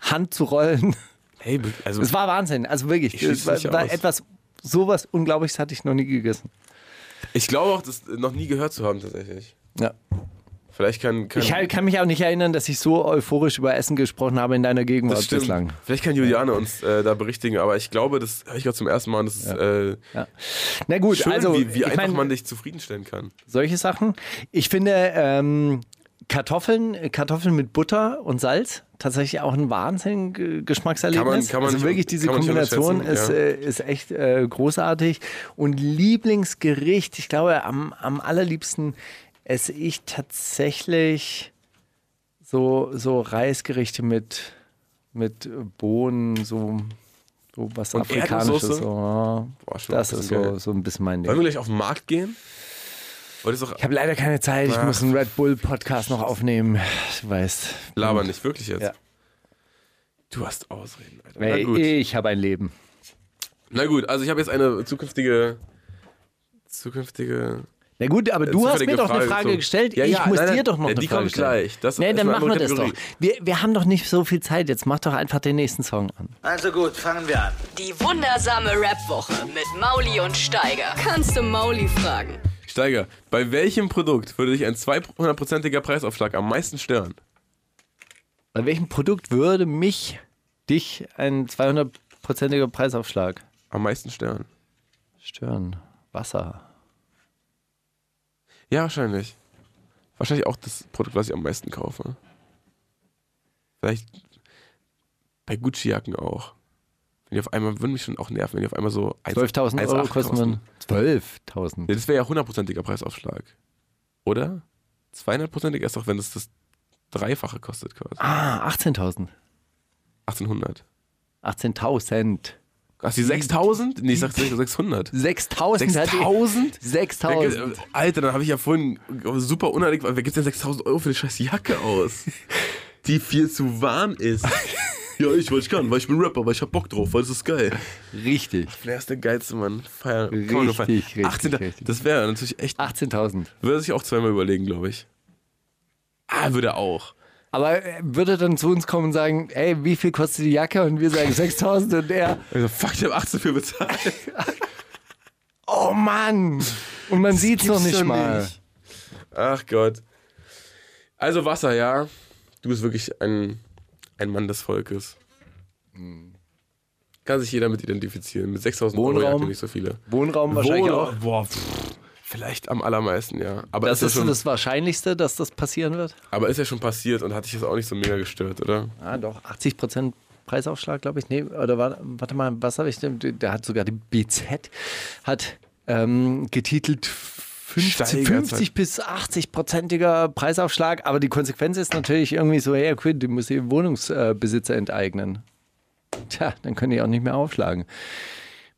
G: Hand zu rollen.
F: Hey, also
G: [laughs] Es war Wahnsinn, also wirklich.
F: Ich
G: Es
F: schließe
G: war,
F: nicht
G: war
F: aus.
G: etwas, sowas Unglaubliches hatte ich noch nie gegessen.
F: ich glaube auch, das noch nie gehört zu haben tatsächlich.
G: Ja.
F: Vielleicht kann, kann
G: Ich halt- kann mich auch nicht erinnern, dass ich so euphorisch über Essen gesprochen habe in deiner Gegenwart
F: Das stimmt.
G: bislang.
F: Vielleicht kann Juliane uns äh, da berichtigen, aber ich glaube, das höre ich gerade zum ersten Mal. und Das ist äh,
G: Na gut,
F: schön,
G: also
F: wie, wie
G: ich
F: einfach
G: mein,
F: man dich zufriedenstellen kann.
G: solche Sachen. Ich finde, ähm, Kartoffeln, Kartoffeln mit Butter und Salz, tatsächlich auch ein wahnsinnig äh, Geschmackserlebnis.
F: Kann man- kann man
G: also
F: nicht-
G: wirklich diese
F: kann man nicht
G: Kombination ist,
F: unterschätzen,
G: äh, ist echt äh, großartig. Und Lieblingsgericht, ich glaube, am, am allerliebsten esse ich tatsächlich so, so Reisgerichte mit, mit Bohnen, so, so was
F: Und
G: Afrikanisches.
F: Erdnusssoße?
G: So. Ja,
F: Boah, schon
G: das
F: ein
G: ist
F: bisschen
G: so,
F: geil.
G: so ein bisschen mein Ding.
F: Wollen wir gleich auf den Markt gehen? Wollt ihr doch
G: Ich habe leider keine Zeit, ich
F: Ach.
G: muss einen Red Bull Podcast noch aufnehmen. Du weißt.
F: labern, nicht wirklich jetzt?
G: Ja.
F: Du hast Ausreden, Alter.
G: Ey,
F: Na gut.
G: ich habe ein Leben.
F: Na gut, also ich habe jetzt eine zukünftige. Zukünftige.
G: Na gut, aber du hast mir
F: zufällige
G: doch eine Frage
F: so.
G: gestellt.
F: Ja,
G: ich
F: ja,
G: muss
F: nein,
G: dir
F: nein,
G: doch noch
F: ja,
G: eine
F: die
G: Frage
F: kommt
G: stellen.
F: gleich. Das
G: nee,
F: ist
G: dann
F: eine
G: machen wir
F: andere
G: das doch.
F: Kategorie.
G: Wir, wir haben doch nicht so viel Zeit. Jetzt mach doch einfach den nächsten Song an.
A: Also gut, fangen wir an.
B: Die wundersame Rap-Woche mit Mauli und Steiger. Kannst du Mauli fragen?
F: Steiger, bei welchem Produkt würde dich ein 200%iger Preisaufschlag am meisten stören?
G: Bei welchem Produkt würde mich, dich, ein 200-prozentiger Preisaufschlag
F: Am meisten stören.
G: stören? Wasser.
F: Ja, wahrscheinlich. Wahrscheinlich auch das Produkt, was ich am meisten kaufe. Vielleicht bei Gucci-Jacken auch. Wenn die auf einmal, würden mich schon auch nerven, wenn die auf einmal so 1
G: 12.000 Euro
F: 1,8
G: kosten. ne? man- 12.000.
F: Ja, das wäre ja hundertprozentiger Preisaufschlag. Oder? 200%iger ist doch, wenn es das Dreifache kostet quasi.
G: Ah, 18.000.
F: 1800.
G: 18.000.
F: Ach, die 6000? Nee, ich sagte 600.
G: 6.000 hat die-
F: 6000?
G: 6000.
F: äh, Alter, dann habe ich ja vorhin super unehrlich, wer gibt denn 6000 Euro für eine scheiß Jacke aus? [laughs] Die viel zu warm ist. [laughs] ja, ich, weil ich kann, weil ich bin Rapper, weil ich hab Bock drauf, weil es ist geil.
G: Richtig.
F: Wer ist der geilste Mann? Feier, kann man nur
G: Richtig,
F: feiern.
G: richtig,
F: 18,
G: richtig.
F: Das wäre natürlich echt,
G: 18.000.
F: würde sich auch zweimal überlegen, glaube ich. Ah, würde auch.
G: Aber äh, würde er dann zu uns kommen und sagen, ey, wie viel kostet die Jacke? Und wir sagen 6.000 und er,
F: Also, fuck, ich hab 18 für bezahlt.
G: oh Mann. Und man sieht es noch
F: gibt's
G: nicht
F: doch
G: mal.
F: nicht. Ach Gott. Also Wasser, ja. Du bist wirklich ein, ein Mann des Volkes. Hm. Kann sich jeder mit identifizieren. Mit 6000 Euro
G: Wohnraum?
F: Jacke nicht so viele.
G: Wohnraum wahrscheinlich
F: Wohn-
G: auch.
F: Boah, pff, vielleicht am allermeisten, ja. Aber
G: Das
F: ist
G: ist
F: ja schon,
G: das Wahrscheinlichste, dass das passieren wird.
F: aber ist ja schon passiert und hat dich jetzt auch nicht so mega gestört, oder?
G: Ah, doch. 80 Prozent Preisaufschlag, glaube ich. Nee, oder war, warte mal, was habe ich denn? Da hat sogar die BZ hat ähm, getitelt 50,
F: Steigerzeit.
G: 50 bis 80-prozentiger Preisaufschlag. Aber die Konsequenz ist natürlich irgendwie so, ja, cool, die muss die Wohnungsbesitzer enteignen. Tja, dann können die auch nicht mehr aufschlagen.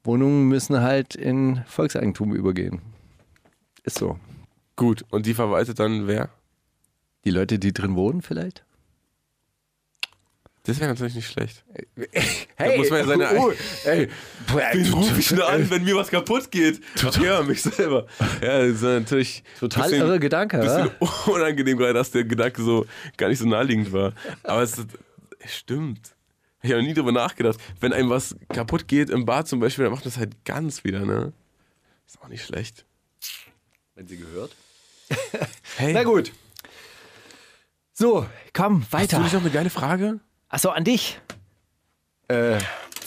G: Wohnungen müssen halt in Volkseigentum übergehen. Ist so.
F: Gut, und die verwaltet dann wer?
G: Die Leute, die drin wohnen, vielleicht?
F: Das wäre natürlich nicht schlecht.
G: Hey,
F: muss man ja seine-
G: ey,
F: Wen rufe ich denn [laughs] an, wenn mir was kaputt geht? Ach ja, mich selber. Ja, das ist natürlich
G: Total
F: bisschen-
G: irre Gedanke,
F: bisschen [laughs] unangenehm gerade, dass der Gedanke so gar nicht so naheliegend war. Aber es ist- es stimmt. Ich habe noch nie drüber nachgedacht. Wenn einem was kaputt geht im Bad zum Beispiel, dann macht das halt ganz wieder, ne? Ist auch nicht schlecht.
G: Wenn sie gehört.
F: [laughs] Hey,
G: Na gut. So, komm,
F: hast du
G: weiter.
F: nicht noch eine geile Frage?
G: Achso, an dich.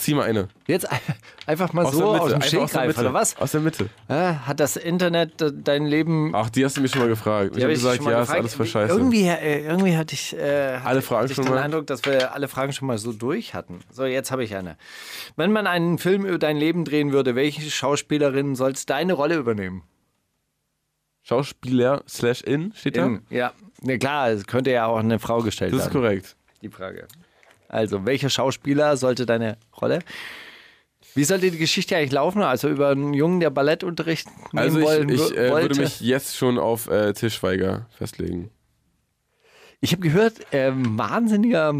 F: Zieh mal eine.
G: Jetzt ein- einfach mal
F: Aus
G: so
F: der
G: aus dem
F: Mitte. einfach aus der
G: Stegreif,
F: Mitte.
G: oder was?
F: Aus der Mitte.
G: Äh, Hat das Internet äh, dein Leben...
F: Ach, die hast du mir schon mal gefragt.
G: Ja,
F: Ich habe
G: hab
F: gesagt,
G: schon mal
F: ja,
G: gefragt.
F: ist alles für Scheiße.
G: Irgendwie, äh, irgendwie hatte ich, äh, hatte,
F: Alle Fragen
G: hatte ich
F: schon
G: den
F: mal?
G: Eindruck, dass wir alle Fragen schon mal so durch hatten. So, jetzt habe ich eine. Wenn man einen Film über dein Leben drehen würde, welche Schauspielerin sollst deine Rolle übernehmen?
F: Schauspieler slash in steht da?
G: In, ja, na klar, es könnte ja auch eine Frau gestellt
F: Das ist
G: werden.
F: korrekt.
G: die Frage. Also, welcher Schauspieler sollte deine Rolle? Wie sollte die Geschichte eigentlich laufen? Also über einen Jungen, der Ballettunterricht nehmen
F: Also ich,
G: wollen,
F: ich äh,
G: wollte.
F: würde mich jetzt schon auf äh, Tischweiger festlegen.
G: ich habe gehört, ähm, wahnsinniger,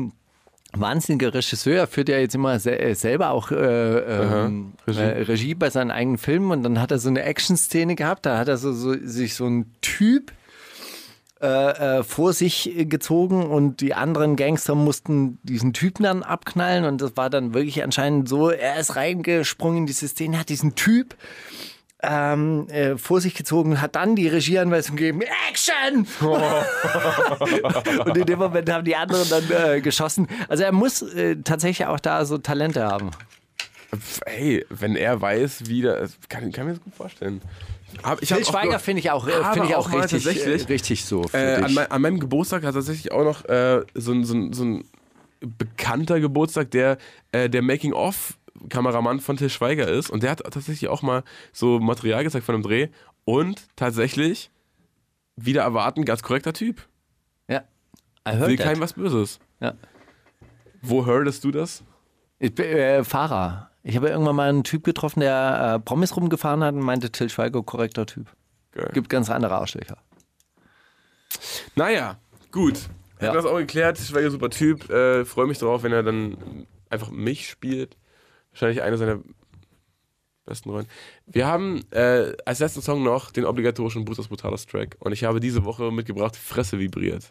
G: wahnsinniger Regisseur führt ja jetzt immer se äh, selber auch äh, ähm,
F: Regie.
G: Regie. Äh, Regie bei seinen eigenen Filmen und dann hat er so eine Action-Szene gehabt, da hat er so, so, sich so ein Typ äh, vor sich äh, gezogen und die anderen Gangster mussten diesen Typen dann abknallen und das war dann wirklich anscheinend so, er ist reingesprungen in diese Szene, hat diesen Typ ähm, äh, vor sich gezogen, hat dann die Regieanweisung gegeben, Action! und in dem Moment haben die anderen dann äh, geschossen. Also er muss äh, tatsächlich auch da so Talente haben.
F: Pff, Ey, wenn er weiß, wie das. Kann, kann mir das gut vorstellen. Hab, ich
G: Till
F: hab auch
G: Schweiger
F: gehört-
G: finde ich auch, äh,
F: Aber
G: finde ich auch
F: mal
G: richtig,
F: tatsächlich,
G: äh, richtig so. Für
F: äh, an,
G: dich.
F: mein, an meinem Geburtstag hat tatsächlich auch noch äh, so, ein- so, ein- so ein bekannter Geburtstag, der äh, der Making-of-Kameramann von Till Schweiger ist. Und der hat tatsächlich auch mal so Material gezeigt von einem Dreh. Und tatsächlich, wieder erwarten, ganz korrekter Typ.
G: Ja. I
F: Will
G: heard
F: keinem
G: that.
F: was Böses.
G: Ja.
F: Wo hörtest du das?
G: Ich bin äh, Fahrer. Ich habe irgendwann mal einen Typ getroffen, der äh, Promis rumgefahren hat und meinte, Till Schweiger, korrekter Typ.
F: Geil.
G: Gibt ganz andere Arschlöcher.
F: Naja, gut. Ja.
G: Ja.
F: das auch geklärt. Ich war ein super Typ. Äh, Freue mich drauf, wenn er dann einfach mich spielt. Wahrscheinlich einer seiner besten Rollen. Wir haben äh, als letzten Song noch den obligatorischen Brutus Brutalis Track. Und ich habe diese Woche mitgebracht Fresse vibriert.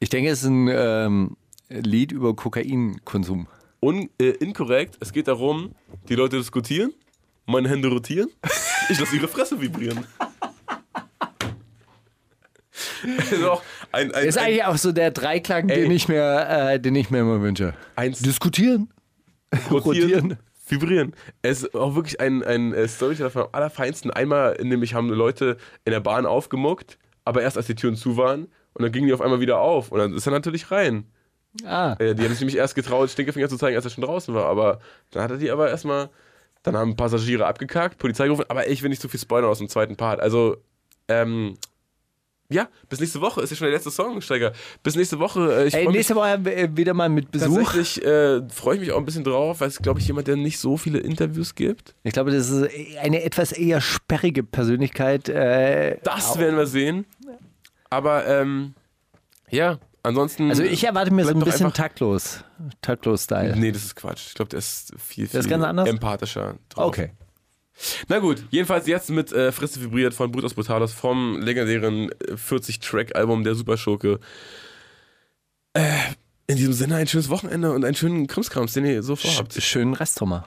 G: Ich denke, es ist ein ähm, Lied über Kokainkonsum.
F: Un äh, inkorrekt. Es geht darum, die Leute diskutieren, meine Hände rotieren. [laughs] Ich lasse ihre Fresse vibrieren. [laughs] Das ist auch ein, ein,
G: Ist
F: ein,
G: eigentlich auch so der Dreiklang, den
F: Ey.
G: ich, mir, äh, den ich mir immer wünsche.
F: eins
G: Diskutieren.
F: rotieren,
G: Rotieren.
F: vibrieren. Es ist auch wirklich ein, ein äh, Storyteller vom Allerfeinsten. Einmal, nämlich haben Leute in der Bahn aufgemuckt, aber erst als die Türen zu waren und dann gingen die auf einmal wieder auf und dann ist er natürlich rein.
G: Ah.
F: Äh, die haben sich nämlich erst getraut, Stinkefinger zu zeigen, als er schon draußen war, aber dann hat er die aber erstmal, dann haben Passagiere abgekackt, Polizei gerufen, aber ich will nicht zu viel spoilern aus dem zweiten Part. Also, ähm, ja, bis nächste Woche ist ja schon der letzte Song, Steiger. Bis nächste Woche. Äh, ich
G: Ey,
F: freu mich-
G: nächste Woche äh, wieder mal mit Besuch.
F: Tatsächlich äh, freue ich mich auch ein bisschen drauf, weil es, glaube ich, jemand, der nicht so viele Interviews gibt.
G: Ich glaube, das ist eine etwas eher sperrige Persönlichkeit. Äh,
F: Das werden wir sehen. Aber ähm, ja, ansonsten.
G: also ich erwarte mir so
F: Bleib
G: ein
F: doch
G: bisschen
F: einfach-
G: taktlos. Taktlos-Style.
F: Nee, das ist Quatsch. Ich glaube, der ist viel, viel
G: Der ist ganz anders?
F: empathischer drauf.
G: Okay.
F: Na gut, jedenfalls jetzt mit äh, Fresse vibriert von Brutus Brutalos vom legendären 40-Track-Album der Superschurke. Äh, in diesem Sinne ein schönes Wochenende und einen schönen Krimskrams, den ihr so
G: Sch
F: vorhabt.
G: schönen Restsommer.